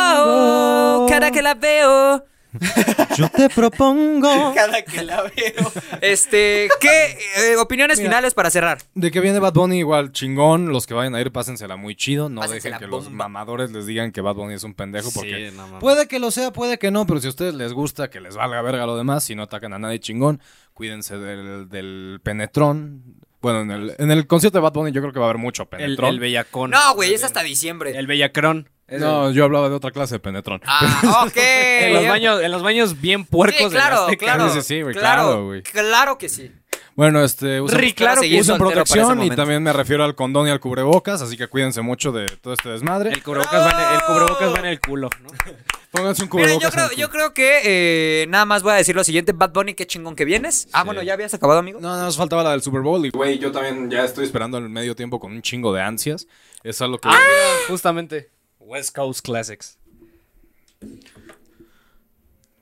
Speaker 3: propongo.
Speaker 2: Cara que la veo.
Speaker 3: Yo te propongo.
Speaker 2: Cada que la veo. Este, ¿qué eh, opiniones finales para cerrar?
Speaker 4: De que viene Bad Bunny igual chingón, los que vayan a ir pásensela muy chido, no
Speaker 2: Pásensela
Speaker 4: dejen que los
Speaker 2: bomba.
Speaker 4: mamadores les digan que Bad Bunny es un pendejo porque
Speaker 5: pues Sí, no mames.
Speaker 4: puede que lo sea, puede que no, pero si a ustedes les gusta, que les valga verga lo demás, si no atacan a nadie chingón, cuídense del, del penetrón. Bueno, en el, en el concierto de Bad Bunny yo creo que va a haber mucho
Speaker 5: El,
Speaker 4: penetrón.
Speaker 5: el Bellacón.
Speaker 2: No, güey, es hasta diciembre.
Speaker 5: pues, El Bellacrón.
Speaker 4: no, yo hablaba de otra clase de penetrón.
Speaker 2: Ah,
Speaker 4: (laughs)
Speaker 2: ok.
Speaker 5: En los baños, en los baños bien puercos
Speaker 2: Sí,
Speaker 5: de la
Speaker 2: claro,
Speaker 5: Azteca.
Speaker 2: claro.
Speaker 4: Sí, sí, güey,
Speaker 2: claro,
Speaker 4: claro, güey.
Speaker 2: claro que sí.
Speaker 4: Bueno, este, usen,
Speaker 2: Ri, claro que yo
Speaker 4: usen
Speaker 2: soltero para ese
Speaker 4: protección y
Speaker 2: momento.
Speaker 4: también me refiero al condón y al cubrebocas, así que cuídense mucho de todo este desmadre.
Speaker 5: El cubrebocas, va en el, el cubrebocas va en el culo, ¿no?
Speaker 2: (laughs)
Speaker 4: Pónganse un
Speaker 2: Miren,
Speaker 4: cubrebocas.
Speaker 2: yo creo,
Speaker 4: en el
Speaker 2: yo
Speaker 4: cu-
Speaker 2: creo que eh, nada más voy a decir lo siguiente. Bad Bunny, qué chingón que vienes. Ah, bueno, ya habías acabado, amigo.
Speaker 4: No, nada más faltaba la del Super Bowl. Y, güey, yo también ya estoy esperando el medio tiempo con un chingo de ansias. Es algo que.
Speaker 2: Ah.
Speaker 5: Justamente. West Coast Classics.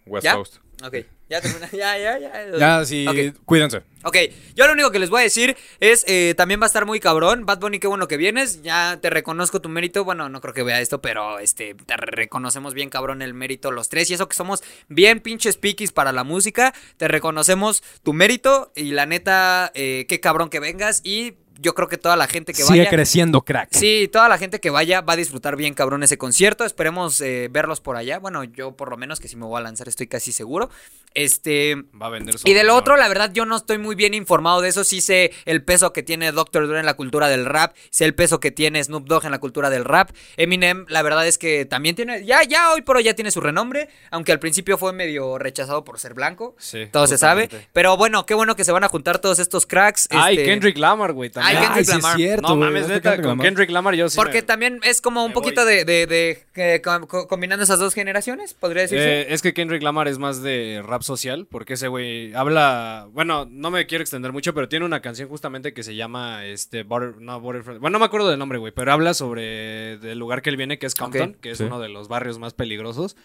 Speaker 4: West
Speaker 2: ¿Ya?
Speaker 4: Coast.
Speaker 2: Ok, ya termina. (laughs) Ya, ya, ya.
Speaker 4: pues Ya, sí,
Speaker 2: Ok.
Speaker 4: cuídense.
Speaker 2: Ok, yo lo único que les voy a decir es, eh, también va a estar muy cabrón. Bad Bunny, qué bueno que vienes. Ya te reconozco tu mérito. Bueno, no creo que vea esto, pero este, te reconocemos bien cabrón el mérito los tres. Y eso que somos bien pinches piquis para la música. Te reconocemos tu mérito y la neta, eh, qué cabrón que vengas. Y yo creo que toda la gente que vaya...
Speaker 4: creciendo, crack.
Speaker 2: Sí, toda la gente que vaya va a disfrutar bien cabrón ese concierto. Esperemos eh, verlos por allá. Bueno, yo por lo menos que si me voy a lanzar estoy casi seguro. Este...
Speaker 5: Va a vender su.
Speaker 2: Y del otro, la verdad, yo no estoy muy bien informado de eso. Sí sé el peso que tiene Dr. Dre en la cultura del rap. Sé el peso que tiene Snoop Dogg en la cultura del rap. Eminem, la verdad es que también tiene. Ya, ya hoy por hoy ya tiene su renombre. Aunque al principio fue medio rechazado por ser blanco.
Speaker 5: Sí,
Speaker 2: Todo se sabe.
Speaker 5: justamente.
Speaker 2: Pero bueno, qué bueno que se van a juntar todos estos cracks.
Speaker 5: Ay,
Speaker 2: este,
Speaker 5: Kendrick Lamar, güey,
Speaker 2: Ay,
Speaker 5: también.
Speaker 2: Kendrick
Speaker 4: Ay, sí es
Speaker 2: Lamar.
Speaker 4: cierto.
Speaker 5: no
Speaker 4: güey,
Speaker 5: mames,
Speaker 4: este
Speaker 5: neta,
Speaker 4: Kendrick
Speaker 5: con
Speaker 4: Lamar.
Speaker 5: Kendrick Lamar yo sí.
Speaker 2: Porque
Speaker 5: me-
Speaker 2: también es como un
Speaker 5: me
Speaker 2: poquito de, de- de- que com- co- combinando esas dos generaciones, podría decirse.
Speaker 5: Eh, es que Kendrick Lamar es más de rap social, porque ese güey habla, bueno, no me quiero extender mucho, pero tiene una canción justamente que se llama este Butter- no, Butterfly- bueno, no me acuerdo del nombre, güey, pero habla sobre del lugar que él viene, que es Compton,
Speaker 2: Ok.
Speaker 5: que es
Speaker 4: Sí.
Speaker 5: uno de los barrios más peligrosos.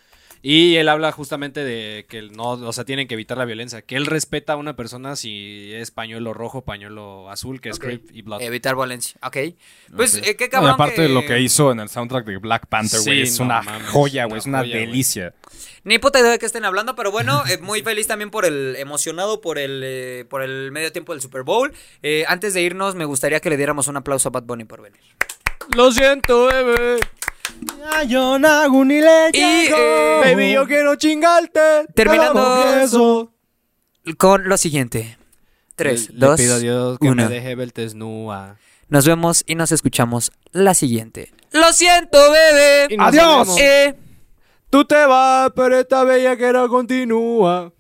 Speaker 5: Y él habla justamente de que no, o sea, tienen que evitar la violencia, que él respeta a una persona si es pañuelo rojo, pañuelo azul, que es
Speaker 2: Ok. Eh,
Speaker 5: Crip y Blood.
Speaker 2: Evitar violencia. Ok. Pues, eh, qué
Speaker 4: No, y
Speaker 2: cabrón.
Speaker 4: aparte
Speaker 2: que-
Speaker 4: de lo que hizo en el soundtrack de Black Panther,
Speaker 5: Sí,
Speaker 4: güey, es
Speaker 5: no
Speaker 4: una
Speaker 5: mames,
Speaker 4: joya,
Speaker 5: una
Speaker 4: güey, es una
Speaker 5: joya, güey.
Speaker 4: delicia.
Speaker 2: Ni puta idea de qué estén hablando, pero bueno, eh, muy feliz también por el, emocionado por el, eh, por el medio tiempo del Super Bowl. Eh, antes de irnos, me gustaría que le diéramos un aplauso a Bad Bunny por venir.
Speaker 5: Lo siento, bebé.
Speaker 2: Y eh,
Speaker 5: Baby, yo quiero chingarte.
Speaker 2: terminando con lo siguiente. Tres,
Speaker 5: Le- le
Speaker 2: dos,
Speaker 5: pido a Dios que
Speaker 2: uno.
Speaker 5: me deje verte desnuda.
Speaker 2: Nos vemos y nos escuchamos la siguiente. Lo siento, bebé.
Speaker 5: Y nos
Speaker 2: Adiós.
Speaker 5: vemos.
Speaker 2: Eh,
Speaker 5: Tú te vas, pero esta bella que era continúa.